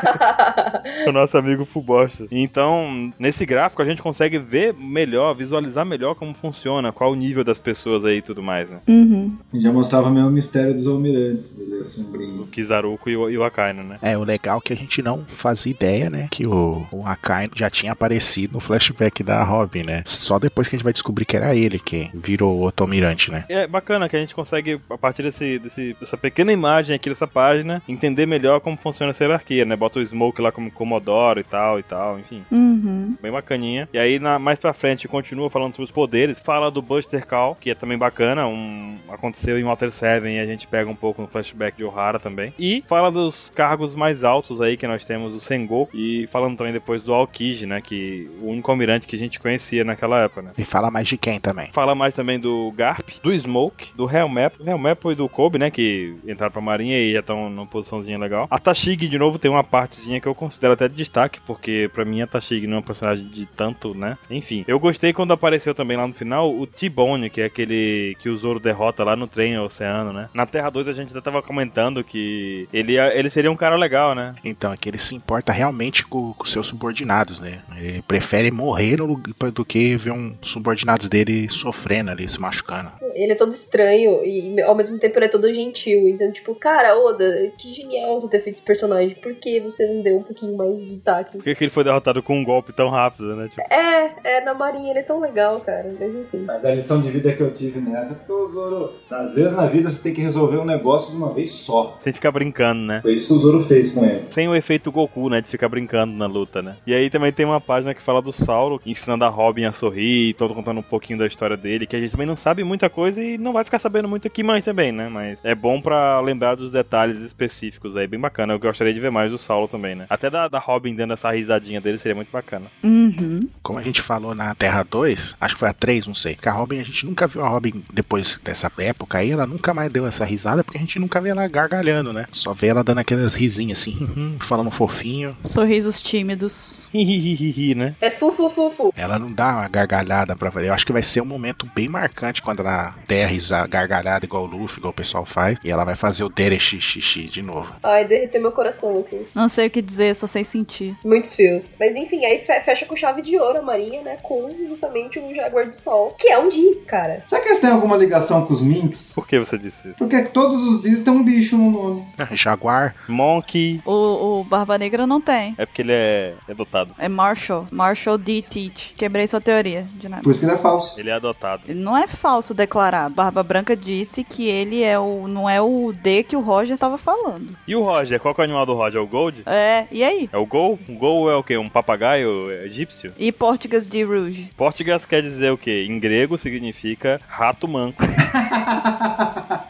[SPEAKER 3] <laughs> o nosso amigo Fubosta. Então, nesse gráfico a gente consegue ver melhor, visualizar melhor como funciona, qual o nível das pessoas aí e tudo mais, né?
[SPEAKER 1] Uhum.
[SPEAKER 7] Já mostrava mesmo o mistério dos almirantes, ele é sombrinho.
[SPEAKER 3] O Kizaruko e o, e o Akainu, né?
[SPEAKER 2] É, o legal é que a gente não fazia ideia, né? Que o, o Akainu já tinha aparecido no flashback da Robin, né? Só depois que a gente vai descobrir que era ele que virou o Otomirante, né?
[SPEAKER 3] É bacana que a gente consegue, a partir desse, desse- dessa pequena imagem aqui dessa página, entender melhor como funciona essa hierarquia, né? Bota o Smoke lá como Comodoro e tal e tal, enfim.
[SPEAKER 1] Uhum.
[SPEAKER 3] Bem bacaninha. E aí, na- mais pra frente, continua falando sobre os poderes. Fala do Buster Call, que é também bacana. Um, aconteceu em Water 7 e a gente pega um pouco no flashback de Ohara também. E fala dos cargos mais altos aí que nós temos, o Sengoku. E falando também depois do Aokiji, né? Que o único almirante que a gente conhecia naquela época, né?
[SPEAKER 2] E fala mais de quem também.
[SPEAKER 3] Fala mais também do Garp, do Smoke, do Hellmap, do Hellmap e do Kobe, né? Que entraram pra marinha e já estão numa posiçãozinha legal. A Tashig, de novo, tem uma partezinha que eu considero até de destaque, porque pra mim a Tashig não é um personagem de tanto, né? Enfim, eu gostei quando apareceu também lá no final o T-Bone, que é aquele que o Zoro derrota lá no trem oceano, né? Na Terra 2 a gente até tava comentando que ele, ele seria um cara legal, né?
[SPEAKER 2] Então, é que ele se importa realmente com, com seus subordinados, né? Ele prefere morrer no lugar do que ver um subordinados dele sofrendo ali, se machucando.
[SPEAKER 4] Ele é todo estranho e ao mesmo tempo ele é todo gentil. Então, tipo, cara, Oda, que genial você ter feito esse personagem. Por que você não deu um pouquinho mais de destaque?
[SPEAKER 3] Por que, que ele foi derrotado com um golpe tão rápido, né? Tipo,
[SPEAKER 4] É, é, na Marinha ele é tão legal, cara. Mas enfim.
[SPEAKER 7] Mas a lição de vida que eu tive nessa é porque o Zoro, às vezes na vida você tem que resolver um negócio de uma vez só.
[SPEAKER 3] sem ficar brincando, né?
[SPEAKER 7] Foi isso que o Zoro fez com ele.
[SPEAKER 3] Sem o efeito Goku, né? De ficar brincando na luta, né? E aí também tem uma página que fala do Saulo, ensinando a Robin a sorrir e todo contando um pouquinho da história dele, que a gente também não sabe muita coisa e não vai ficar sabendo muito aqui mais também, né? Mas é bom pra lembrar dos detalhes específicos aí, bem bacana. Eu gostaria de ver mais do Saulo também, né? Até da, da Robin dando essa risadinha dele seria muito bacana. <laughs>
[SPEAKER 1] Uhum.
[SPEAKER 2] Como a gente falou na Terra 2, acho que foi a 3, não sei. Que a Robin, a gente nunca viu a Robin depois dessa época aí, ela nunca mais deu essa risada porque a gente nunca vê ela gargalhando, né? Só vê ela dando aquelas risinhas assim, falando fofinho.
[SPEAKER 1] Sorrisos tímidos.
[SPEAKER 3] Hihihihi, né?
[SPEAKER 4] É fu, fu, fu, fu.
[SPEAKER 2] Ela não dá uma gargalhada pra valer. Eu acho que vai ser um momento bem marcante quando ela der a risada, gargalhada igual o Luffy, igual o pessoal faz. E ela vai fazer o Dere xixi de novo. <laughs>
[SPEAKER 4] Ai, derreteu meu coração aqui.
[SPEAKER 1] Não sei o que dizer, só sei sentir.
[SPEAKER 4] Muitos fios. Mas enfim, aí fe- fecha com chave de ouro a Marinha, né? Com justamente o Jaguar do Sol, que é um Jeep, cara.
[SPEAKER 7] Será que eles têm alguma ligação com os minks?
[SPEAKER 3] Por que você disse isso?
[SPEAKER 7] Porque é todos os dias tem um bicho no nome.
[SPEAKER 2] Jaguar,
[SPEAKER 3] Monkey.
[SPEAKER 1] O, o Barba Negra não tem.
[SPEAKER 3] É porque ele é, é adotado.
[SPEAKER 1] É Marshall. Marshall D. Teach. Quebrei sua teoria, de nada.
[SPEAKER 7] Por isso que ele é falso.
[SPEAKER 3] Ele é adotado.
[SPEAKER 1] Ele Não é falso declarado. Barba Branca disse que ele é o. não é o D que o Roger tava falando.
[SPEAKER 3] E o Roger? Qual que é o animal do Roger? É o Gold?
[SPEAKER 1] É, e aí?
[SPEAKER 3] É o Gol? O Gol é o quê? Um papagaio egípcio?
[SPEAKER 1] E Portugas de Rouge?
[SPEAKER 3] Portugas quer dizer o quê? Em grego significa rato manco. <laughs>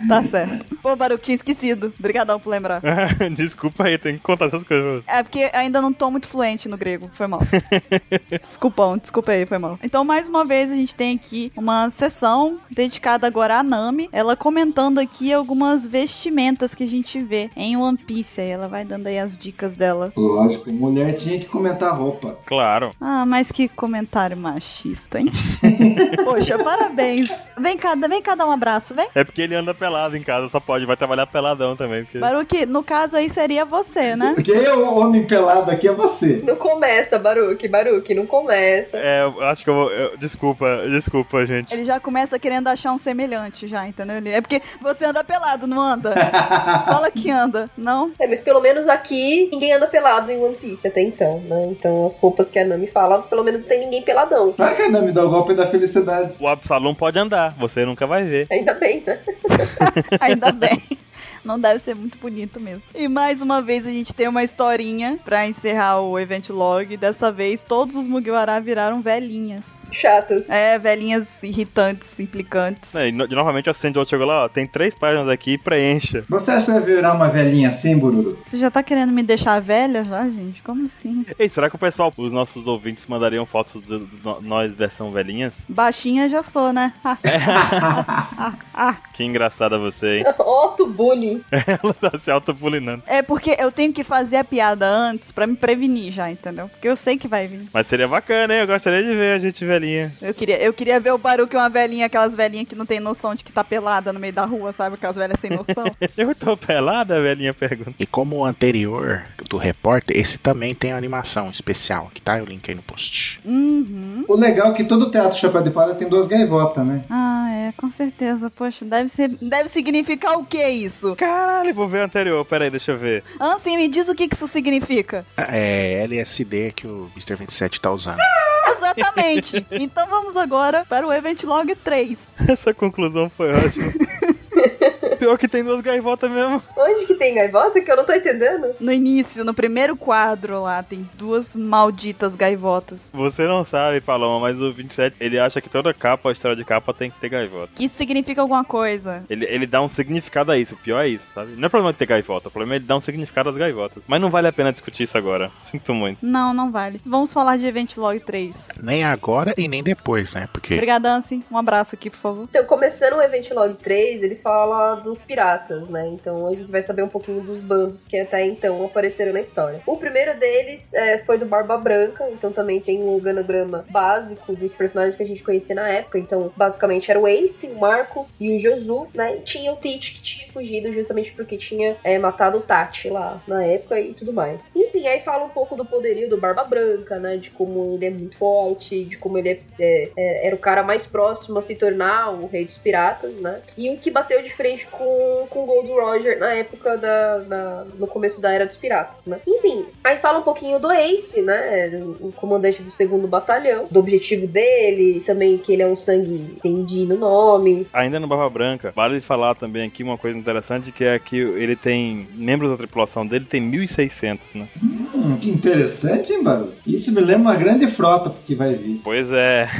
[SPEAKER 1] Tá certo. Pô, Baru, tinha esquecido. Obrigadão por lembrar.
[SPEAKER 3] Desculpa aí, tem que contar essas coisas. pra você.
[SPEAKER 1] É porque ainda não tô muito fluente no grego, foi mal. Desculpão, desculpa aí, foi mal. Então, mais uma vez, a gente tem aqui uma sessão dedicada agora à Nami, ela comentando aqui algumas vestimentas que a gente vê em One Piece, aí ela vai dando aí as dicas dela.
[SPEAKER 7] Lógico, mulher tinha que comentar roupa.
[SPEAKER 3] Claro.
[SPEAKER 1] Ah, mas que comentário machista, hein? Poxa, parabéns. Vem cá, vem cá dar um abraço, vem.
[SPEAKER 3] É porque ele anda pelado em casa, só pode. Vai trabalhar peladão também. Porque...
[SPEAKER 1] Baruque, no caso aí seria você, né?
[SPEAKER 7] Porque eu, homem pelado aqui, é você.
[SPEAKER 4] Não começa, Baruque, Baruque, não começa.
[SPEAKER 3] É, eu acho que eu vou. eu- desculpa, desculpa, gente.
[SPEAKER 1] Ele já começa querendo achar um semelhante já, entendeu? Ele- É porque você anda pelado, não anda? Fala que anda, não?
[SPEAKER 4] É, mas pelo menos aqui ninguém anda pelado em One Piece até então, né? Então as roupas que a Nami fala, pelo menos não tem ninguém peladão.
[SPEAKER 7] Pra que não me dá o golpe da felicidade?
[SPEAKER 3] O Absalom pode andar, você nunca vai ver.
[SPEAKER 4] Ainda bem, né?
[SPEAKER 1] Ainda bem. Não deve ser muito bonito mesmo. E mais uma vez a gente tem uma historinha pra encerrar o event log. Dessa vez todos os Mugiwara viraram velhinhas.
[SPEAKER 4] Chatas. <laughs>
[SPEAKER 1] É, velhinhas irritantes, implicantes.
[SPEAKER 3] É, e, no- e novamente a Sandy chegou lá, ó, tem três páginas aqui, preencha.
[SPEAKER 7] Você acha que vai virar uma velhinha assim, Bururu?
[SPEAKER 1] Você já tá querendo me deixar velha já, gente? Como assim?
[SPEAKER 3] Ei, será que o pessoal, os nossos ouvintes mandariam fotos de de no- nós versão velhinhas?
[SPEAKER 1] Baixinha já sou, né? <laughs>
[SPEAKER 3] Que engraçada você, hein? <laughs>
[SPEAKER 4] Otto bullying.
[SPEAKER 3] Ela tá se autopulinando.
[SPEAKER 1] é porque eu tenho que fazer a piada antes pra me prevenir já, entendeu? Porque eu sei que vai vir.
[SPEAKER 3] Mas seria bacana, hein? Eu gostaria de ver a gente velhinha.
[SPEAKER 1] Eu queria, eu queria ver o Baruque uma velhinha, aquelas velhinhas que não tem noção de que tá pelada no meio da rua, sabe? Aquelas velhas sem noção.
[SPEAKER 3] Eu tô pelada, a velhinha pergunta.
[SPEAKER 2] E como o anterior do repórter, esse também tem animação especial, que tá? Eu linkei no post.
[SPEAKER 1] uhum.
[SPEAKER 7] O legal é que todo teatro Chapéu de Palha tem duas gaivotas, né?
[SPEAKER 1] Ah, é, com certeza. Poxa, deve ser, deve significar o que isso?
[SPEAKER 3] Caralho, vou ver o anterior, peraí, deixa eu ver. <laughs>
[SPEAKER 1] Ansem, me diz o que que isso significa.
[SPEAKER 2] Ah, É LSD que o Mr. 27 tá usando.
[SPEAKER 1] Exatamente. Então vamos agora para o Event Log 3.
[SPEAKER 3] Essa conclusão foi ótima. Pior que tem duas gaivotas mesmo.
[SPEAKER 4] Onde que tem gaivota que eu não tô entendendo?
[SPEAKER 1] No início, no primeiro quadro lá, tem duas malditas gaivotas.
[SPEAKER 3] Você não sabe, Paloma, mas o 27, ele acha que toda capa, a história de capa, tem que ter gaivota.
[SPEAKER 1] Que isso significa alguma coisa.
[SPEAKER 3] Ele, ele dá um significado a isso, o pior é isso, sabe? Não é problema de ter gaivota, o problema é ele dar um significado às gaivotas. Mas não vale a pena discutir isso agora. <laughs> Sinto muito.
[SPEAKER 1] Não, não vale. Vamos falar de Event Log 3.
[SPEAKER 2] Nem agora e nem depois, né? Porque
[SPEAKER 1] Obrigada, Ansem. Um abraço aqui, por favor.
[SPEAKER 4] Então, começando o Event Log 3, ele fala dos piratas, né? Então a gente vai saber um pouquinho dos bandos que até então apareceram na história. O primeiro deles é, foi do Barba Branca, então também tem o organograma básico dos personagens que a gente conhecia na época. Então, basicamente era o Ace, o Marco e o Josu, né? E tinha o Teach que tinha fugido justamente porque tinha é, matado o Tati lá na época e tudo mais. Enfim, aí fala um pouco do poderio do Barba Branca, né? De como ele é muito forte, de como ele é- é, é- era o cara mais próximo a se tornar o rei dos piratas, né? E o que bateu de frente com, com o Gold Roger na época da, da- no começo da era dos piratas, né? Enfim, aí fala um pouquinho do Ace, né? O comandante do segundo batalhão, do objetivo dele, também que ele é um sangue tendi no nome.
[SPEAKER 3] Ainda no Barba Branca, vale falar também aqui uma coisa interessante, que é que ele tem, membros da tripulação dele tem 1.600, né?
[SPEAKER 7] Hum, que interessante, hein, Barulho? Isso me lembra uma grande frota que vai vir.
[SPEAKER 3] Pois é. <laughs>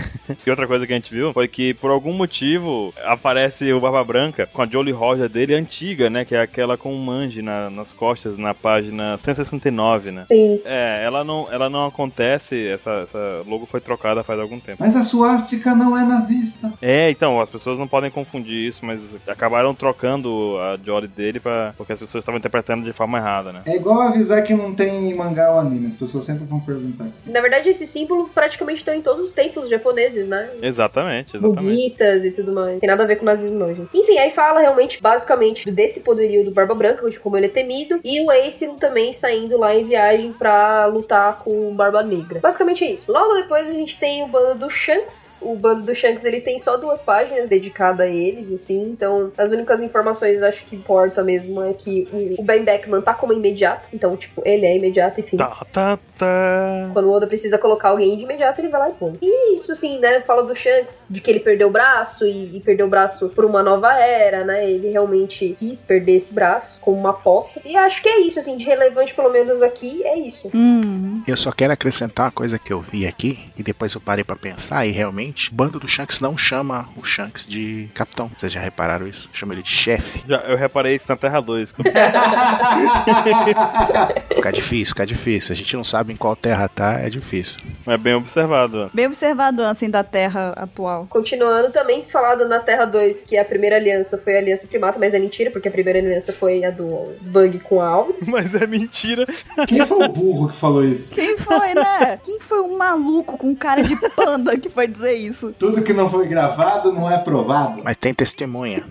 [SPEAKER 3] E outra coisa que a gente viu foi que, por algum motivo, aparece o Barba Branca com a Jolly Roger dele antiga, né? Que é aquela com o Manji na- nas costas, na página 169, né?
[SPEAKER 4] Sim.
[SPEAKER 3] É, ela não, ela não acontece, essa, essa logo foi trocada faz algum tempo.
[SPEAKER 7] Mas a suástica não é nazista.
[SPEAKER 3] É, então, as pessoas não podem confundir isso, mas acabaram trocando a Jolly dele pra, porque as pessoas estavam interpretando de forma errada, né?
[SPEAKER 7] É igual avisar que não tem mangá ou anime, as pessoas sempre vão perguntar.
[SPEAKER 4] Na verdade, esse símbolo praticamente está em todos os templos japoneses, né?
[SPEAKER 3] Exatamente, exatamente.
[SPEAKER 4] budistas e tudo mais. Tem nada a ver com nazismo, não, gente. Enfim, aí fala realmente, basicamente, desse poderio do Barba Branca, de como ele é temido, e o Ace também saindo lá em viagem pra lutar com o Barba Negra. Basicamente é isso. Logo depois a gente tem o bando do Shanks. O bando do Shanks, ele tem só duas páginas dedicadas a eles, assim, então as únicas informações, acho que importa mesmo, é que o- o Ben Beckman tá como imediato, então, tipo, ele é imediato, enfim.
[SPEAKER 3] Tá, tá, tá.
[SPEAKER 4] Quando o Oda precisa colocar alguém de imediato, ele vai lá e põe. E isso, sim, né? Fala do Shanks, de que ele perdeu o braço e, e perdeu o braço por uma nova era, né? Ele realmente quis perder esse braço como uma aposta. E acho que é isso, assim, de relevante, pelo menos aqui, é isso.
[SPEAKER 1] Hum,
[SPEAKER 2] eu só quero acrescentar uma coisa que eu vi aqui, e depois eu parei pra pensar, e realmente, o bando do Shanks não chama o Shanks de capitão. Vocês já repararam isso? Chama ele de chefe.
[SPEAKER 3] Já, eu reparei isso na Terra 2.
[SPEAKER 2] Fica difícil, fica difícil. A gente não sabe em qual terra tá, é difícil.
[SPEAKER 3] <laughs> É bem observado.
[SPEAKER 1] Bem observado, assim, da Terra atual.
[SPEAKER 4] Continuando também falado na Terra 2 que a primeira aliança foi a aliança primata, mas é mentira, porque a primeira aliança foi a do Bug com a Alvin.
[SPEAKER 3] <laughs> Mas é mentira.
[SPEAKER 7] Quem foi o burro que falou isso?
[SPEAKER 1] Quem foi, né? Quem foi um maluco com cara de panda que foi dizer isso?
[SPEAKER 7] Tudo que não foi gravado não é provado.
[SPEAKER 2] Mas tem testemunha.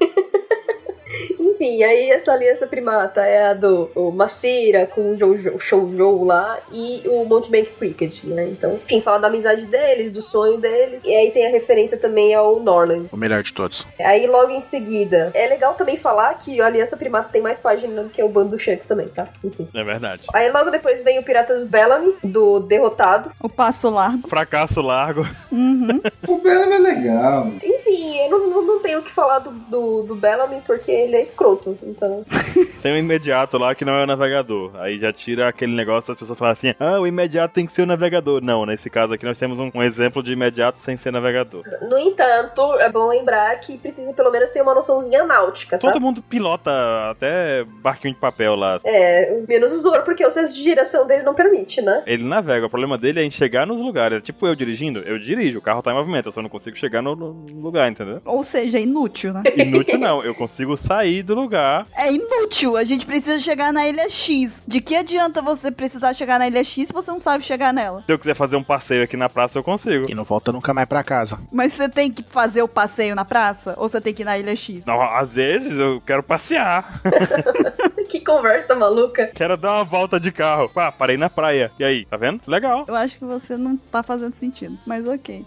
[SPEAKER 4] Enfim, aí essa aliança primata é a do o Macira com o Jojo, o Shoujo lá e o Mountebank Cricket, né? Então, enfim, fala da amizade deles, do sonho deles. E aí tem a referência também ao Norland.
[SPEAKER 2] O melhor de todos.
[SPEAKER 4] Aí logo em seguida, é legal também falar que a aliança primata tem mais página do que o bando do Shanks também, tá? Enfim.
[SPEAKER 3] É verdade.
[SPEAKER 4] Aí logo depois vem o Piratas Bellamy, do Derrotado.
[SPEAKER 1] O passo largo.
[SPEAKER 3] Fracasso largo.
[SPEAKER 1] Uhum.
[SPEAKER 7] O Bellamy é legal.
[SPEAKER 4] Enfim, eu não, não- não tenho o que falar do, do, do Bellamy porque ele é escroto. Então.
[SPEAKER 3] Tem um imediato lá que não é o navegador. Aí já tira aquele negócio das pessoas falarem assim: ah, o imediato tem que ser o navegador. Não, nesse caso aqui nós temos um, um exemplo de imediato sem ser navegador.
[SPEAKER 4] No entanto, é bom lembrar que precisa pelo menos ter uma noçãozinha náutica, tá?
[SPEAKER 3] Todo mundo pilota até barquinho de papel lá.
[SPEAKER 4] É, menos o Zoro, porque o senso de direção dele não permite,
[SPEAKER 3] <laughs>
[SPEAKER 4] né?
[SPEAKER 3] Ele navega, o problema dele é enxergar nos lugares. Tipo eu dirigindo, eu dirijo, o carro tá em movimento, eu só não consigo chegar no, no lugar, entendeu?
[SPEAKER 1] Ou seja, é inútil, né?
[SPEAKER 3] Inútil não, eu consigo sair do lugar.
[SPEAKER 1] É inútil. A gente precisa chegar na ilha X. De que adianta você precisar chegar na ilha X se você não sabe chegar nela?
[SPEAKER 3] Se eu quiser fazer um passeio aqui na praça, eu consigo.
[SPEAKER 2] E não volta nunca mais pra casa.
[SPEAKER 1] Mas você tem que fazer o passeio na praça? Ou você tem que ir na ilha X?
[SPEAKER 3] Não, às vezes eu quero passear,
[SPEAKER 4] que conversa maluca.
[SPEAKER 3] quero dar uma volta de carro. Pá, parei na praia. E aí, tá vendo? Legal.
[SPEAKER 1] Eu acho que você não tá fazendo sentido, mas ok.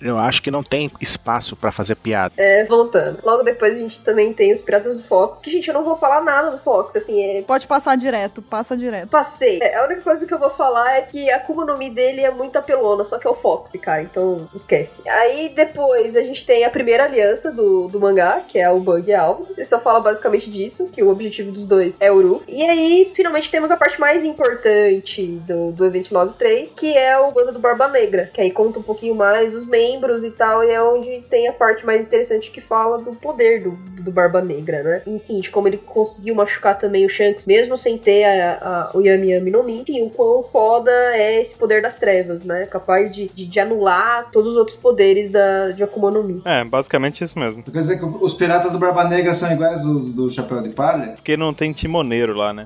[SPEAKER 2] Eu acho que não tem espaço pra fazer piada.
[SPEAKER 4] É, voltando. Logo depois a gente também tem os Piratas do Fox. Que, gente, eu não vou falar nada do Fox. Assim, é.
[SPEAKER 1] Pode passar direto, passa direto.
[SPEAKER 4] Passei. É, a única coisa que eu vou falar é que a Kuma no Mi dele é muito apelona, só que é o Fox, cara. Então, esquece. Aí depois a gente tem a primeira aliança do, do mangá, que é o Bug e a Alvo. Ele só fala basicamente disso, que o objetivo dos dois é o Uru. E aí, finalmente, temos a parte mais importante do, do evento 93, que é o bando do Barba Negra. Que aí conta um pouquinho mais os membros e tal, e é onde tem a parte mais interessante que fala do poder do, do Barba Negra, né? Enfim, de como ele conseguiu machucar também o Shanks, mesmo sem ter a, a- o Yami Yami no Mi. Enfim, o quão foda é esse poder das trevas, né? Capaz de, de, de anular todos os outros poderes da, de Akuma no Mi.
[SPEAKER 3] É, basicamente isso mesmo.
[SPEAKER 7] Quer dizer que os piratas do Barba Negra são iguais os do Chapéu de Palha?
[SPEAKER 3] Porque não tem timoneiro lá, né?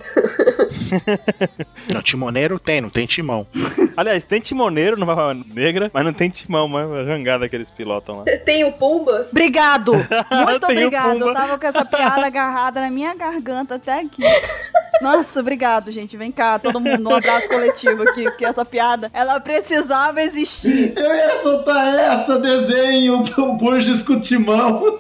[SPEAKER 2] Não, timoneiro tem, não tem timão.
[SPEAKER 3] Aliás, tem timoneiro no Barba Negra, mas não tem timão, mas é a jangada que eles pilotam lá.
[SPEAKER 4] Tem o Pumba,
[SPEAKER 1] Obrigado! Muito
[SPEAKER 3] Tem o
[SPEAKER 1] obrigado. Eu
[SPEAKER 3] Pumba.
[SPEAKER 1] tava com essa piada agarrada na minha garganta até aqui. Nossa, obrigado, gente. Vem cá, todo mundo, um abraço coletivo aqui, porque essa piada, ela precisava existir.
[SPEAKER 7] Eu ia soltar essa desenho <laughs> pro Burgess com o Timão.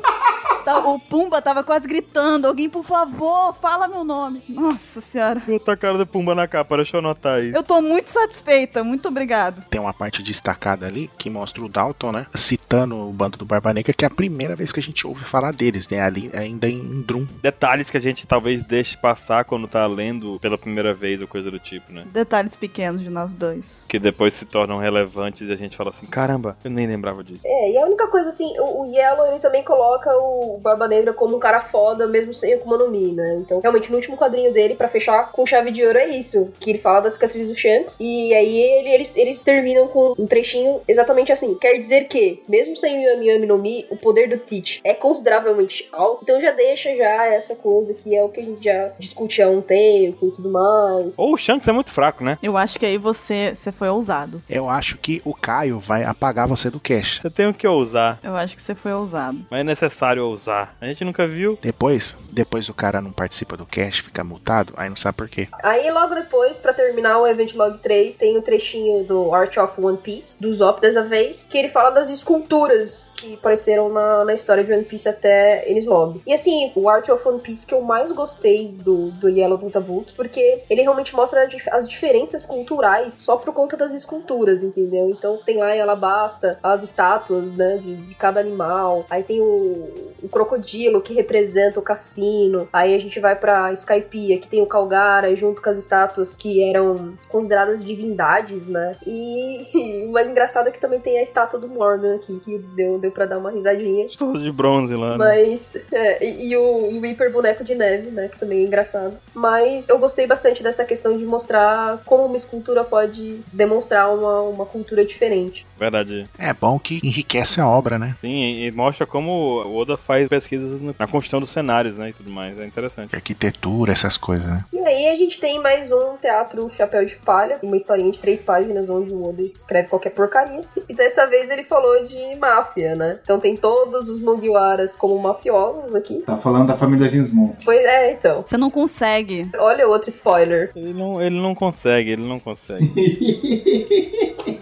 [SPEAKER 1] Tá- O Pumba tava quase gritando: alguém, por favor, fala meu nome. Nossa senhora.
[SPEAKER 3] Botar a cara do Pumba na capa, deixa eu anotar isso.
[SPEAKER 1] Eu tô muito satisfeita, muito obrigado.
[SPEAKER 2] Tem uma parte destacada ali que mostra o Dalton, né? Citando o bando do Barba Negra, que é a primeira vez que a gente ouve falar deles, né? Ali ainda em Drum.
[SPEAKER 3] Detalhes que a gente talvez deixe passar quando tá lendo pela primeira vez ou coisa do tipo, né?
[SPEAKER 1] Detalhes pequenos de nós dois.
[SPEAKER 3] Que depois se tornam relevantes e a gente fala assim: caramba, eu nem lembrava disso.
[SPEAKER 4] É, e a única coisa assim, o, o Yellow ele também coloca o Barba Negra como um cara foda, mesmo sem Akuma no Mi, né? Então, realmente, no último quadrinho dele, pra fechar com chave de ouro, é isso. Que ele fala da cicatriz do Shanks. E aí ele- eles, eles terminam com um trechinho exatamente assim. Quer dizer que, mesmo sem o Yami Yami no Mi, o poder do Teach é consideravelmente alto. Então já deixa já essa coisa que é o que a gente já discute há um tempo e tudo mais.
[SPEAKER 3] Ou o Shanks é muito fraco, né?
[SPEAKER 1] Eu acho que aí você, você foi ousado.
[SPEAKER 2] Eu acho que o Caio vai apagar você do cash.
[SPEAKER 3] Eu tenho que ousar,
[SPEAKER 1] Eu acho que você foi ousado.
[SPEAKER 3] mas é necessário ousar. A gente nunca viu.
[SPEAKER 2] Depois, depois o cara não participa do cash, fica multado, aí não sabe por quê.
[SPEAKER 4] Aí logo depois, pra terminar o Event Log 3, tem o trechinho do Art of One Piece, do Zop dessa vez, que ele fala das esculturas que apareceram na, na história de One Piece até eles Log. E assim, o Art of One Piece que eu mais gostei do, do Yellow Delta Book, porque ele realmente mostra a dif- as diferenças culturais só por conta das esculturas, entendeu? Então tem lá em Alabasta as estátuas, né, de, de cada animal. Aí tem o, o crocodilo que representa o cassino. Aí a gente vai pra Skypiea, que tem o Calgara, junto com as estátuas que eram consideradas divindades, né? E, <laughs> o mais engraçado é que também tem a estátua do Morgan aqui, que deu, deu pra dar uma risadinha.
[SPEAKER 3] Estou de bronze lá, né?
[SPEAKER 4] Mas. é, e, e o, e o hiper boneco de neve, né? Que também é engraçado. Mas eu gostei bastante dessa questão de mostrar como uma escultura pode demonstrar uma, uma cultura diferente.
[SPEAKER 3] Verdade.
[SPEAKER 2] É bom que enriquece a obra, né?
[SPEAKER 3] Sim, e mostra como o Oda faz pesquisas na construção dos cenários, né? E tudo mais. É interessante.
[SPEAKER 2] Arquitetura, essas coisas, né?
[SPEAKER 4] E aí a gente tem mais um teatro Chapéu de Palha, uma historinha de três páginas onde o Oda escreve qualquer porcaria. E dessa vez ele falou de máfia, né? Então tem todos os Mugiwaras como mafiosos aqui.
[SPEAKER 7] Tá falando da família Vinsmont.
[SPEAKER 4] Pois é, então.
[SPEAKER 1] Você não consegue.
[SPEAKER 4] Olha outro spoiler.
[SPEAKER 3] Ele não, ele não consegue, ele não consegue.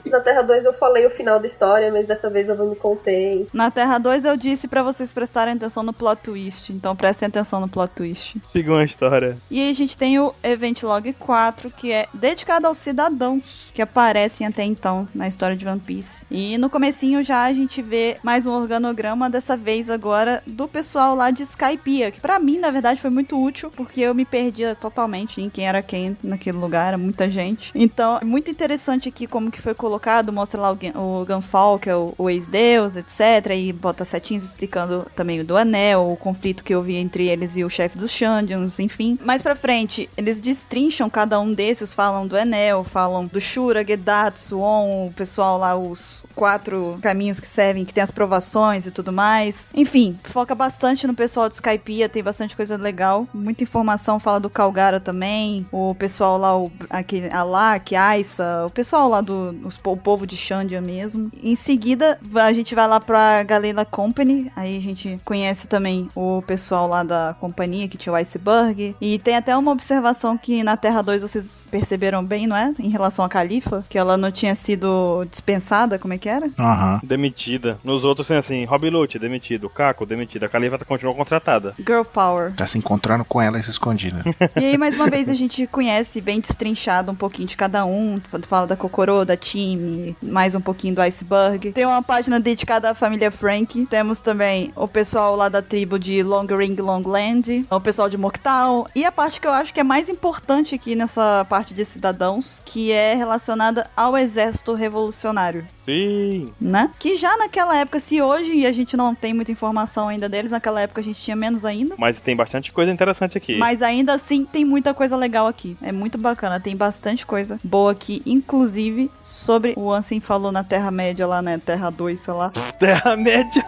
[SPEAKER 4] Na Terra 2 eu falei o final da história, mas dessa vez eu vou me conter.
[SPEAKER 1] Na Terra 2 eu disse pra vocês prestarem atenção no plot twist, então prestem atenção no plot twist.
[SPEAKER 3] Sigam a história.
[SPEAKER 1] E aí a gente tem o Event Log 4, que é dedicado aos cidadãos que aparecem até então na história de One Piece. E no comecinho já a gente vê mais um organograma, dessa vez agora do pessoal lá de Skypiea, que pra mim, na verdade, foi muito útil, porque eu me perdia totalmente em quem era quem naquele lugar, era muita gente. Então, é muito interessante aqui como que foi colocado, mostra lá o, Gan- o Ganfall, que é o, o ex-deus, etc, e bota setinhas explicando também o do anel, o conflito que houve entre eles e o chefe dos Shandians, enfim. Mais pra frente, eles destrincham cada um desses, falam do Enel, falam do Shura, Gedatsu, On, o pessoal lá, os quatro caminhos que servem, que tem as provações e tudo mais. Enfim, foca bastante no pessoal de Skypiea, tem bastante coisa legal, muita informação, fala do Calgara também, o pessoal lá, o, aquele, a Lak, a Aissa, o pessoal lá do os po- o povo de Xandia mesmo. Em seguida, va- a gente vai lá pra Galena Company, aí a gente conhece também o pessoal lá da companhia, que tinha o Iceberg, e tem até uma observação que na Terra 2 vocês perceberam bem, não é? Em relação à Califa, que ela não tinha sido dispensada, como é que era?
[SPEAKER 2] Aham.
[SPEAKER 3] Demitida. Nos outros tem assim, Rob Lute, demitido. Caco, demitida. A Califa continua contratada.
[SPEAKER 1] Girl Power.
[SPEAKER 2] Tá se encontrando com ela e se escondendo.
[SPEAKER 1] E aí, mais uma vez, a gente conhece bem destrinchado um pouquinho de cada um. Fala da Kokoro, da Time, mais um pouquinho do Iceberg. Tem uma página dedicada à família Frank. Temos também o pessoal lá da tribo de Long Ring Long Land, o pessoal de Moctal. E a parte que eu acho que é mais importante aqui nessa parte de cidadãos, que é relacionada ao exército revolucionário
[SPEAKER 3] Sim.
[SPEAKER 1] né? Que já naquela época, se hoje a gente não tem muita informação ainda deles, naquela época a gente tinha menos ainda.
[SPEAKER 3] Mas tem bastante coisa interessante aqui.
[SPEAKER 1] Mas ainda assim tem muita coisa legal aqui. É muito bacana, tem bastante coisa boa aqui, inclusive sobre o Ansem falou na Terra-média lá, né? Terra 2, sei lá. <laughs>
[SPEAKER 3] Terra-média.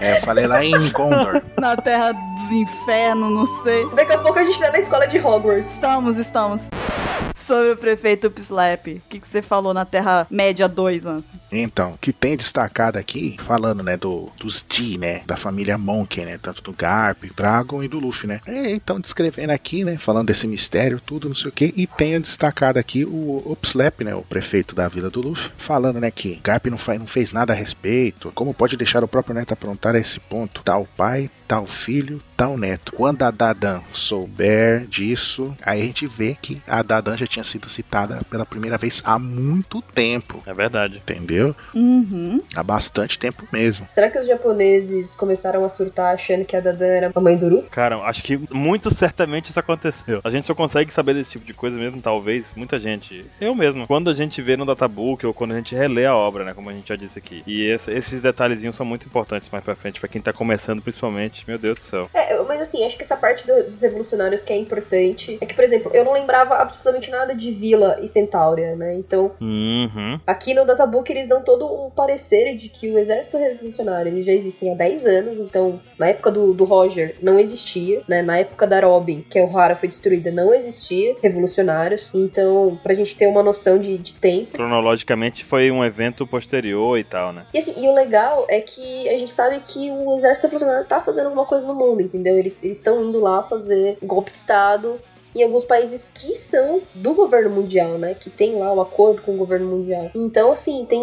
[SPEAKER 2] é, falei lá em Gondor.
[SPEAKER 1] Na Terra dos Infernos, não sei.
[SPEAKER 4] Daqui a pouco a gente tá na escola de Hogwarts.
[SPEAKER 1] Estamos, estamos. Sobre o prefeito Upslap. O que, que você falou na Terra-média 2, Ansem?
[SPEAKER 2] Então, o que tem destacado aqui, falando, né, do, dos T, né, da família Monkey, né, tanto do Garp, Dragon e do Luffy, né. É, então, descrevendo aqui, né, falando desse mistério, tudo, não sei o que, e tem destacado aqui o Upslap, né, o prefeito da vila do Luffy, falando, né, que Garp não, fa- não fez nada a respeito, como pode deixar o próprio neto aprontar a esse ponto? Tal pai, tal filho, tal neto. Quando a Dadan souber disso, aí a gente vê que a Dadan já tinha sido citada pela primeira vez há muito tempo.
[SPEAKER 3] É verdade.
[SPEAKER 2] Entendeu?
[SPEAKER 1] Uhum.
[SPEAKER 2] Há bastante tempo mesmo.
[SPEAKER 4] Será que os japoneses começaram a surtar achando que a Dadan era a mãe do Uru?
[SPEAKER 3] Cara, acho que muito certamente isso aconteceu. A gente só consegue saber desse tipo de coisa mesmo, talvez, muita gente. Eu mesmo. Quando a gente vê no databook ou quando a gente relê a obra, né, como a gente já disse aqui. E esse- esses detalhezinhos são muito importantes mais pra frente, pra quem tá começando principalmente. Meu Deus do céu.
[SPEAKER 4] É, eu- mas assim, acho que essa parte do- dos revolucionários que é importante é que, por exemplo, eu não lembrava absolutamente nada de Vila e Centauria, né? Então,
[SPEAKER 3] Uhum.
[SPEAKER 4] aqui no Databook eles dão todo um parecer de que o exército revolucionário eles já existem há 10 anos, então na época do, do Roger não existia, né? Na época da Robin, que a O'Hara foi destruída, não existia revolucionários. Então, pra gente ter uma noção de, de tempo.
[SPEAKER 3] Cronologicamente foi um evento posterior e tal, né?
[SPEAKER 4] E assim, e o legal é que a gente sabe que o exército revolucionário tá fazendo alguma coisa no mundo, entendeu? Eles estão indo lá fazer golpe de Estado em alguns países que são do governo mundial, né? Que tem lá o acordo com o governo mundial. Então, assim, tem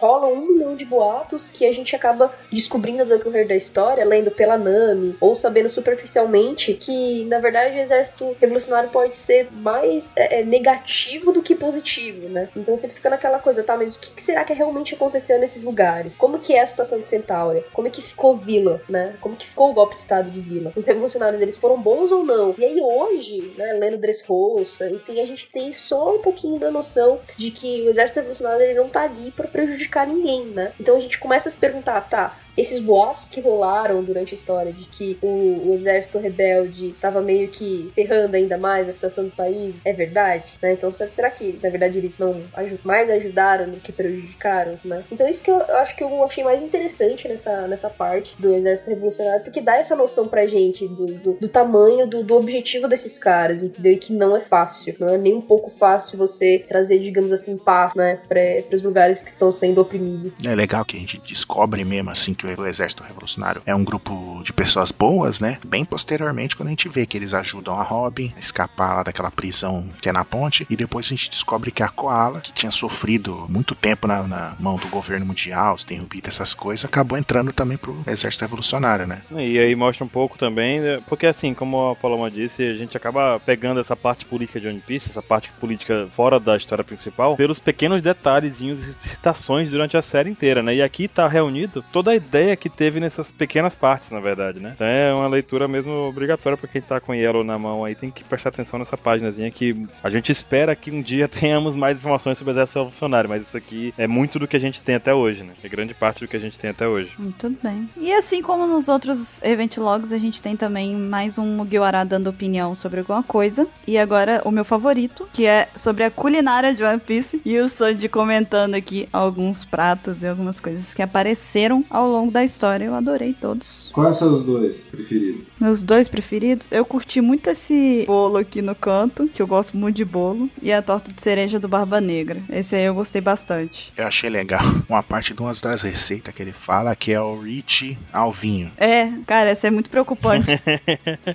[SPEAKER 4] rola um milhão de boatos que a gente acaba descobrindo no decorrer da história, lendo pela Nami, ou sabendo superficialmente que, na verdade, o exército revolucionário pode ser mais é, é, negativo do que positivo, né? Então você fica naquela coisa, tá, mas o que, que será que realmente aconteceu nesses lugares? Como que é a situação de Centauri? Como é que ficou Vila, né? Como que ficou o golpe de estado de Vila? Os revolucionários, eles foram bons ou não? E aí hoje, né, lendo Dressrosa, enfim, a gente tem só um pouquinho da noção de que o exército revolucionário, ele não tá ali pra prejudicar ninguém, né? Então a gente começa a se perguntar, tá, esses boatos que rolaram durante a história de que o, o exército rebelde estava meio que ferrando ainda mais a situação dos países, é verdade? né? Então, se- será que, na verdade, eles não aju- mais ajudaram do que prejudicaram? Né? Então, isso que eu, eu acho que eu achei mais interessante nessa, nessa parte do exército revolucionário, porque dá essa noção pra gente do, do, do tamanho, do, do objetivo desses caras, entendeu? E que não é fácil, não é nem um pouco fácil você trazer, digamos assim, paz, né, para os lugares que estão sendo oprimidos.
[SPEAKER 2] É legal que a gente descobre mesmo assim que que o Exército Revolucionário é um grupo de pessoas boas, né? Bem posteriormente, quando a gente vê que eles ajudam a Robin a escapar lá daquela prisão que é na ponte, e depois a gente descobre que a Koala, que tinha sofrido muito tempo na, na mão do governo mundial, se derrubido essas coisas, acabou entrando também pro Exército Revolucionário, né?
[SPEAKER 3] E aí mostra um pouco também, né, porque assim, como a Paloma disse, a gente acaba pegando essa parte política de One Piece, essa parte política fora da história principal, pelos pequenos detalhezinhos e citações durante a série inteira, né? E aqui tá reunido toda a ideia que teve nessas pequenas partes, na verdade, né? Então é uma leitura mesmo obrigatória pra quem tá com Yellow na mão aí, tem que prestar atenção nessa paginazinha que a gente espera que um dia <laughs> tenhamos mais informações sobre o Exército Revolucionário, mas isso aqui é muito do que a gente tem até hoje, né? É grande parte do que a gente tem até hoje.
[SPEAKER 1] Muito bem. E assim como nos outros event logs, a gente tem também mais um Mugiwara dando opinião sobre alguma coisa. E agora o meu favorito, que é sobre a culinária de One Piece. E o Sanji comentando aqui alguns pratos e algumas coisas que apareceram ao longo da história. Eu adorei todos.
[SPEAKER 7] Quais são os dois preferidos?
[SPEAKER 1] Meus dois preferidos. Eu curti muito esse bolo aqui no canto, que eu gosto muito de bolo. E a torta de cereja do Barba Negra. Esse aí eu gostei bastante.
[SPEAKER 2] Eu achei legal <laughs> uma parte de uma das receitas que ele fala, que é o Rich Alvinho.
[SPEAKER 1] É, cara, essa é muito preocupante.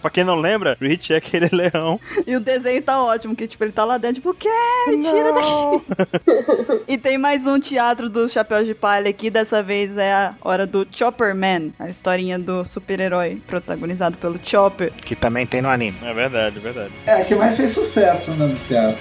[SPEAKER 3] pra quem não lembra, Rich é aquele <laughs> leão.
[SPEAKER 1] e o desenho tá ótimo, que tipo, ele tá lá dentro, tipo, o quê? Me tira
[SPEAKER 3] Não.
[SPEAKER 1] daqui. e tem mais um teatro do Chapéu de Palha aqui, dessa vez é a hora do Chopper Man, a historinha do super-herói protagonizado pelo Chopper.
[SPEAKER 2] Que também tem no anime.
[SPEAKER 3] É verdade, é verdade.
[SPEAKER 7] É, a que mais fez sucesso né, nos teatros.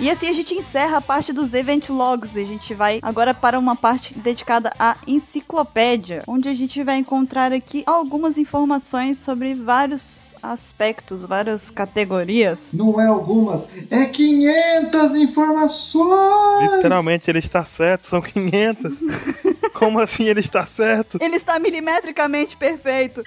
[SPEAKER 1] E assim a gente encerra a parte dos event logs. e A gente vai agora para uma parte dedicada à enciclopédia, onde a gente vai encontrar aqui algumas informações sobre vários aspectos, várias categorias.
[SPEAKER 7] Não é algumas, é 500 informações!
[SPEAKER 3] Literalmente ele está certo, são 500. Como assim ele está certo?
[SPEAKER 1] Ele está milimetricamente perfeito.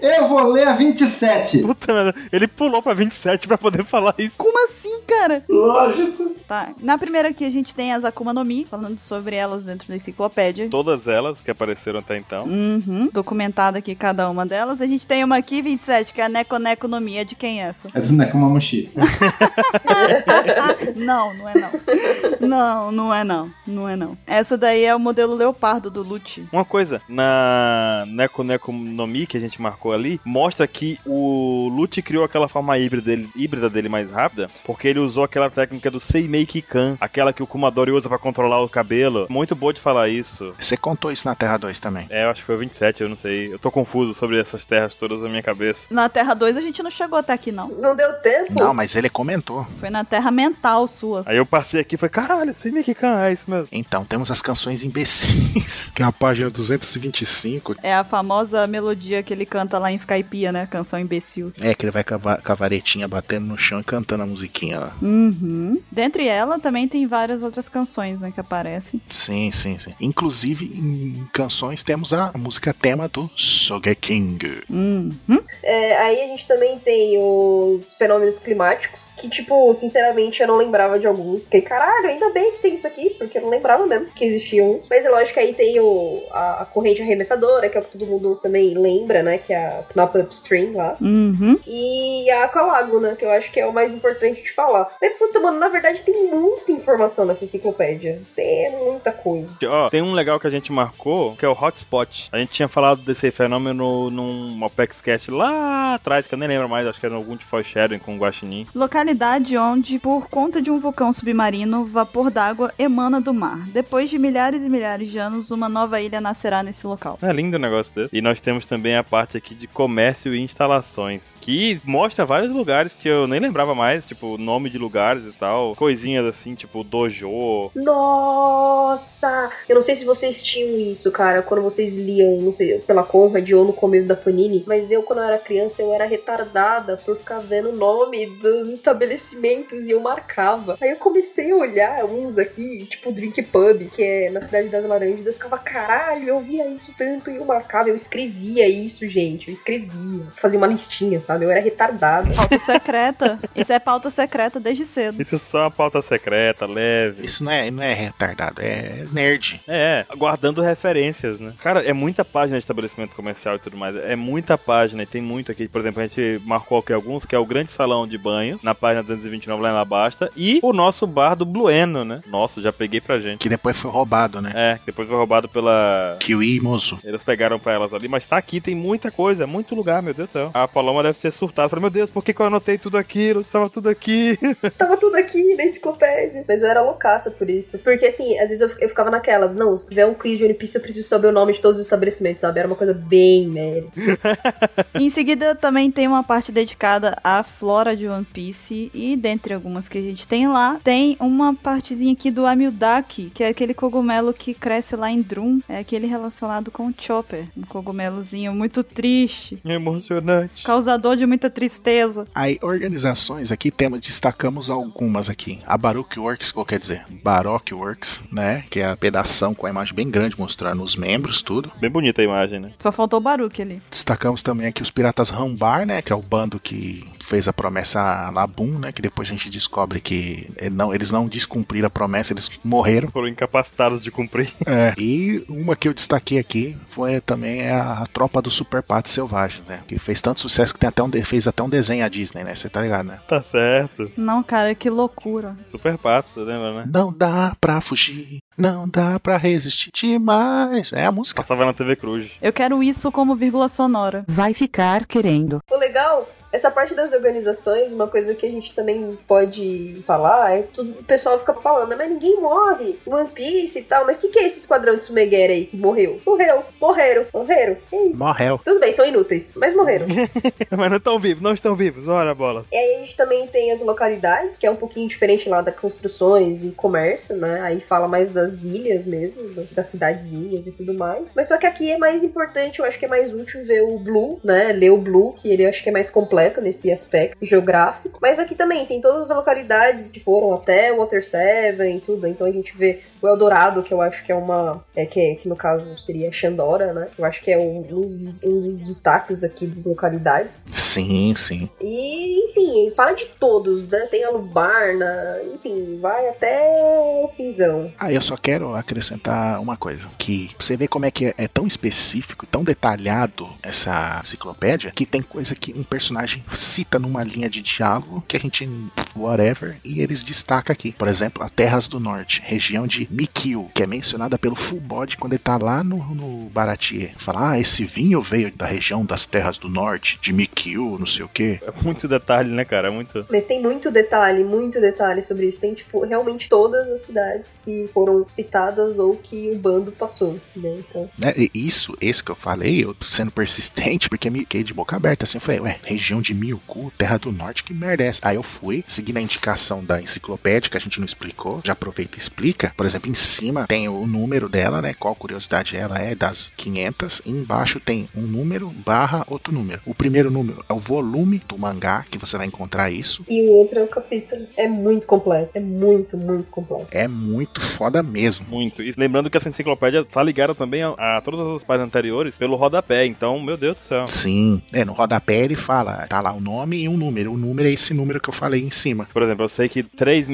[SPEAKER 7] Eu vou ler a 27.
[SPEAKER 3] Puta merda, ele pulou pra 27 pra poder falar isso.
[SPEAKER 1] Como assim, cara?
[SPEAKER 7] Lógico.
[SPEAKER 1] Tá. Na primeira aqui a gente tem as Akuma no Mi, falando sobre elas dentro da enciclopédia.
[SPEAKER 3] Todas elas que apareceram até então.
[SPEAKER 1] Uhum. Documentada aqui cada uma delas. A gente tem uma aqui, 27, que é a Neko Neko no Mi. É de quem é essa? <laughs>
[SPEAKER 7] É do Nekomamushi.
[SPEAKER 1] não, não é não. Não, não é não. Não é não. Essa daí é o modelo leopardo do Lute.
[SPEAKER 3] Uma coisa, na Neko Neko no Mi que a gente marcou ali, mostra que o Lute criou aquela forma híbrida dele, híbrida dele mais rápida, porque ele usou aquela técnica do Seimei Kikan, aquela que o Kumadori usa pra controlar o cabelo. Muito boa de falar isso.
[SPEAKER 2] Você contou isso na Terra 2 também.
[SPEAKER 3] É, eu acho que foi o 27, eu não sei. Eu tô confuso sobre essas terras todas na minha cabeça.
[SPEAKER 1] Na Terra 2 a gente não chegou até aqui, não.
[SPEAKER 4] Não deu tempo?
[SPEAKER 2] Não, mas ele comentou.
[SPEAKER 1] Foi na Terra mental sua.
[SPEAKER 3] Aí eu passei aqui e falei, caralho, Seimei Kikan, é isso mesmo.
[SPEAKER 2] Então, temos as canções imbecis, <laughs> que é a página 225.
[SPEAKER 1] É a famosa melodia que ele canta lá em Skypiea, né? Canção imbecil.
[SPEAKER 2] É, que ele vai com a va- com a varetinha batendo no chão e cantando a musiquinha lá.
[SPEAKER 1] Uhum. Dentre ela também tem várias outras canções, né? Que aparecem.
[SPEAKER 2] Sim, sim, sim. Inclusive, em canções, temos a música tema do Sogeking.
[SPEAKER 1] Uhum.
[SPEAKER 4] É, aí a gente também tem os fenômenos climáticos, que, tipo, sinceramente eu não lembrava de alguns. Fiquei, caralho, ainda bem que tem isso aqui, porque eu não lembrava mesmo que existiam uns. Mas é lógico que aí tem o, a, a corrente arremessadora, que é o que todo mundo também lembra, né? Que é a Knop Upstream lá.
[SPEAKER 1] Uhum.
[SPEAKER 4] E a Calago, né? Que eu acho que é o mais importante de falar. Mas, puta, mano, na verdade tem muita informação nessa enciclopédia. Tem muita coisa.
[SPEAKER 3] Ó, tem um legal que a gente marcou, que é o hotspot. A gente tinha falado desse fenômeno num Apexcast lá atrás, que eu nem lembro mais, acho que era algum de foreshadowing com o Guaxinim.
[SPEAKER 1] Localidade onde, por conta de um vulcão submarino, vapor d'água emana do mar. Depois de milhares e milhares de anos, uma nova ilha nascerá nesse local.
[SPEAKER 3] É lindo o negócio desse. E nós temos também a parte aqui de comércio e instalações, que mostra vários lugares que eu nem lembrava mais, tipo, nome de lugares e tal, coisinhas assim, tipo dojo.
[SPEAKER 4] Nossa! Eu não sei se vocês tinham isso, cara, quando vocês liam, não sei, pela Conrad ou no começo da Panini, mas eu, quando eu era criança, eu era retardada por ficar vendo o nome dos estabelecimentos e eu marcava. Aí eu comecei a olhar uns aqui, tipo Drink Pub, que é na Cidade das Laranjas, eu ficava, caralho, eu via isso tanto e eu marcava, eu escrevia isso, gente. Eu escrevia, fazia uma listinha, sabe? Eu era retardada.
[SPEAKER 1] Pauta secreta. Isso é pauta secreta desde cedo.
[SPEAKER 3] Isso é só uma pauta secreta, leve.
[SPEAKER 2] Isso não é, não é retardado, é nerd.
[SPEAKER 3] É, guardando referências, né? Cara, é muita página de estabelecimento comercial e tudo mais. É muita página e tem muito aqui. Por exemplo, a gente marcou aqui alguns, que é o Grande Salão de Banho, na página 229 lá em La Basta, e o nosso bar do Blueno, né? Nossa, já peguei pra gente.
[SPEAKER 2] Que depois foi roubado, né?
[SPEAKER 3] É, depois foi roubado pela...
[SPEAKER 2] Kiwi, moço.
[SPEAKER 3] Eles pegaram pra elas ali, mas tá aqui, tem muita coisa, é muito lugar, meu Deus do céu. A Paloma deve ter surtado. Falei, meu Deus, por que, que eu anotei tudo aquilo? Estava tudo aqui. <laughs>
[SPEAKER 4] Tava tudo aqui na enciclopédia. Mas eu era loucaça por isso. Porque assim, às vezes eu, eu ficava naquelas, não, se tiver um quiz de One Piece, eu preciso saber o nome de todos os estabelecimentos, sabe? Era uma coisa bem nerd.
[SPEAKER 1] Em seguida, também tem uma parte dedicada à flora de One Piece. E dentre algumas que a gente tem lá, tem uma partezinha aqui do Amildaki, que é aquele cogumelo que cresce lá em Drum. É aquele relacionado com o Chopper. Um cogumelozinho muito triste.
[SPEAKER 3] É Emocionante.
[SPEAKER 1] Causador de muita tristeza.
[SPEAKER 2] Aí, organizações aqui, temos, destacamos algumas aqui. A Baroque Works, ou quer dizer, Baroque Works, né? Que é a pedação com a imagem bem grande mostrando os membros, tudo.
[SPEAKER 3] Bem bonita a imagem, né?
[SPEAKER 1] Só faltou o Baruque ali.
[SPEAKER 2] Destacamos também aqui os Piratas Rambar, né? Que é o bando que fez a promessa a Labum, né? Que depois a gente descobre que eh, não, eles não descumpriram a promessa, eles morreram.
[SPEAKER 3] Foram incapacitados de cumprir. <laughs>
[SPEAKER 2] É, E uma que eu destaquei aqui foi também a, a tropa do Super Pato Selvagem, né? Que fez tanto sucesso que tem até um de- fez até um desenho a Disney, né? Você tá ligado, né?
[SPEAKER 3] tá certo.
[SPEAKER 1] Não, cara, que loucura.
[SPEAKER 3] Super Pato, você lembra, né?
[SPEAKER 2] Não dá pra fugir, não dá pra resistir demais. É a música.
[SPEAKER 3] Passava na TV Cruz.
[SPEAKER 1] Eu quero isso como vírgula sonora.
[SPEAKER 6] Vai ficar querendo.
[SPEAKER 4] O legal, essa parte das organizações, uma coisa que a gente também pode falar, é tudo o pessoal fica falando, mas ninguém morre, One Piece e tal, mas o que, que é esse esquadrão de Sumegera aí que morreu? Morreu, morreram, morreram. Ei,
[SPEAKER 2] Morreu.
[SPEAKER 4] Tudo bem, são inúteis, mas morreram.
[SPEAKER 3] <laughs> Mas não estão vivos, não estão vivos. Ora, bolas.
[SPEAKER 4] E aí a gente também tem as localidades, que é um pouquinho diferente lá da construções e comércio, né? Aí fala mais das ilhas mesmo, da- das cidadezinhas e tudo mais. Mas só que aqui é mais importante, eu acho que é mais útil ver o Blue, né? Ler o Blue, que ele eu acho que é mais completo nesse aspecto geográfico. Mas aqui também tem todas as localidades que foram até o Water Seven e tudo. Então a gente vê o Eldorado, que eu acho que é uma. É, que, que no caso seria Xandora, né? Eu acho que é um, um- um dos destaques aqui das localidades.
[SPEAKER 2] Sim, sim.
[SPEAKER 4] E, enfim, fala de todos, né? Tem a Lubarna, enfim, vai até o Pinzão.
[SPEAKER 2] Ah, eu só quero acrescentar uma coisa. Que você vê como é que é, é tão específico, tão detalhado essa enciclopédia, que tem coisa que um personagem cita numa linha de diálogo que a gente. whatever, e eles destacam aqui. Por exemplo, a Terras do Norte, região de Mikio, que é mencionada pelo Full Body quando ele tá lá no, no Baratier. Fala, ah, esse vinho veio da região das Terras do Norte, de Mikio, não sei o quê.
[SPEAKER 3] É muito detalhe, né, cara? É muito.
[SPEAKER 4] Mas tem muito detalhe, muito detalhe sobre isso. Tem, tipo, realmente todas as cidades que foram citadas ou que o bando passou, né? Então,
[SPEAKER 2] né? E isso, esse que eu falei, eu tô sendo persistente, porque me fiquei de boca aberta. Assim, eu falei, ué, região de Miuku, Terra do Norte, que merda é essa? Aí eu fui, seguindo a indicação da enciclopédia, que a gente não explicou, já aproveita e explica. Por exemplo, em cima tem o número dela, né? Qual curiosidade ela é das 500. E embaixo tem um número barra outro número. O primeiro número é o volume do mangá, que você vai encontrar isso.
[SPEAKER 4] e o outro é o capítulo. É muito completo, é muito, muito completo.
[SPEAKER 2] É muito foda mesmo.
[SPEAKER 3] Muito. E lembrando que essa enciclopédia tá ligada também a, a todas as páginas anteriores pelo rodapé. Então, meu Deus do céu.
[SPEAKER 2] Sim, é, no rodapé ele fala, tá lá o nome e um número. O número é esse número que eu falei em cima.
[SPEAKER 3] Por exemplo, eu sei que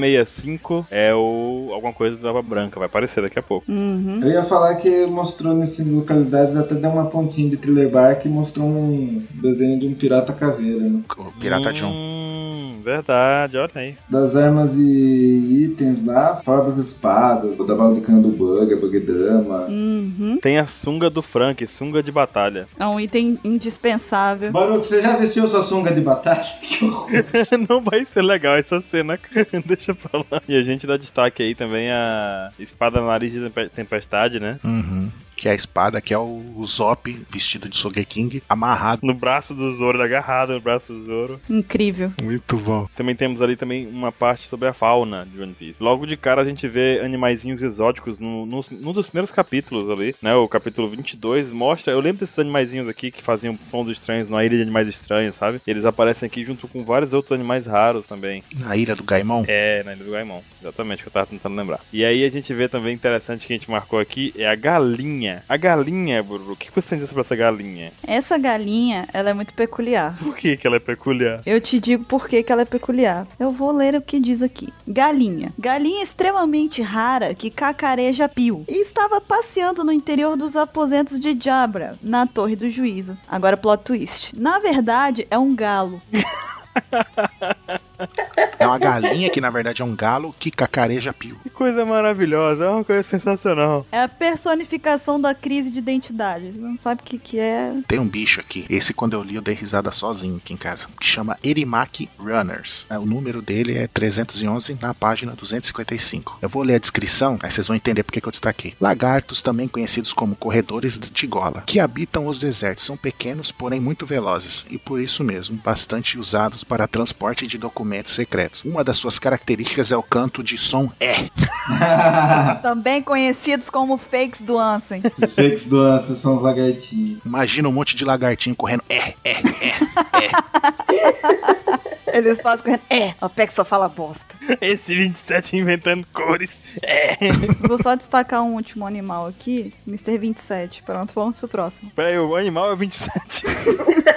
[SPEAKER 3] 365 é o. alguma coisa da Aba branca, vai aparecer daqui a pouco.
[SPEAKER 1] Uhum.
[SPEAKER 7] Eu ia falar que mostrou nessas localidades até deu uma pontinha de thriller bar que mostrou um desenho de um pirata caveira, né?
[SPEAKER 2] O Pirata um. John.
[SPEAKER 3] Hum, verdade, olha aí.
[SPEAKER 7] Das armas e itens lá, fora das espadas, da bala de canhão do Bug, a Bug Dama.
[SPEAKER 1] Uhum.
[SPEAKER 3] Tem a sunga do Frank, sunga de batalha.
[SPEAKER 1] É um item indispensável.
[SPEAKER 7] Baruco, você já vestiu sua sunga de batalha? <laughs> Que horror.
[SPEAKER 3] <laughs> Não vai ser legal essa cena, <laughs> deixa pra lá. E a gente dá destaque aí também a espada nariz de Tempe- tempestade, né?
[SPEAKER 2] Uhum. Que é a espada, que é o Zop vestido de Sogeking, amarrado.
[SPEAKER 3] No braço do Zoro, é agarrado no braço do Zoro.
[SPEAKER 1] Incrível.
[SPEAKER 2] Muito bom.
[SPEAKER 3] Também temos ali também uma parte sobre a fauna de One Piece. Logo de cara a gente vê animaizinhos exóticos no, no, num dos primeiros capítulos ali, né? O capítulo 22 mostra... Eu lembro desses animaizinhos aqui que faziam sons estranhos na ilha de animais estranhos, sabe? Eles aparecem aqui junto com vários outros animais raros também.
[SPEAKER 2] Na ilha do Gaimon.
[SPEAKER 3] É, na Ilha do Gaimon. Exatamente, que eu tava tentando lembrar. E aí a gente vê também, interessante que a gente marcou aqui, é a galinha galinha. A galinha, Bruno. O que você tem a dizer sobre essa galinha?
[SPEAKER 1] Essa galinha, ela é muito peculiar.
[SPEAKER 3] Por que, que ela é peculiar?
[SPEAKER 1] Eu te digo por que, que ela é peculiar. Eu vou ler o que diz aqui. Galinha. Galinha extremamente rara que cacareja pio. E estava passeando no interior dos aposentos de Jabra, na Torre do Juízo. Agora plot twist. Na verdade, é um galo.
[SPEAKER 2] É uma galinha que, na verdade, é um galo que cacareja pio.
[SPEAKER 3] Que coisa maravilhosa, é uma coisa sensacional.
[SPEAKER 1] É a personificação da crise de identidade. Você não sabe o que, que é.
[SPEAKER 2] Tem um bicho aqui. Esse, quando eu li, eu dei risada sozinho aqui em casa. Que chama Erimaki Runners. É, O número dele é 311 na página 255. Eu vou ler a descrição, aí vocês vão entender porque que eu destaquei. Lagartos, também conhecidos como corredores de tigola, que habitam os desertos. São pequenos, porém muito velozes. E por isso mesmo, bastante usados para transporte de documentos secretos. Uma das suas características é o canto de som é.
[SPEAKER 1] Também conhecidos como fakes do Ansem.
[SPEAKER 7] Os fakes do Ansa são os lagartinhos.
[SPEAKER 2] Imagina um monte de lagartinho correndo é, é,
[SPEAKER 1] Eles passam correndo. É, a PEC só fala bosta.
[SPEAKER 3] <laughs> Esse 27 inventando cores. É.
[SPEAKER 1] Vou só destacar um último animal aqui, Mr. 27. Pronto, vamos pro próximo.
[SPEAKER 3] Peraí, o animal é o 27.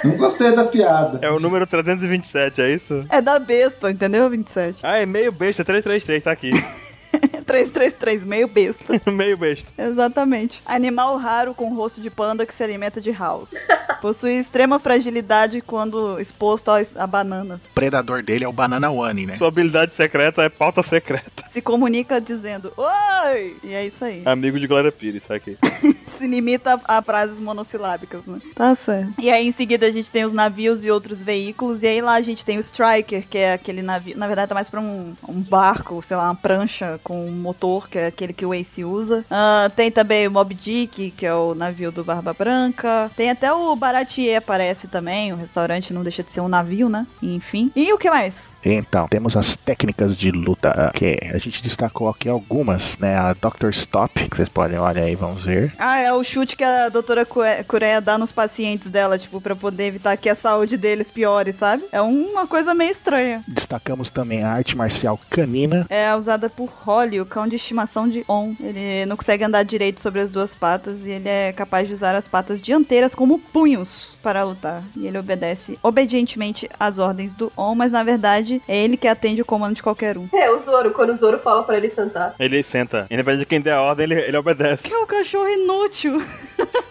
[SPEAKER 7] Não gostei da piada.
[SPEAKER 3] É o número 327, é isso?
[SPEAKER 1] É da besta, entendeu? <laughs> 27.
[SPEAKER 3] Ah, é meio besta, 333, tá aqui. <laughs>
[SPEAKER 1] 333, meio besta.
[SPEAKER 3] meio besta.
[SPEAKER 1] Exatamente. Animal raro com rosto de panda que se alimenta de house. Possui extrema fragilidade quando exposto a, a bananas.
[SPEAKER 2] O predador dele é o Banana One, né?
[SPEAKER 3] Sua habilidade secreta é pauta secreta.
[SPEAKER 1] Se comunica dizendo Oi! E é isso aí.
[SPEAKER 3] Amigo de Glória Pires, tá aqui.
[SPEAKER 1] <laughs> se limita a, a frases monossilábicas, né? Tá certo. E aí em seguida a gente tem os navios e outros veículos. E aí lá a gente tem o Striker, que é aquele navio. Na verdade, tá mais pra um, um barco, sei lá, uma prancha com um motor, que é aquele que o Ace usa. Ah, tem também o Mob Dick, que é o navio do Barba Branca. Tem até o Baratier aparece também. O restaurante não deixa de ser um navio, né? Enfim. E o que mais?
[SPEAKER 2] Então, temos as técnicas de luta, que a gente destacou aqui algumas, né? A Dr. Stop, que vocês podem olhar aí, vamos ver.
[SPEAKER 1] Ah, é o chute que a doutora Cue- Cureia dá nos pacientes dela, tipo, pra poder evitar que a saúde deles piore, sabe? É uma coisa meio estranha.
[SPEAKER 2] Destacamos também a arte marcial canina.
[SPEAKER 1] É usada por Holly, o cão de estimação de On. Ele não consegue andar direito sobre as duas patas e ele é capaz de usar as patas dianteiras como punhos para lutar. E ele obedece obedientemente às ordens do On, mas na verdade é ele que atende o comando de qualquer um.
[SPEAKER 4] É, o Zoro, quando o Zoro fala pra ele sentar.
[SPEAKER 3] Ele senta. Independente de quem der a ordem, ele, ele obedece. <laughs>
[SPEAKER 1] Que é um cachorro inútil.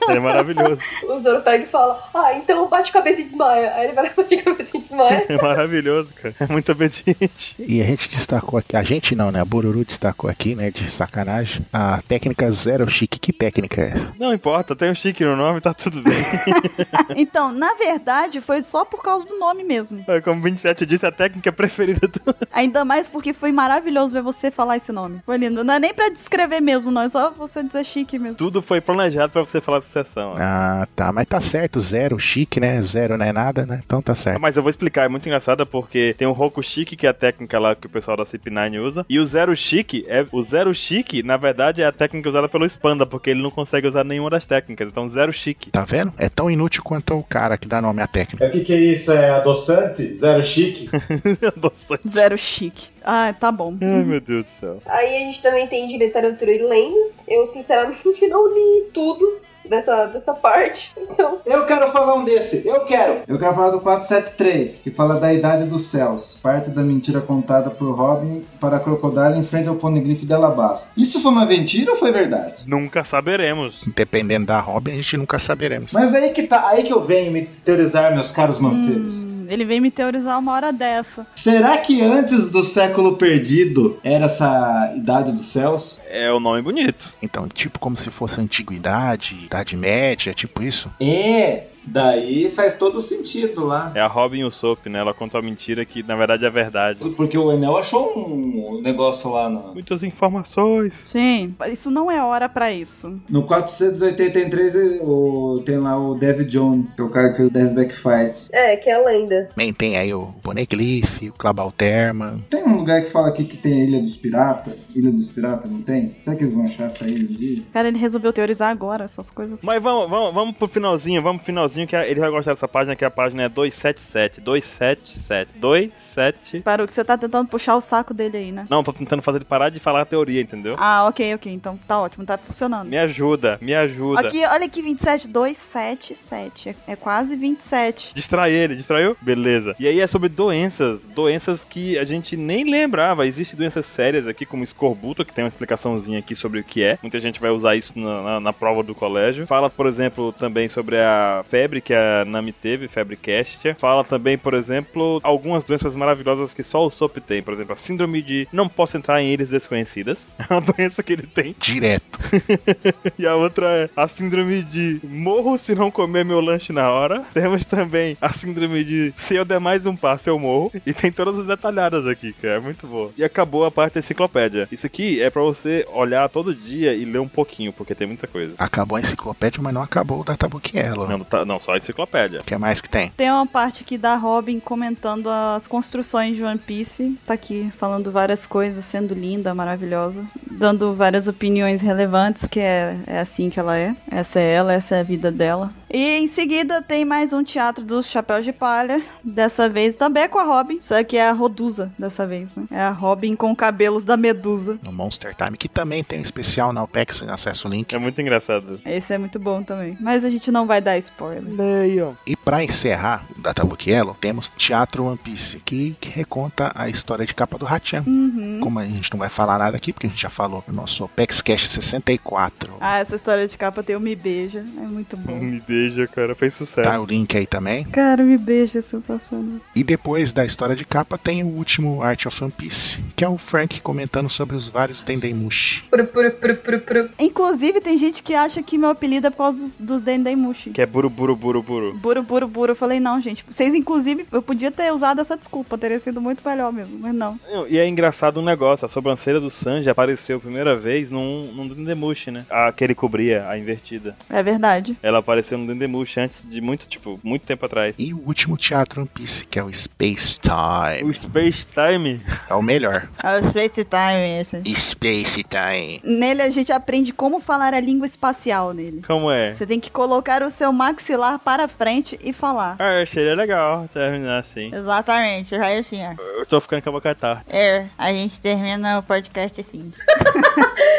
[SPEAKER 3] Ele é maravilhoso.
[SPEAKER 4] O Zoro pega e fala, ah, então bate cabeça e desmaia. Aí ele vai lá, bate cabeça e desmaia.
[SPEAKER 3] É maravilhoso, cara. É muito obediente.
[SPEAKER 2] E a gente destacou aqui, a gente não, né? A Bururu destacou aqui, né? De sacanagem. A técnica zero chique. Que técnica é essa?
[SPEAKER 3] Não importa, tem um chique no nome, tá tudo <laughs> bem.
[SPEAKER 1] <laughs> então, na verdade, foi só por causa do nome mesmo.
[SPEAKER 3] É, Como 27 disse, a técnica preferida do...
[SPEAKER 1] Ainda mais porque foi maravilhoso ver você falar esse nome. Foi lindo. Não é nem pra descrever mesmo, não. É só você dizer chique mesmo.
[SPEAKER 3] Tudo foi planejado pra você falar de sucessão. ó.
[SPEAKER 2] Ah, tá. Mas tá certo, zero chique, né? Zero não é nada, né? Então tá certo.
[SPEAKER 3] Mas eu vou explicar, é muito engraçada porque tem o Roku Chique, que é a técnica lá que o pessoal da CP9 usa, e o Zero Chique, é, o Zero Chique, na verdade, é a técnica usada pelo Spanda, porque ele não consegue usar nenhuma das técnicas, então Zero Chique. <laughs>
[SPEAKER 2] Tá vendo? É tão inútil quanto o cara que dá nome à técnica.
[SPEAKER 7] É o que, que é isso? É adoçante? Zero chique?
[SPEAKER 3] Nossa.
[SPEAKER 1] Zero chique. Ah, tá bom.
[SPEAKER 3] Ai, meu Deus do céu.
[SPEAKER 4] Aí a gente também tem de literatura e lens. Eu, sinceramente, <laughs> não li tudo dessa, dessa parte. Então,
[SPEAKER 7] Eu quero falar um desse, eu quero! Eu quero falar do 473, que fala da idade dos céus. Parte da mentira contada por Robin para a Crocodile em frente ao poneglyph de Alabasta. Isso foi uma mentira ou foi verdade?
[SPEAKER 3] Nunca saberemos.
[SPEAKER 2] Dependendo da Robin, a gente nunca saberemos.
[SPEAKER 7] Mas aí que tá, aí que eu venho me teorizar, meus caros mancebos.
[SPEAKER 1] Hum, Ele veio me teorizar uma hora dessa.
[SPEAKER 7] Será que antes do século perdido era essa idade dos céus?
[SPEAKER 3] É o nome bonito.
[SPEAKER 2] Então, tipo como se fosse antiguidade, idade média, tipo isso.
[SPEAKER 7] É, daí faz todo sentido lá.
[SPEAKER 3] É a Robin Usopp, né? Ela conta uma mentira que, na verdade, é verdade.
[SPEAKER 7] Porque o Enel achou um negócio lá no,
[SPEAKER 3] Muitas informações.
[SPEAKER 1] Sim, isso não é hora pra isso.
[SPEAKER 7] No 483 ele- o- tem lá o Dev Jones, que é o cara que fez o Dev Backfight.
[SPEAKER 4] é, que é a lenda.
[SPEAKER 2] Bem, tem aí o Poneglyph, o Clabalterman.
[SPEAKER 7] Tem uns lugar que fala aqui que tem a Ilha dos Piratas? Ilha dos Piratas, não tem? Será que eles vão achar essa ilha um dia?
[SPEAKER 1] Cara, ele resolveu teorizar agora essas coisas.
[SPEAKER 3] Mas vamos, vamos, vamos pro finalzinho, vamos pro finalzinho, que é, ele vai gostar dessa página, que a página é 277, 277, 27...
[SPEAKER 1] Parou que você tá tentando puxar o saco dele aí, né?
[SPEAKER 3] Não, tô tentando fazer ele parar de falar a teoria, entendeu?
[SPEAKER 1] Ah, ok, ok. Então tá ótimo, tá funcionando.
[SPEAKER 3] Me ajuda, me ajuda.
[SPEAKER 1] Aqui, olha aqui, 27, 277. É, é quase 27.
[SPEAKER 3] Distrai ele, distraiu? Beleza. E aí é sobre doenças, doenças que a gente nem lembrava. Existem doenças sérias aqui, como escorbuto, que tem uma explicaçãozinha aqui sobre o que é. Muita gente vai usar isso na, na- na prova do colégio. Fala, por exemplo, também sobre a febre que a Nami teve, febre castia. Fala também, por exemplo, algumas doenças maravilhosas que só o Sop tem. Por exemplo, a síndrome de não posso entrar em eles desconhecidas. <laughs> É uma doença que ele tem.
[SPEAKER 2] Direto.
[SPEAKER 3] <laughs> E a outra é a síndrome de morro se não comer meu lanche na hora. Temos também a síndrome de se eu der mais um passo eu morro. E tem todas as detalhadas aqui, cara. É muito boa. E acabou a parte da enciclopédia. Isso aqui é pra você olhar todo dia e ler um pouquinho, porque tem muita coisa.
[SPEAKER 2] Acabou a enciclopédia, mas não acabou o Databuquielo.
[SPEAKER 3] Não, tá- não só a enciclopédia.
[SPEAKER 2] O que mais que tem?
[SPEAKER 1] Tem uma parte aqui da Robin comentando as construções de One Piece. Tá aqui falando várias coisas, sendo linda, maravilhosa. Dando várias opiniões relevantes, que é, é assim que ela é. Essa é ela, essa é a vida dela. E em seguida tem mais um teatro dos Chapéus de Palha. Dessa vez também é com a Robin, só que é a Rodusa dessa vez, né? É a Robin com cabelos da Medusa.
[SPEAKER 2] No Monster Time, que também tem um especial na OPEX, acessa o link.
[SPEAKER 3] É muito engraçado. <laughs>
[SPEAKER 1] Esse é muito bom também. Mas a gente não vai dar spoiler.
[SPEAKER 3] Leiam.
[SPEAKER 2] E pra encerrar o Databuquielo, temos Teatro One Piece, que, que reconta a história de capa do Hachan.
[SPEAKER 1] Uhum.
[SPEAKER 2] Como a gente não vai falar nada aqui, porque a gente já falou no nosso OPEX Cash 64.
[SPEAKER 1] Ah, essa história de capa tem o Me Beija. É muito bom.
[SPEAKER 3] Me beija, cara. Fez sucesso.
[SPEAKER 2] Tá o link aí também.
[SPEAKER 1] Cara, Me Beija é sensacional.
[SPEAKER 2] E depois da história de capa tem o último Art of One Piece, que é o Frank comentando sobre os vários Dendemushi.
[SPEAKER 4] Pru, pru, pru, pru, pru.
[SPEAKER 1] Inclusive, tem gente que acha que meu apelido é por causa dos, dos Dendemushi.
[SPEAKER 3] Que é buru, buru, buru, buru.
[SPEAKER 1] Buru, buru, buru. Eu falei, não, gente. Vocês, inclusive, eu podia ter usado essa desculpa. Teria sido muito melhor mesmo, mas não.
[SPEAKER 3] Não, E é engraçado um negócio, a sobrancelha do Sanji apareceu a primeira vez num, num Dendemushi, né? A que ele cobria, a invertida.
[SPEAKER 1] É verdade.
[SPEAKER 3] Ela apareceu no Dendemushi antes de muito, tipo, muito tempo atrás.
[SPEAKER 2] E o último teatro One Piece, que é o Space Time.
[SPEAKER 3] O Space Time, <laughs>
[SPEAKER 2] É o melhor.
[SPEAKER 1] É o Space Time, esse.
[SPEAKER 2] Space Time.
[SPEAKER 1] Nele, a gente aprende como falar a língua espacial nele.
[SPEAKER 3] como é?
[SPEAKER 1] Você tem que colocar o seu maxilar para frente e falar.
[SPEAKER 3] Ah, seria legal terminar assim.
[SPEAKER 1] Exatamente, já é assim, ó.
[SPEAKER 3] Eu tô ficando com a boca tarde.
[SPEAKER 1] É, a gente termina o podcast assim.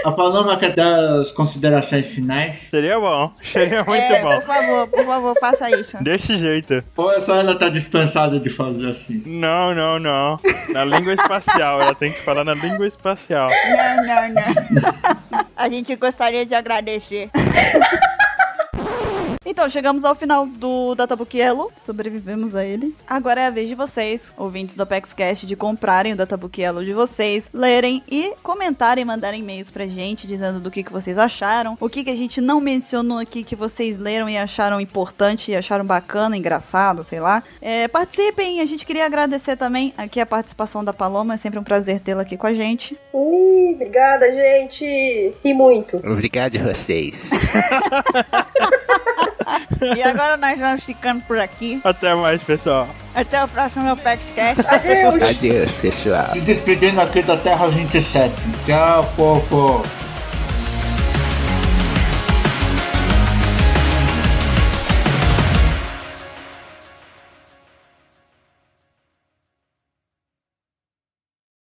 [SPEAKER 8] A Paloma quer dar as é considerações finais.
[SPEAKER 3] Seria bom, <laughs> seria muito
[SPEAKER 1] tá
[SPEAKER 3] bom.
[SPEAKER 1] favor, É, por favor, faça isso.
[SPEAKER 3] Desse jeito.
[SPEAKER 8] Ou é só ela tá dispensada de fazer assim?
[SPEAKER 3] Não, não, não. Na língua espacial, ela tem que falar na língua espacial.
[SPEAKER 1] Não, não, não. <laughs> A gente gostaria de agradecer. <laughs> Então, chegamos ao final do Databuquielo, sobrevivemos a ele. Agora é a vez de vocês, ouvintes do ApexCast, de comprarem o Databuquielo de vocês, lerem e comentarem, mandarem e-mails pra gente, dizendo do que, que vocês acharam, o que, que a gente não mencionou aqui que vocês leram e acharam importante, e acharam bacana, engraçado, sei lá. É, participem, a gente queria agradecer também aqui a participação da Paloma, é sempre um prazer tê-la aqui com a gente.
[SPEAKER 4] Ih, obrigada, gente. Ri muito.
[SPEAKER 2] Obrigado a vocês.
[SPEAKER 1] E agora nós vamos ficando por aqui.
[SPEAKER 3] Até mais, pessoal.
[SPEAKER 1] Até o próximo PaxCast.
[SPEAKER 4] Adeus.
[SPEAKER 2] Adeus, pessoal.
[SPEAKER 8] Se despedindo aqui da Terra 27.
[SPEAKER 7] Tchau, fofo!